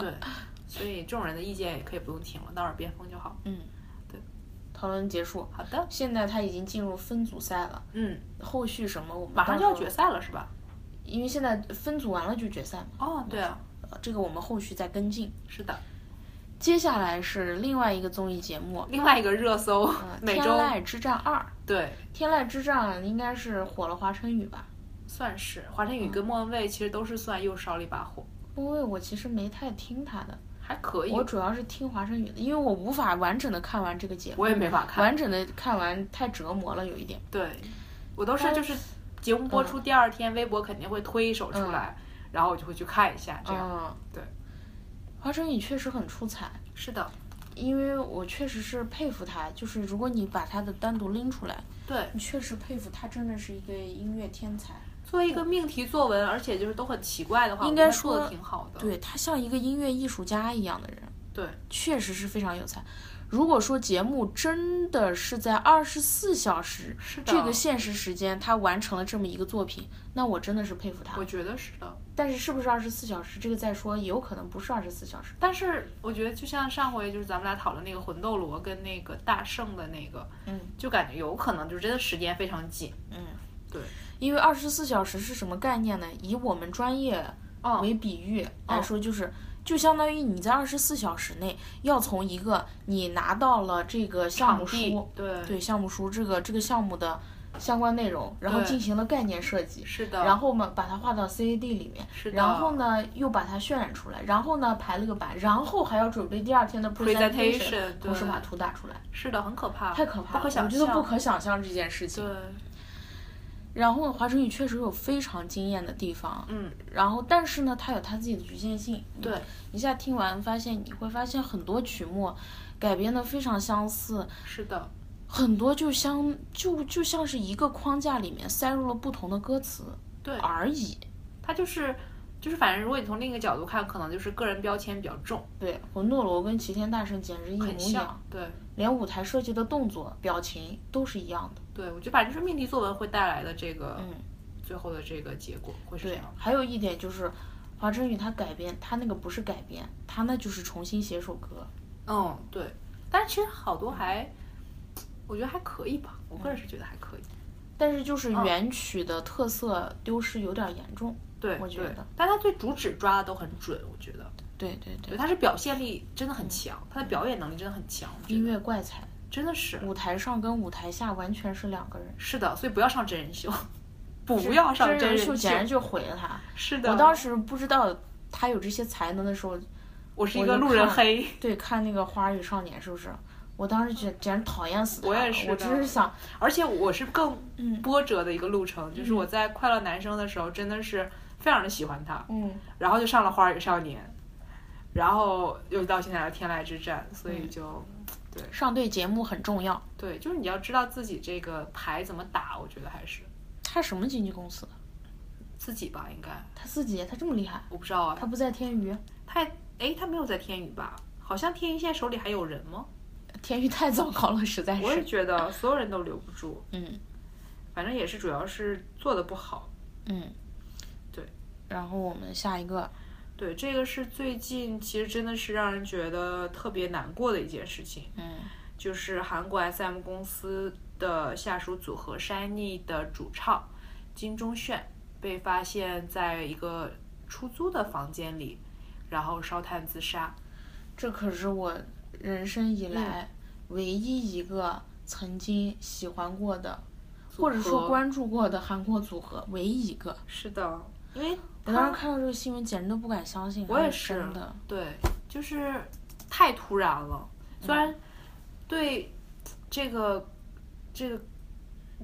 Speaker 3: 对，所以这种人的意见也可以不用听了，当耳边风就好。
Speaker 1: 嗯，
Speaker 3: 对，
Speaker 1: 讨论结束。
Speaker 3: 好的，
Speaker 1: 现在他已经进入分组赛了，
Speaker 3: 嗯，
Speaker 1: 后续什么我们
Speaker 3: 马上就
Speaker 1: 到
Speaker 3: 要
Speaker 1: 时候
Speaker 3: 决，赛了是吧？
Speaker 1: 因为现在分组完了就决赛嘛，
Speaker 3: 哦，对啊，
Speaker 1: 呃这个我们后续再跟进。
Speaker 3: 是的。
Speaker 1: 接下来是另外一个综艺节目，
Speaker 3: 另外一个热搜，
Speaker 1: 呃，《
Speaker 3: 每
Speaker 1: 天
Speaker 3: 周
Speaker 1: 籁之战二》。《
Speaker 3: 对，
Speaker 1: 天籁之战》应该是火了华晨宇吧？
Speaker 3: 算是华晨宇跟莫文蔚其实都是算又烧了一把火，
Speaker 1: 因为我其实没太听他的，
Speaker 3: 还可以。
Speaker 1: 我主要是听华晨宇的，因为我无法完整的看完这个节目，
Speaker 3: 我也没法看，
Speaker 1: 完整的看完太折磨了，有一点。
Speaker 3: 对我都是就是节目
Speaker 1: 嗯
Speaker 3: 播出第二天，微博肯定会推一首出来，然后我就会去看一下，这样。
Speaker 1: 嗯，
Speaker 3: 对，
Speaker 1: 华晨宇确实很出彩，
Speaker 3: 是的，
Speaker 1: 因为我确实是佩服他，就是如果你把他的单独拎出来，
Speaker 3: 对，
Speaker 1: 你确实佩服他，真的是一个音乐天才。
Speaker 3: 作为一个命题作文，而且就是都很奇怪的话，
Speaker 1: 应
Speaker 3: 我
Speaker 1: 该
Speaker 3: 觉得做的
Speaker 1: 说
Speaker 3: 挺好的。
Speaker 1: 对他像一个音乐艺术家一样的人，
Speaker 3: 对，
Speaker 1: 确实是非常有才。如果说节目真的是在二十四小时
Speaker 3: 是的
Speaker 1: 这个现实时间，他完成了这么一个作品，那我真的是佩服他
Speaker 3: 我。觉得是的。
Speaker 1: 但是是不是二十四小时，这个再说，也有可能不是二十四小时。
Speaker 3: 但是我觉得，就像上回就是咱们俩讨论那个魂斗罗跟那个大圣的那个，
Speaker 1: 嗯，
Speaker 3: 就感觉有可能就真的时间非常紧。
Speaker 1: 因为二十四小时是什么概念呢？以我们专业
Speaker 3: 哦
Speaker 1: 为比喻来说，就是、就相当于你在二十四小时内要从一个你拿到了这个项目
Speaker 3: 场地
Speaker 1: 书，
Speaker 3: 对
Speaker 1: 对项目书这个这个项目的相关内容，然后
Speaker 3: 对
Speaker 1: 进行了概念设计，
Speaker 3: 是的，
Speaker 1: 然后嘛把它画到 CAD 里面，
Speaker 3: 是的
Speaker 1: 然后呢又把它渲染出来，然后呢排了个版，然后还要准备第二天的
Speaker 3: Presentation，对
Speaker 1: 同时把图打出来，
Speaker 3: 是的，很可怕，
Speaker 1: 太可怕了，
Speaker 3: 不可想
Speaker 1: 我觉
Speaker 3: 象，呃
Speaker 1: 得不可想象这件事情
Speaker 3: 对。，
Speaker 1: 然后华晨宇确实有非常惊艳的地方，
Speaker 3: 嗯，
Speaker 1: 然后但是呢，它有它自己的局限性。你
Speaker 3: 对，
Speaker 1: 一下听完发现，你会发现很多曲目改编的非常相似，
Speaker 3: 是的，
Speaker 1: 很多就相就就像是一个框架里面塞入了不同的歌词
Speaker 3: 对，
Speaker 1: 而已。
Speaker 3: 它就是就是，反正如果你从另一个角度看，可能就是个人标签比较重，
Speaker 1: 对，魂斗罗跟齐天大圣简直一模
Speaker 3: 很
Speaker 1: 一样
Speaker 3: 像，，对。
Speaker 1: 连舞台设计的动作、表情都是一样的。
Speaker 3: 对，我觉得反正就是命题作文会带来的这个、
Speaker 1: 嗯
Speaker 3: 最后的这个结果会是这
Speaker 1: 对
Speaker 3: 样，的。
Speaker 1: 还有一点就是，华晨宇他改编，他那个不是改编，他那就是重新写首歌。
Speaker 3: 嗯，对。但是其实好多还，我觉得还可以吧，我个人是觉得还可以。
Speaker 1: 但是就是
Speaker 3: 嗯
Speaker 1: 原曲的特色丢失有点严重。
Speaker 3: 对，
Speaker 1: 我觉
Speaker 3: 对
Speaker 1: 得，
Speaker 3: 但他对主旨抓的都很准，我觉得，
Speaker 1: 对对
Speaker 3: 对，
Speaker 1: 对，
Speaker 3: 他是表现力真的很强，他的表演能力真的很强，我觉
Speaker 1: 音
Speaker 3: 得
Speaker 1: 乐怪才，
Speaker 3: 真的是
Speaker 1: 舞台上跟舞台下完全是两个人。
Speaker 3: 是的，所以不要上真人秀， 不要上
Speaker 1: 真
Speaker 3: 人
Speaker 1: 秀，简直就毁了他。
Speaker 3: 是的，
Speaker 1: 我当时不知道他有这些才能的时候，
Speaker 3: 我是一
Speaker 1: 我
Speaker 3: 个
Speaker 1: 就
Speaker 3: 路人
Speaker 1: 看
Speaker 3: 黑，
Speaker 1: 对，看那个《花儿与少年》是不是？我当时简简直讨厌死他
Speaker 3: 我
Speaker 1: 了，
Speaker 3: 也是
Speaker 1: 我
Speaker 3: 的
Speaker 1: 只是想，
Speaker 3: 而且我是更
Speaker 1: 嗯
Speaker 3: 波折的一个路程，就是我在《快乐男生》的时候，真的是非常的喜欢他，
Speaker 1: 嗯，
Speaker 3: 然后就上了《花儿与少年》，然后又到现在的《天籁之战》，所
Speaker 1: 嗯
Speaker 3: 以就、
Speaker 1: 上对节目很重要。
Speaker 3: 对，就是你要知道自己这个牌怎么打，我觉得还是
Speaker 1: 他什么经纪公司的？
Speaker 3: 自己吧，应该
Speaker 1: 他自己，他这么厉害，
Speaker 3: 我不知道啊
Speaker 1: 他，不在天娱，
Speaker 3: 他哎，他没有在天宇吧？好像天宇现在手里还有人吗？
Speaker 1: 天娱太糟糕了，实在
Speaker 3: 我也
Speaker 1: 是。
Speaker 3: 觉得所有人都留不住，
Speaker 1: 嗯
Speaker 3: 反正也是主要是做的不好。
Speaker 1: 嗯，
Speaker 3: 对。
Speaker 1: 然后我们下一个，
Speaker 3: 对，这个是最近其实真的是让人觉得特别难过的一件事情。
Speaker 1: 嗯
Speaker 3: 就是韩国 SM 公司的下属组合 SHINee 的主唱金钟铉被发现在一个出租的房间里，然后烧炭自杀。
Speaker 1: 这可是我人生以来唯一一个曾经喜欢过的，或者
Speaker 3: 合
Speaker 1: 说关注过的韩国组合，唯一一个。
Speaker 3: 是的，因为
Speaker 1: 我当时看到这个新闻，简直都不敢相信，
Speaker 3: 我也
Speaker 1: 还
Speaker 3: 是
Speaker 1: 真的。
Speaker 3: 对，就是太突然了。虽
Speaker 1: 嗯
Speaker 3: 然对这个这个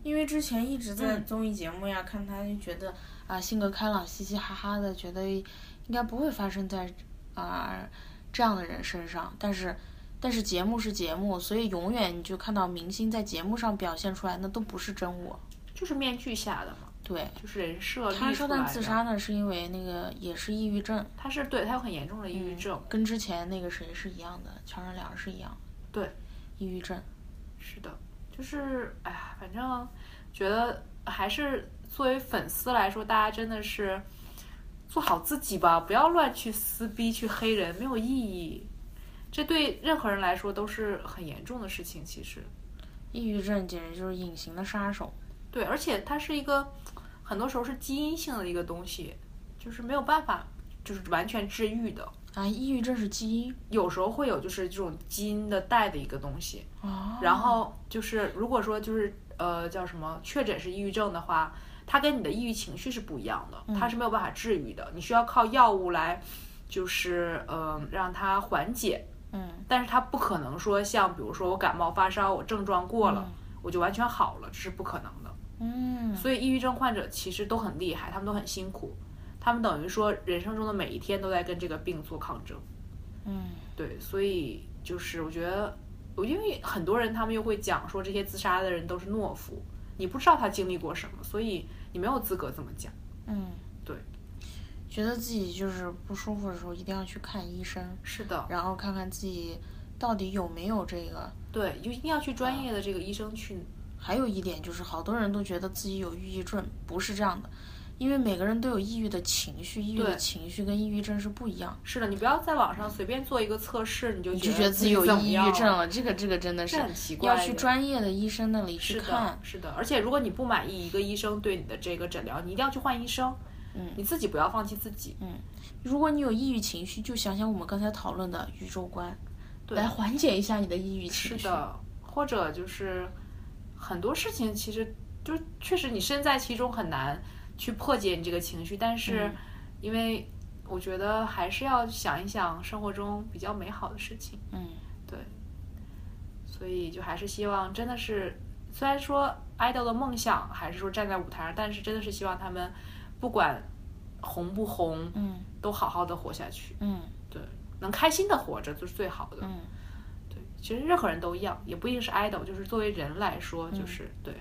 Speaker 1: 因为之前一直在
Speaker 3: 嗯
Speaker 1: 综艺节目呀，看他就觉得啊，性格开朗、嘻嘻哈哈的，觉得应该不会发生在啊、这样的人身上。但是，但是节目是节目，所以永远你就看到明星在节目上表现出来，那都不是真我。
Speaker 3: 就是面具下的嘛，
Speaker 1: 对，
Speaker 3: 就是人设立出
Speaker 1: 他
Speaker 3: 来
Speaker 1: 烧炭
Speaker 3: 的。
Speaker 1: 自杀呢，是因为那个也是抑郁症，
Speaker 3: 他是对他有很严重的抑
Speaker 1: 嗯
Speaker 3: 郁症。
Speaker 1: 跟之前那个谁是一样的，乔任梁是一样。
Speaker 3: 对，
Speaker 1: 抑郁症。
Speaker 3: 是的，就是哎呀，反正觉得还是作为粉丝来说，大家真的是做好自己吧，不要乱去撕逼、去黑人，没有意义。这对任何人来说都是很严重的事情，其实。
Speaker 1: 抑郁症简直就是隐形的杀手。
Speaker 3: 对，而且它是一个很多时候是基因性的一个东西，就是没有办法就是完全治愈的。
Speaker 1: 啊，抑郁症是基因
Speaker 3: 有时候会有就是这种基因的带的一个东西，
Speaker 1: 啊。
Speaker 3: 然后就是如果说就是呃叫什么确诊是抑郁症的话，它跟你的抑郁情绪是不一样的，它是没有办法治愈的，你需要靠药物来，就是呃让它缓解，
Speaker 1: 嗯，
Speaker 3: 但是它不可能说像比如说我感冒发烧，我症状过了，我就完全好了，这是不可能的。
Speaker 1: 嗯，
Speaker 3: 所以抑郁症患者其实都很厉害，他们都很辛苦，他们等于说人生中的每一天都在跟这个病做抗争。
Speaker 1: 嗯，
Speaker 3: 对，所以就是我觉得，我因为很多人他们又会讲说这些自杀的人都是懦夫，你不知道他经历过什么，所以你没有资格这么讲。
Speaker 1: 嗯，
Speaker 3: 对，
Speaker 1: 觉得自己就是不舒服的时候，一定要去看医生，
Speaker 3: 是的，
Speaker 1: 然后看看自己到底有没有这个。
Speaker 3: 对，就一定要去专业的这个医生去。
Speaker 1: 还有一点就是，好多人都觉得自己有抑郁症，不是这样的，因为每个人都有抑郁的情绪，抑郁的
Speaker 3: 对
Speaker 1: 情绪跟抑郁症是不一样。
Speaker 3: 是的，你不要在网上随便做一个测试，你就
Speaker 1: 你就
Speaker 3: 觉
Speaker 1: 觉得自己有
Speaker 3: 怎么
Speaker 1: 抑
Speaker 3: 样啊
Speaker 1: 郁症了，这个这个真的是
Speaker 3: 这很奇怪
Speaker 1: 要
Speaker 3: 的
Speaker 1: 去专业的医生那里
Speaker 3: 是
Speaker 1: 去
Speaker 3: 的
Speaker 1: 看，。
Speaker 3: 是的，而且如果你不满意一个医生对你的这个诊疗，你一定要去换医生。
Speaker 1: 嗯
Speaker 3: 你自己不要放弃自己。
Speaker 1: 如果你有抑郁情绪，就想想我们刚才讨论的宇宙观，
Speaker 3: 对
Speaker 1: 来缓解一下你的抑郁情
Speaker 3: 是
Speaker 1: 绪。
Speaker 3: 的，或者就是很多事情，其实就确实你身在其中很难去破解你这个情绪，但是
Speaker 1: 嗯
Speaker 3: 因为我觉得还是要想一想生活中比较美好的事情，
Speaker 1: 嗯，
Speaker 3: 所以就还是希望真的是，虽然说 idol 的梦想还是说站在舞台上，但是真的是希望他们不管红不红，
Speaker 1: 嗯
Speaker 3: 都好好的活下去，
Speaker 1: 嗯
Speaker 3: 能开心的活着就是最好的。
Speaker 1: 嗯，
Speaker 3: 对，其实任何人都一样，也不一定是 idol，就是作为人来说，
Speaker 1: 嗯
Speaker 3: 就是、对。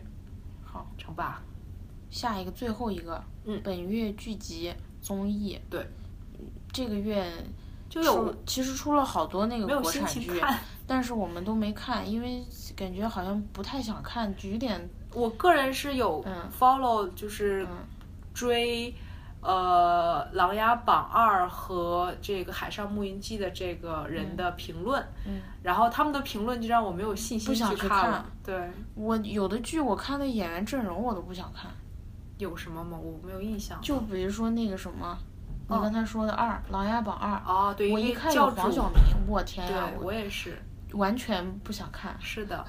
Speaker 1: 好，
Speaker 3: 成吧，
Speaker 1: 下一个最后一个，
Speaker 3: 嗯
Speaker 1: 本月剧集综艺，
Speaker 3: 对，
Speaker 1: 这个月
Speaker 3: 就
Speaker 1: 出
Speaker 3: 有
Speaker 1: 其实出了好多那
Speaker 3: 没
Speaker 1: 个
Speaker 3: 有
Speaker 1: 国
Speaker 3: 心
Speaker 1: 产
Speaker 3: 情
Speaker 1: 剧，
Speaker 3: 看。
Speaker 1: 但是我们都没看，因为感觉好像不太想看，就有点
Speaker 3: 我个人是有
Speaker 1: 嗯
Speaker 3: follow，就是
Speaker 1: 嗯
Speaker 3: 追、呃《琅琊榜二》和这个《海上牧云记》的这个人的评论，
Speaker 1: 嗯
Speaker 3: 然后他们的评论就让我没有信心
Speaker 1: 不想去
Speaker 3: 看了
Speaker 1: 看。
Speaker 3: 对，
Speaker 1: 我有的剧我看的演员阵容我都不想看，
Speaker 3: 有什么吗？我没有印象。
Speaker 1: 就比如说那个什么，你
Speaker 3: 哦
Speaker 1: 刚才说的二《琅琊榜二》，
Speaker 3: 哦，对，
Speaker 1: 我
Speaker 3: 因
Speaker 1: 一
Speaker 3: 为
Speaker 1: 看有
Speaker 3: 教
Speaker 1: 黄
Speaker 3: 主，
Speaker 1: 晓明，啊我天
Speaker 3: 对
Speaker 1: 呀、
Speaker 3: 我也是，
Speaker 1: 我完全不想看。
Speaker 3: 是的，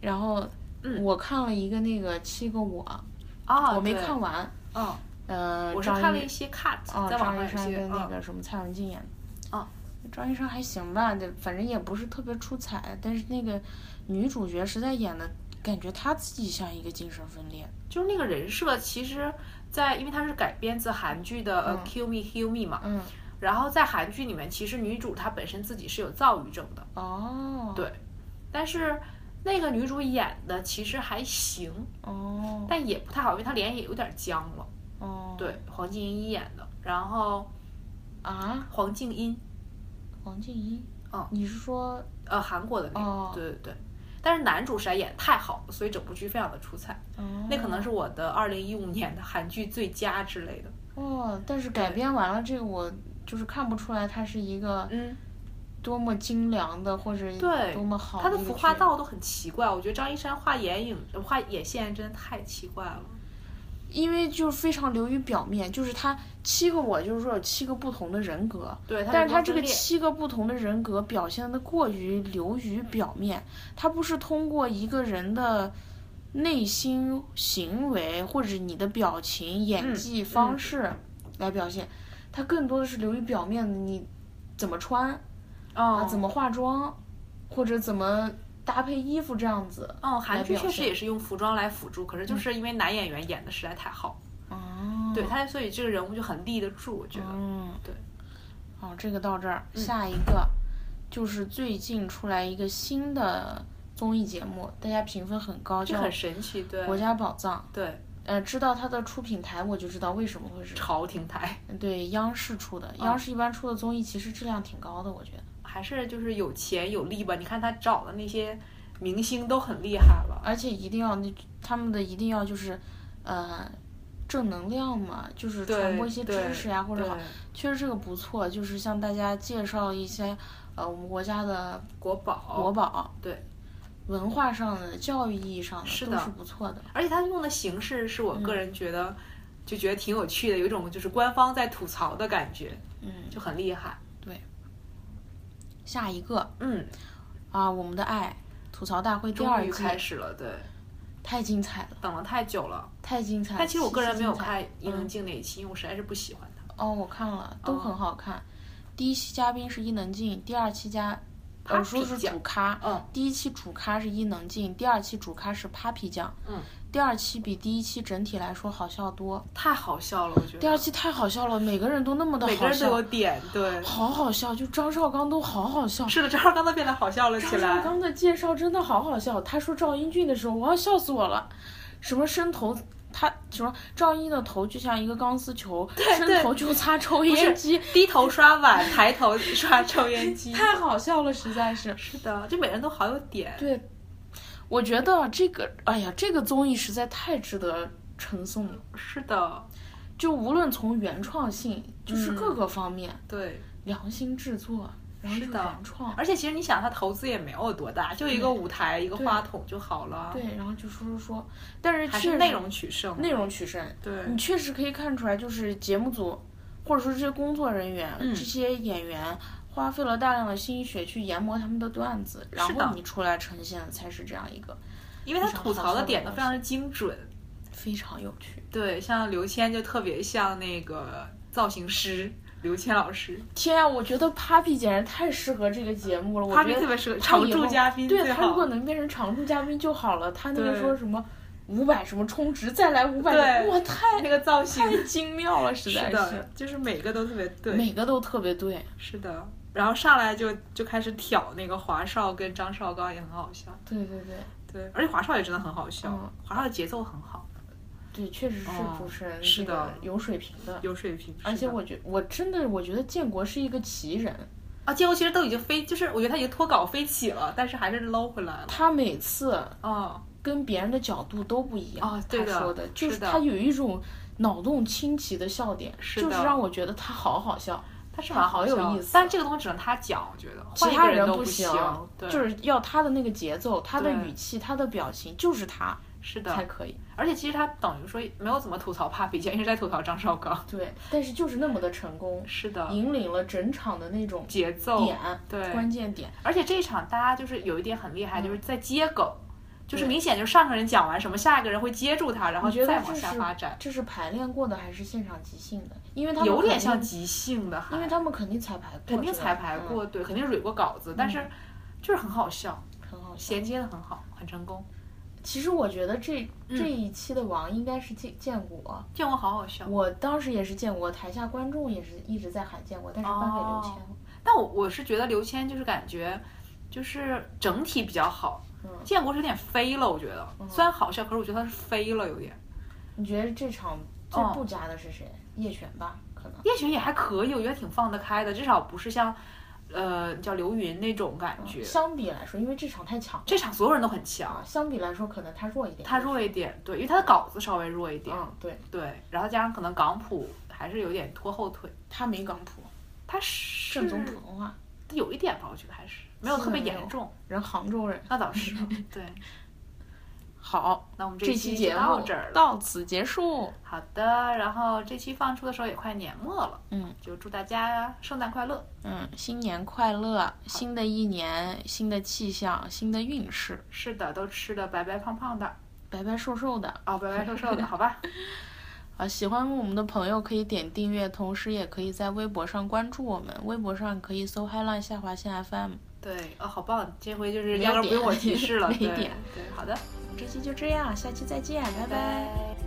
Speaker 1: 然后、
Speaker 3: 嗯
Speaker 1: 我看了一个那个《七个我》
Speaker 3: 啊，
Speaker 1: 我没
Speaker 3: 对
Speaker 1: 看，完。
Speaker 3: 嗯，
Speaker 1: 呃，
Speaker 3: 我是
Speaker 1: 张一
Speaker 3: 看了一些 cut，
Speaker 1: 哦，
Speaker 3: 在网
Speaker 1: 张
Speaker 3: 上
Speaker 1: 一
Speaker 3: 有
Speaker 1: 山
Speaker 3: 些
Speaker 1: 跟那
Speaker 3: 嗯
Speaker 1: 个什么蔡文静演的。
Speaker 3: 哦
Speaker 1: 张一山还行吧，对，反正也不是特别出彩，但是那个女主角实在演的，感觉她自己像一个精神分裂。
Speaker 3: 就是那个人设，其实在，因为它是改编自韩剧的《呃 Kill Me Kill Me》嘛，
Speaker 1: 嗯，
Speaker 3: 然后在韩剧里面，其实女主她本身自己是有躁郁症的，
Speaker 1: 哦，
Speaker 3: 对但是那个女主演的其实还行，
Speaker 1: 哦，
Speaker 3: 但也不太好，因为她脸也有点僵了。
Speaker 1: 哦，
Speaker 3: 对，黄静英演的，然后
Speaker 1: 啊，
Speaker 3: 黄静英，
Speaker 1: 黄静怡，
Speaker 3: 哦
Speaker 1: 你是说
Speaker 3: 呃，韩国的那个，
Speaker 1: 哦
Speaker 3: 对对对。但是男主实在演得太好了，所以整部剧非常的出彩。
Speaker 1: 哦，
Speaker 3: 那可能是我的二零一五年的韩剧最佳之类的。
Speaker 1: 哦，但是改
Speaker 3: 对
Speaker 1: 编完了这个我就是看不出来它是一个
Speaker 3: 嗯，
Speaker 1: 多么精良的或者
Speaker 3: 对
Speaker 1: 多么好
Speaker 3: 他的
Speaker 1: 一个
Speaker 3: 服化
Speaker 1: 剧
Speaker 3: 道都很奇怪，我觉得张一山画眼影、画眼线真的太奇怪了。
Speaker 1: 因为就是非常流于表面，就是他七个我就是说有七个不同的人格，
Speaker 3: 对，
Speaker 1: 但是他
Speaker 3: 他
Speaker 1: 这个七个不同的人格表现的过于流于表面，他不是通过一个人的内心行为或者你的表情、演
Speaker 3: 嗯
Speaker 1: 技
Speaker 3: 嗯
Speaker 1: 方式来表现，他更多的是流于表面的，你怎么穿啊，
Speaker 3: 哦，
Speaker 1: 怎么化妆，或者怎么搭配衣服这样子。
Speaker 3: 哦，
Speaker 1: 来
Speaker 3: 韩剧
Speaker 1: 表
Speaker 3: 确实
Speaker 1: 现嗯
Speaker 3: 也是用服装来辅助，可是就是因为男演员演的实在太好，
Speaker 1: 哦
Speaker 3: 对他，所以这个人物就很立得住，我觉得。
Speaker 1: 嗯，
Speaker 3: 对。嗯
Speaker 1: 好，这个到这儿，下一个就是最近出来一个新的综艺节目，大家评分很高，
Speaker 3: 这
Speaker 1: 叫
Speaker 3: 很
Speaker 1: 《
Speaker 3: 神奇，对
Speaker 1: 国家宝藏》。
Speaker 3: 对，
Speaker 1: 呃，知道它的出品台，我就知道为什么会是
Speaker 3: 朝廷台
Speaker 1: 对央视出
Speaker 3: 嗯
Speaker 1: 的。央视一般出的综艺其实质量挺高的，我觉得。
Speaker 3: 还是就是有钱有力吧？你看他找的那些明星都很厉害了，
Speaker 1: 而且一定要那他们的一定要就是，呃，正能量嘛，就是
Speaker 3: 对
Speaker 1: 传播一些
Speaker 3: 对
Speaker 1: 知识呀、或者
Speaker 3: 对
Speaker 1: 好，确实这个不错，就是向大家介绍一些呃我们国家的
Speaker 3: 国宝
Speaker 1: 国宝，
Speaker 3: 哦对，
Speaker 1: 文化上的、教育意义上的
Speaker 3: 是
Speaker 1: 都
Speaker 3: 的
Speaker 1: 是不错的。
Speaker 3: 而且他用的形式是我
Speaker 1: 嗯
Speaker 3: 个人觉得、就觉得挺有趣的，有一种就是官方在吐槽的感觉，
Speaker 1: 嗯，
Speaker 3: 就很厉害。
Speaker 1: 下一个
Speaker 3: 嗯，
Speaker 1: 啊，我们的爱吐槽大会第
Speaker 3: 终
Speaker 1: 二
Speaker 3: 于
Speaker 1: 季
Speaker 3: 开始了，对，
Speaker 1: 太精彩了，
Speaker 3: 等了太久了。
Speaker 1: 太精彩了。
Speaker 3: 但其实我个人没有
Speaker 1: 精彩
Speaker 3: 看伊能静那一期，因为我实在是不喜欢她。
Speaker 1: 哦，我看了，都
Speaker 3: 哦
Speaker 1: 很好看。第一期嘉宾是伊能静，第二期嘉。我
Speaker 3: Papi
Speaker 1: 说是主
Speaker 3: 酱
Speaker 1: 咖，
Speaker 3: 嗯
Speaker 1: 第一期主咖是伊能静，第二期主咖是 Papi 酱，
Speaker 3: 嗯，
Speaker 1: 第二期比第一期整体来说好笑多，
Speaker 3: 太好笑了，我觉得。
Speaker 1: 第二期太好笑了，每个人都那么的
Speaker 3: 每个
Speaker 1: 好
Speaker 3: 人都
Speaker 1: 笑，
Speaker 3: 有点对，
Speaker 1: 好好笑，就张绍刚都好好笑。
Speaker 3: 是的，张绍刚都变得好笑了起
Speaker 1: 张绍
Speaker 3: 来。
Speaker 1: 刚的介绍真的好好笑，他说赵英俊的时候，我要笑死我了。什么伸头，他什么赵一的头就像一个钢丝球，
Speaker 3: 对
Speaker 1: 伸头就擦抽
Speaker 3: 不
Speaker 1: 烟
Speaker 3: 是
Speaker 1: 机，
Speaker 3: 低头刷碗，抬头刷抽烟机。
Speaker 1: 太好笑了，实在是。
Speaker 3: 是的，就每人都好有点。
Speaker 1: 对，我觉得这个，哎呀，这个综艺实在太值得称颂了。
Speaker 3: 是的，
Speaker 1: 就无论从原创性，
Speaker 3: 嗯
Speaker 1: 就是各个方面，
Speaker 3: 对。
Speaker 1: 良心制作，然后
Speaker 3: 是
Speaker 1: 又
Speaker 3: 的
Speaker 1: 原创，
Speaker 3: 而且其实你想，他投资也没有多大，就一个舞台、一个话筒就好了。，
Speaker 1: 对，然后就说说说，但是
Speaker 3: 还
Speaker 1: 确
Speaker 3: 是
Speaker 1: 实
Speaker 3: 内容取胜。
Speaker 1: 内嗯容取胜，
Speaker 3: 对
Speaker 1: 你确实可以看出来，就是节目组或者说这些工作人员、这些演员花费了大量的心血去研磨他们的段子，然
Speaker 3: 是的
Speaker 1: 后你出来呈现的才是这样一个
Speaker 3: 因为他吐槽的点都非常的精准。
Speaker 1: 非常有趣。
Speaker 3: 对，像刘谦就特别像那个造型师刘谦老师，
Speaker 1: 天啊，我觉得 Papi 简直太适合这个节目了。我
Speaker 3: 他
Speaker 1: 觉
Speaker 3: 特
Speaker 1: 得
Speaker 3: 别适合
Speaker 1: 他
Speaker 3: 常
Speaker 1: 以
Speaker 3: 驻
Speaker 1: 后
Speaker 3: 嘉宾
Speaker 1: 对
Speaker 3: 最
Speaker 1: 他如
Speaker 3: 好。
Speaker 1: 果能变成常驻嘉宾就好了。他那个
Speaker 3: 对
Speaker 1: 说什么五百什么充值再来五百，
Speaker 3: 对
Speaker 1: 哇， 太
Speaker 3: 那个造型
Speaker 1: 太精妙了，实在
Speaker 3: 的，就是每个都特别对。
Speaker 1: 每个都特别对。
Speaker 3: 是的，然后上来就就开始挑那个华少跟张绍刚，也很好笑。
Speaker 1: 对对对
Speaker 3: 对，而且华少也真的很好笑，
Speaker 1: 嗯
Speaker 3: 华少的节奏很好，
Speaker 1: 对，确实是
Speaker 3: 哦
Speaker 1: 主持人
Speaker 3: 是
Speaker 1: 这个
Speaker 3: 的
Speaker 1: 有水平的。
Speaker 3: 有水平。
Speaker 1: 而
Speaker 3: 是
Speaker 1: 且
Speaker 3: 的
Speaker 1: 我觉我真的我觉得建国是一个奇人，
Speaker 3: 啊，建国其实都已经飞，就是我觉得他已经脱稿飞起了，但是还是搂回来了。
Speaker 1: 他每次
Speaker 3: 哦，
Speaker 1: 跟别人的角度都不一样。
Speaker 3: 哦对的
Speaker 1: 他说的就是
Speaker 3: 是的
Speaker 1: 他有一种脑洞清奇的笑点，
Speaker 3: 是
Speaker 1: 就是
Speaker 3: 的
Speaker 1: 让我觉得他好好笑。
Speaker 3: 他是
Speaker 1: 他
Speaker 3: 蛮
Speaker 1: 好
Speaker 3: 笑
Speaker 1: 有
Speaker 3: 的
Speaker 1: 意思
Speaker 3: 但这个东西只能他讲，我觉得
Speaker 1: 其
Speaker 3: 换一
Speaker 1: 他
Speaker 3: 个人
Speaker 1: 人
Speaker 3: 都
Speaker 1: 不
Speaker 3: 行
Speaker 1: 行，，
Speaker 3: 对，
Speaker 1: 就是要他的那个节奏、他的
Speaker 3: 对
Speaker 1: 语气、他的表情，就是他
Speaker 3: 是
Speaker 1: 才
Speaker 3: 的。
Speaker 1: 可以。
Speaker 3: 而且其实他等于说没有怎么吐槽 Papi 姐，一直在吐槽张 绍刚。
Speaker 1: 对，但是就是那么的成功，
Speaker 3: 是的，
Speaker 1: 引领了整场的那种
Speaker 3: 节奏
Speaker 1: 点，
Speaker 3: 对，
Speaker 1: 关键点。
Speaker 3: 而且这一场大家就是有一点很厉害，
Speaker 1: 嗯
Speaker 3: 就是在接梗，就是
Speaker 1: 对
Speaker 3: 明显就是上个人讲完什么，下一个人会接住他，然后
Speaker 1: 你觉得
Speaker 3: 再往
Speaker 1: 这
Speaker 3: 下
Speaker 1: 是
Speaker 3: 发展，
Speaker 1: 这是排练过的还是现场即兴的？因为他们
Speaker 3: 有点
Speaker 1: 肯定
Speaker 3: 像即兴的，
Speaker 1: 因为
Speaker 3: 还
Speaker 1: 他们肯定彩排过，
Speaker 3: 肯定彩排
Speaker 1: 嗯
Speaker 3: 过，对，肯定蕊过稿子，但是就是很好笑，
Speaker 1: 很好笑。
Speaker 3: 衔接的很好，很成功。
Speaker 1: 其实我觉得这
Speaker 3: 嗯
Speaker 1: 这一期的王应该是建建国，
Speaker 3: 建国好好笑，
Speaker 1: 我当时也是建国，台下观众也是一直在喊建国，但是颁给刘谦了。
Speaker 3: 但我我是觉得刘谦就是感觉就是整体比较好，
Speaker 1: 嗯
Speaker 3: 建国是有点飞了，我觉得
Speaker 1: 嗯
Speaker 3: 虽然好笑，可是我觉得他是飞了有点。
Speaker 1: 你觉得这场最
Speaker 3: 哦
Speaker 1: 不佳的是谁？叶璇吧，可能。
Speaker 3: 叶璇也还可以，我觉得挺放得开的，至少不是像，呃，叫刘云那种感觉。
Speaker 1: 相比来说，因为这场太强了，
Speaker 3: 这场所有人都很强
Speaker 1: 啊，，相比来说可能他弱一点。
Speaker 3: 他弱一点，对，因为他的稿子稍微弱一点，
Speaker 1: 嗯，对，
Speaker 3: 对，然后加上可能港普还是有点拖后腿，
Speaker 1: 他没港普，
Speaker 3: 他是
Speaker 1: 正宗普通话，
Speaker 3: 有一点吧，我觉得还是没有特别
Speaker 1: 没有
Speaker 3: 严重，
Speaker 1: 人杭州人。
Speaker 3: 那 倒是，对，
Speaker 1: 好，
Speaker 3: 那我们
Speaker 1: 这
Speaker 3: 期
Speaker 1: 期
Speaker 3: 就
Speaker 1: 节
Speaker 3: 到
Speaker 1: 目
Speaker 3: 这儿了，
Speaker 1: 到此结束。
Speaker 3: 好的，然后这期放出的时候也快年末了，
Speaker 1: 嗯，
Speaker 3: 就祝大家圣诞快乐，
Speaker 1: 嗯，新年快乐！新的一年，新的气象，新的运势，
Speaker 3: 是的，都吃的白白胖胖的，
Speaker 1: 白白瘦瘦的。
Speaker 3: 啊、白白 瘦瘦的，好吧，
Speaker 1: 啊，喜欢我们的朋友可以点订阅，同时也可以在微博上关注我们。微博上可以搜 “highline 下划线 FM”。
Speaker 3: 对，啊、好棒，这回就是
Speaker 1: 没
Speaker 3: 压
Speaker 1: 有
Speaker 3: 根儿不
Speaker 1: 点
Speaker 3: 用我提示了，
Speaker 1: 没
Speaker 3: 对
Speaker 1: 点
Speaker 3: 对，好的，
Speaker 1: 这期就这样，下期再见，拜
Speaker 3: 拜
Speaker 1: 拜
Speaker 3: 拜